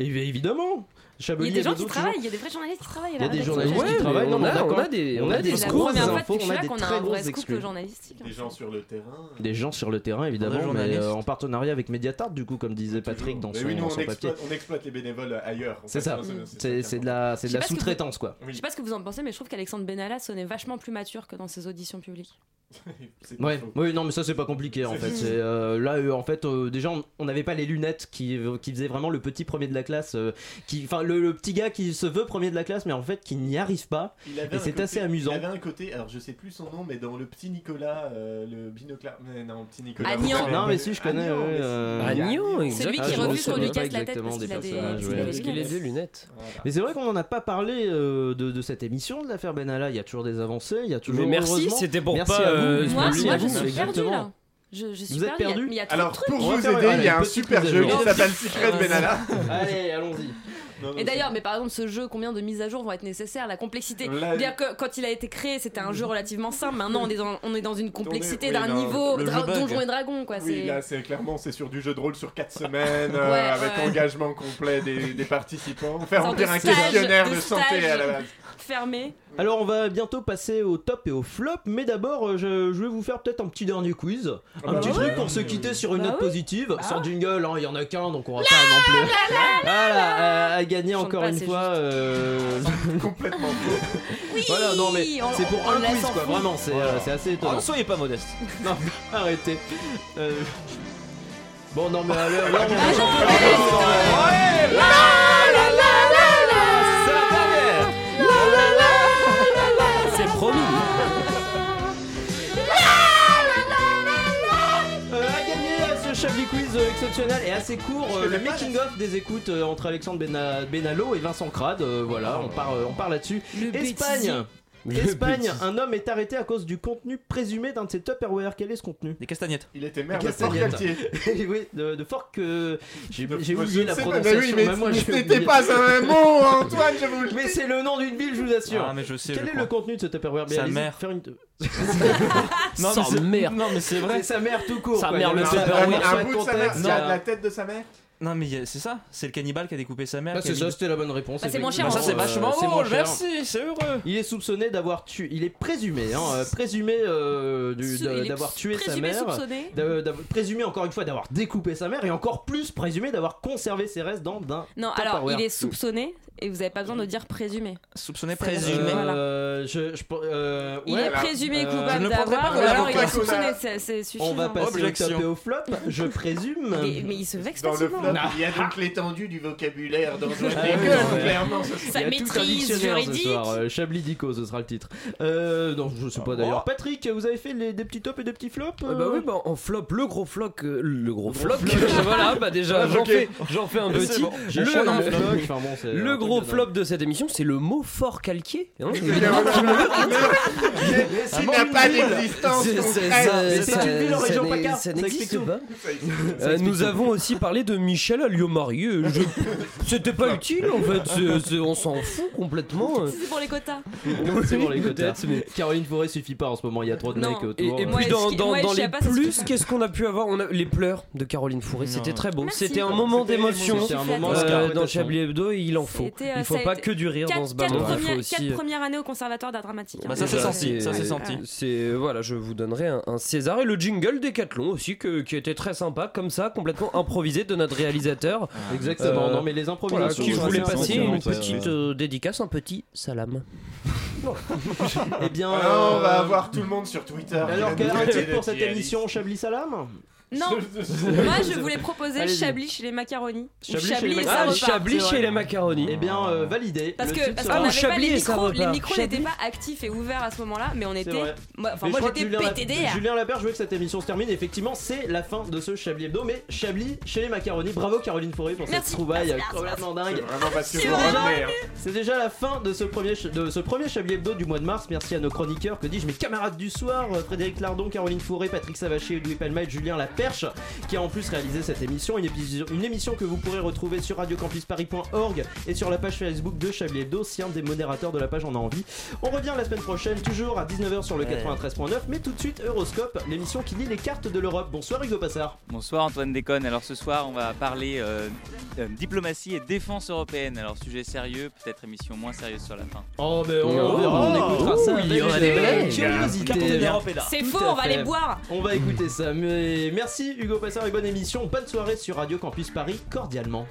Speaker 1: Et évidemment
Speaker 2: Il
Speaker 1: Chablis
Speaker 2: y a des
Speaker 1: et
Speaker 2: gens
Speaker 1: Bedeau,
Speaker 2: qui
Speaker 1: toujours.
Speaker 2: travaillent, il y a des vrais journalistes qui travaillent. à
Speaker 1: Il y a
Speaker 2: la
Speaker 1: des
Speaker 2: rédaction.
Speaker 1: journalistes
Speaker 6: Ouais,
Speaker 1: qui travaillent,
Speaker 6: mais
Speaker 1: non,
Speaker 6: on
Speaker 1: mais
Speaker 6: a-
Speaker 1: d'accord.
Speaker 6: on a des- on a des
Speaker 1: grosses
Speaker 2: C'est la première fois
Speaker 1: infos,
Speaker 2: depuis
Speaker 1: on a
Speaker 2: là
Speaker 1: des
Speaker 2: qu'on a
Speaker 1: très
Speaker 2: un vrai
Speaker 1: grosses
Speaker 2: scoop
Speaker 1: exclus.
Speaker 2: journalistique.
Speaker 3: Des gens sur le terrain.
Speaker 1: Des gens sur le terrain, évidemment, mais
Speaker 3: journalistes.
Speaker 1: euh, en partenariat avec Mediatart, du coup, comme disait Patrick dans
Speaker 3: Mais
Speaker 1: son,
Speaker 3: oui, nous,
Speaker 1: dans
Speaker 3: on
Speaker 1: son papier.
Speaker 3: exploite, on exploite les bénévoles ailleurs. en
Speaker 1: C'est
Speaker 3: fait.
Speaker 1: ça,
Speaker 3: Non,
Speaker 1: c'est c'est de la, c'est
Speaker 2: Je sais
Speaker 1: de la
Speaker 2: pas ce que vous-
Speaker 1: sous-traitance, quoi.
Speaker 2: Je sais pas ce que vous en pensez, mais je trouve qu'Alexandre Benalla sonnait vachement plus mature que dans ses auditions publiques.
Speaker 3: c'est-
Speaker 1: Ouais, oui, non, mais ça c'est pas compliqué en
Speaker 2: C'est
Speaker 1: fait.
Speaker 2: fini.
Speaker 1: C'est, euh, là, euh, en fait, euh, déjà, on- on n'avait pas les lunettes qui, euh, qui faisaient vraiment le petit premier de la classe. euh, qui, enfin, le, le petit gars qui se veut premier de la classe, mais en fait qui n'y arrive pas.
Speaker 3: Il avait
Speaker 1: Et
Speaker 3: un
Speaker 1: c'est
Speaker 3: côté-
Speaker 1: assez amusant.
Speaker 3: Il avait un côté, alors je sais plus son nom, mais dans le petit Nicolas, euh, le binoclard. Mais non, petit Nicolas.
Speaker 1: Agnan.
Speaker 3: vous
Speaker 1: Non, mais
Speaker 3: connaissez.
Speaker 1: si, je connais,
Speaker 3: Agnan,
Speaker 1: ouais,
Speaker 3: mais si.
Speaker 1: euh,
Speaker 6: Agnan,
Speaker 1: Agnan,
Speaker 6: exact.
Speaker 1: Celui qui
Speaker 6: Ah, je
Speaker 1: refuse
Speaker 6: ne
Speaker 1: qu'on lui
Speaker 6: savais pas
Speaker 1: casse la tête
Speaker 6: exactement
Speaker 1: parce qu'il
Speaker 6: des
Speaker 1: a des-
Speaker 6: personnages,
Speaker 1: des
Speaker 6: ouais.
Speaker 1: lunettes.
Speaker 6: Euh, qu'il a des lunettes
Speaker 1: Mais c'est vrai qu'on n'en a pas parlé euh, de, de cette émission de l'affaire Benalla. Il y a toujours des avancées, il y a toujours.
Speaker 6: Mais merci,
Speaker 1: heureusement-
Speaker 6: c'était pour
Speaker 1: merci
Speaker 6: pas,
Speaker 1: à vous.
Speaker 6: euh,
Speaker 1: Merci
Speaker 6: Moi,
Speaker 1: à
Speaker 6: moi,
Speaker 1: vous,
Speaker 6: je suis
Speaker 2: Perdu,
Speaker 1: exactement.
Speaker 2: là. Je, je suis
Speaker 1: Vous êtes
Speaker 2: perdue, il y a-
Speaker 1: perdu
Speaker 2: mais il y a trop de
Speaker 3: Alors,
Speaker 2: trucs.
Speaker 3: pour
Speaker 1: On va
Speaker 3: vous
Speaker 1: faire-
Speaker 3: aider, il y
Speaker 1: allez,
Speaker 3: a un
Speaker 1: petite
Speaker 3: super
Speaker 1: mise à
Speaker 3: jeu
Speaker 1: jour.
Speaker 3: qui s'appelle Secret de Benalla.
Speaker 1: Allez, allons-y.
Speaker 3: Non, non,
Speaker 2: Et d'ailleurs, mais par exemple, ce jeu, combien de mises à jour vont être nécessaires La complexité.
Speaker 3: Là-
Speaker 2: Dire que quand il a été créé, c'était un jeu relativement simple. Maintenant, on est dans, on est dans une complexité
Speaker 3: oui,
Speaker 2: d'un
Speaker 3: dans
Speaker 2: niveau
Speaker 3: le
Speaker 2: dra-
Speaker 3: jeu bug.
Speaker 2: donjon et dragon, quoi.
Speaker 3: Oui,
Speaker 2: c'est-
Speaker 3: là, c'est clairement, c'est sur du jeu de rôle sur 4 semaines, euh,
Speaker 2: Ouais,
Speaker 3: avec
Speaker 2: ouais.
Speaker 3: engagement complet des, des participants. Faire
Speaker 2: Sorte de
Speaker 3: remplir un
Speaker 2: stage,
Speaker 3: questionnaire de,
Speaker 2: stage
Speaker 3: santé à la base.
Speaker 2: Fermé.
Speaker 1: Alors on va bientôt passer au top et au flop, mais d'abord euh, je, je vais vous faire peut-être un petit dernier quiz, un
Speaker 3: bah
Speaker 1: petit
Speaker 3: ouais.
Speaker 1: truc pour se quitter sur une
Speaker 3: Bah
Speaker 1: note
Speaker 3: ouais.
Speaker 1: positive, sans jingle, hein, il y en a qu'un donc on va pas non plus. Voilà, euh, à gagner encore
Speaker 2: pas,
Speaker 1: une
Speaker 2: c'est
Speaker 1: fois. euh,
Speaker 3: Complètement.
Speaker 1: voilà, non mais
Speaker 2: on-
Speaker 1: c'est pour
Speaker 2: on
Speaker 1: un
Speaker 2: la
Speaker 1: quiz
Speaker 2: s'en
Speaker 1: quoi,
Speaker 2: fout.
Speaker 1: vraiment, c'est euh, c'est assez étonnant.
Speaker 4: Oh, soyez pas modeste.
Speaker 1: *laughs* Non, arrêtez. Euh, Bon non mais alors,
Speaker 2: Ah,
Speaker 1: là, on- euh,
Speaker 6: C'est promis
Speaker 1: Euh, à gagner à ce Chablis Quiz euh, exceptionnel et assez court, euh, le making of des écoutes euh, entre Alexandre Bena- Benalo et Vincent Crade. euh, voilà, on part, euh, on part là-dessus. Espagne.
Speaker 4: bêtisier. Le
Speaker 1: Espagne,
Speaker 4: bêtisier.
Speaker 1: un homme est arrêté à cause du contenu présumé d'un de ses Tupperware. Quel est ce contenu
Speaker 4: Des castagnettes.
Speaker 3: Il était maire de
Speaker 1: Castagnettes.
Speaker 3: Fort-Galtier.
Speaker 1: *laughs* oui, de, de fort que j'ai j'ai
Speaker 3: moi,
Speaker 1: oublié
Speaker 3: je
Speaker 1: la
Speaker 3: sais pas, mais oui,
Speaker 1: prononciation.
Speaker 3: mais
Speaker 1: même moi,
Speaker 3: ce
Speaker 1: j'ai
Speaker 3: n'était
Speaker 1: oublié.
Speaker 3: pas un mot, Antoine, je vous le
Speaker 1: Mais c'est le nom d'une ville, je vous assure.
Speaker 4: Ah, mais je sais,
Speaker 1: Quel
Speaker 4: je
Speaker 1: est
Speaker 4: crois.
Speaker 1: le contenu de ce Tupperware Bien,
Speaker 4: Sa
Speaker 1: allez-y,
Speaker 4: mère.
Speaker 1: Faire une...
Speaker 4: Non, mais
Speaker 1: Sans
Speaker 4: c'est-
Speaker 1: merde.
Speaker 4: Non, mais c'est vrai.
Speaker 1: C'est sa mère tout court.
Speaker 4: Sa
Speaker 1: quoi.
Speaker 4: mère,
Speaker 1: Il y a
Speaker 4: le
Speaker 1: pas- il y a
Speaker 4: Tupperware.
Speaker 1: pas
Speaker 4: Un bout de sa mère,
Speaker 1: contexte,
Speaker 4: il y a de la
Speaker 3: tête de sa mère
Speaker 4: Non, mais euh, c'est ça. C'est le cannibale qui a découpé sa mère.
Speaker 1: Bah, c'est
Speaker 4: qui a
Speaker 1: ça,
Speaker 4: mis-
Speaker 1: c'était la bonne réponse.
Speaker 4: Bah, c'est moins cher,
Speaker 1: effectivement.
Speaker 4: en fait. C'est vachement
Speaker 1: c'est
Speaker 4: bon,
Speaker 1: moins cher.
Speaker 4: merci, c'est heureux.
Speaker 1: Il est soupçonné d'avoir tué. Il est présumé, hein, euh, présumé euh, du-
Speaker 4: Sou-
Speaker 1: de-
Speaker 4: il est
Speaker 1: d'avoir tué sa
Speaker 4: présumé,
Speaker 1: mère.
Speaker 4: soupçonné.
Speaker 1: d'av- d'av- Présumé encore une fois d'avoir découpé sa mère et encore plus présumé d'avoir conservé ses restes dans d'un.
Speaker 2: Non, alors
Speaker 1: Tupperware.
Speaker 2: il est soupçonné Et vous n'avez pas besoin de dire présumé.
Speaker 4: Soupçonné
Speaker 2: C'est-à-dire que,
Speaker 4: présumé.
Speaker 2: voilà.
Speaker 1: Euh, je, je pour- euh,
Speaker 2: Il
Speaker 1: ouais.
Speaker 2: est présumé
Speaker 1: Euh,
Speaker 2: coupable
Speaker 1: je ne prendrai pas
Speaker 2: d'avoir,
Speaker 1: pour
Speaker 2: ou alors il
Speaker 1: l'avocat
Speaker 2: est
Speaker 1: qu'on a.
Speaker 2: soupçonné, c'est- c'est suffisant.
Speaker 1: On va passer euh,
Speaker 3: Objection.
Speaker 1: au top et au flop,
Speaker 2: *laughs*
Speaker 1: je présume.
Speaker 2: Mais, mais il se vexe
Speaker 3: Dans le
Speaker 2: facilement.
Speaker 3: flop, il y a donc l'étendue du vocabulaire dans notre
Speaker 1: Ah,
Speaker 3: école,
Speaker 1: oui, ouais.
Speaker 3: clairement. ce-
Speaker 2: Sa
Speaker 1: Il y a tout un
Speaker 2: maîtrise
Speaker 1: dictionnaire
Speaker 2: juridique.
Speaker 1: Ce soir. Euh, Chablis Dico, ce sera le titre. Euh, non, je sais pas
Speaker 6: Oh.
Speaker 1: d'ailleurs. Patrick, vous avez fait les- des petits tops et des petits flops
Speaker 6: Eh
Speaker 1: euh
Speaker 6: Bah oui, bah, on flop le gros flop, euh, le gros flop.
Speaker 1: flop.
Speaker 6: *laughs* voilà, bah déjà
Speaker 1: Ah,
Speaker 6: j'en
Speaker 1: ok.
Speaker 6: fais, j'en fais un
Speaker 1: C'est
Speaker 6: petit.
Speaker 1: bon. J'ai
Speaker 6: Le-
Speaker 1: changé mon
Speaker 6: le-
Speaker 1: flop. Enfin bon, c'est
Speaker 6: le
Speaker 1: un
Speaker 6: gros
Speaker 1: truc de
Speaker 6: flop de cette émission, c'est le mot fort calquier. hein.
Speaker 3: *laughs* S'il n'a pas d'existence
Speaker 6: C'est- c'est
Speaker 1: Eh,
Speaker 3: concrète,
Speaker 6: ça,
Speaker 3: mais
Speaker 6: c'est
Speaker 3: c'est
Speaker 6: ça,
Speaker 3: une ville en
Speaker 6: ça
Speaker 3: région
Speaker 6: n'est-
Speaker 3: PACA.
Speaker 6: ça n'existe
Speaker 3: explique
Speaker 6: pas.
Speaker 3: tout. Ça explique tout.
Speaker 6: Euh, nous avons aussi parlé de Michel Alliot-Marie. euh, je- C'était pas utile en fait, c'est- c'est- on s'en fout complètement. euh.
Speaker 2: C'est pour les quotas.
Speaker 1: C'est bon, les
Speaker 6: Oui,
Speaker 1: quotas.
Speaker 6: peut-être, mais-
Speaker 1: Caroline Forêt suffit pas en ce moment, il y a trop de
Speaker 2: Non.
Speaker 1: mecs
Speaker 6: Et,
Speaker 1: autour.
Speaker 6: et
Speaker 1: euh.
Speaker 6: puis dans,
Speaker 2: ce qui-
Speaker 6: dans-
Speaker 2: ouais,
Speaker 6: dans
Speaker 2: je sais
Speaker 6: les
Speaker 2: pas, ça se
Speaker 6: plus,
Speaker 2: fait.
Speaker 6: qu'est-ce qu'on a pu avoir On a les pleurs de Caroline Fourré, c'était très beau.
Speaker 2: Merci.
Speaker 6: C'était un moment
Speaker 1: C'était
Speaker 6: d'émotion.
Speaker 1: C'était un moment
Speaker 6: Euh,
Speaker 1: d'interprétation.
Speaker 6: dans Chablis Hebdo, il en faut.
Speaker 2: C'était, euh,
Speaker 6: Il faut
Speaker 2: ça a
Speaker 6: pas
Speaker 2: été
Speaker 6: que du rire
Speaker 2: Quatre-
Speaker 6: dans ce
Speaker 2: quatre
Speaker 6: ballon. Il
Speaker 2: premières-
Speaker 6: faut aussi.
Speaker 1: euh,
Speaker 2: Quatre premières années au conservatoire d'art dramatique. hein.
Speaker 4: Bah, ça, c'est
Speaker 6: Déjà,
Speaker 4: senti, ça, c'est
Speaker 6: euh,
Speaker 4: senti.
Speaker 6: C'est voilà, je vous donnerai un, un César et le jingle Décathlon aussi que- qui était très sympa comme ça, complètement improvisé de notre réalisateur.
Speaker 1: Exactement,
Speaker 6: Euh,
Speaker 1: non mais les
Speaker 6: Voilà,
Speaker 1: improvisations.
Speaker 6: qui je
Speaker 1: sont
Speaker 6: voulais
Speaker 1: assez
Speaker 6: passer une
Speaker 1: intéressantes, ouais.
Speaker 6: petite euh, dédicace, un petit salam.
Speaker 1: Eh bien,
Speaker 3: Alors, on va
Speaker 1: euh,
Speaker 3: avoir tout le monde sur Twitter.
Speaker 1: Alors,
Speaker 3: qui
Speaker 1: quel
Speaker 3: va
Speaker 1: est *laughs*
Speaker 3: nous
Speaker 1: un
Speaker 3: traiter
Speaker 1: titre pour
Speaker 3: de
Speaker 1: cette
Speaker 3: djihadistes.
Speaker 1: émission Chablis Salam
Speaker 2: Non,
Speaker 6: euh,
Speaker 2: moi je voulais proposer
Speaker 1: Allez-y.
Speaker 2: Chablis chez les macaronis. Ou
Speaker 1: Chablis chez les
Speaker 2: et
Speaker 1: macaronis.
Speaker 2: ça
Speaker 1: Ah,
Speaker 2: repart,
Speaker 6: Chablis
Speaker 2: tu vois.
Speaker 6: chez les macaronis.
Speaker 1: Eh bien, euh, validé.
Speaker 2: Parce
Speaker 1: Le
Speaker 2: que
Speaker 1: titre
Speaker 2: parce
Speaker 1: sera-
Speaker 2: qu'on
Speaker 6: Ah,
Speaker 2: n'avait pas
Speaker 6: Chablis
Speaker 2: les
Speaker 6: et ça
Speaker 2: micros,
Speaker 6: repart.
Speaker 2: les micros
Speaker 6: Chablis.
Speaker 2: n'étaient pas actifs et ouverts à ce moment-là, mais on
Speaker 1: C'est
Speaker 2: était.
Speaker 1: vrai.
Speaker 2: moi- Enfin,
Speaker 1: Mais
Speaker 2: moi
Speaker 1: je crois
Speaker 2: j'étais
Speaker 1: que Julien
Speaker 2: PTD.
Speaker 1: Lap- Julien Laperche veut que cette émission se termine. Effectivement, c'est la fin de ce Chablis Hebdo. Mais Chablis chez les macaronis. Bravo Caroline Forêt pour
Speaker 2: Merci.
Speaker 1: cette trouvaille
Speaker 2: Merci, merci,
Speaker 1: complètement dingue.
Speaker 3: C'est vraiment parce que
Speaker 2: C'est
Speaker 3: vous
Speaker 2: vraiment
Speaker 3: revenez, hein.
Speaker 1: C'est déjà la fin de ce premier ch- de ce premier Chablis Hebdo du mois de mars. Merci à nos chroniqueurs, que dis-je, mes camarades du soir, euh, Frédéric Lardon, Caroline Fourré, Patrick Savaché, Louis Palma et Julien Laperche, qui a en plus réalisé cette émission, une, épis- une émission que vous pourrez retrouver sur radiocampusparis.org et sur la page Facebook de Chablis Hebdo si un des modérateurs de la page en a envie. On revient la semaine prochaine, toujours à 19h sur le 93.9, mais tout de suite Euroscope, l'émission qui lit les cartes de l'Europe. Bonsoir Hugo Passard.
Speaker 14: Bonsoir Antoine Déconne. Alors ce soir, on va parler euh, euh, diplomatie et défense européenne. Alors sujet sérieux, peut-être émission moins sérieuse sur la fin.
Speaker 1: Oh,
Speaker 6: ben,
Speaker 1: mais
Speaker 14: Euh, on verra, on écoutera ça avec euh, des curiosités.
Speaker 2: C'est
Speaker 1: Tout
Speaker 2: faux,
Speaker 1: à
Speaker 2: on va
Speaker 1: fait.
Speaker 2: aller boire.
Speaker 1: On va écouter ça. Mais merci Hugo Passard et bonne émission. Bonne soirée sur Radio Campus Paris, cordialement.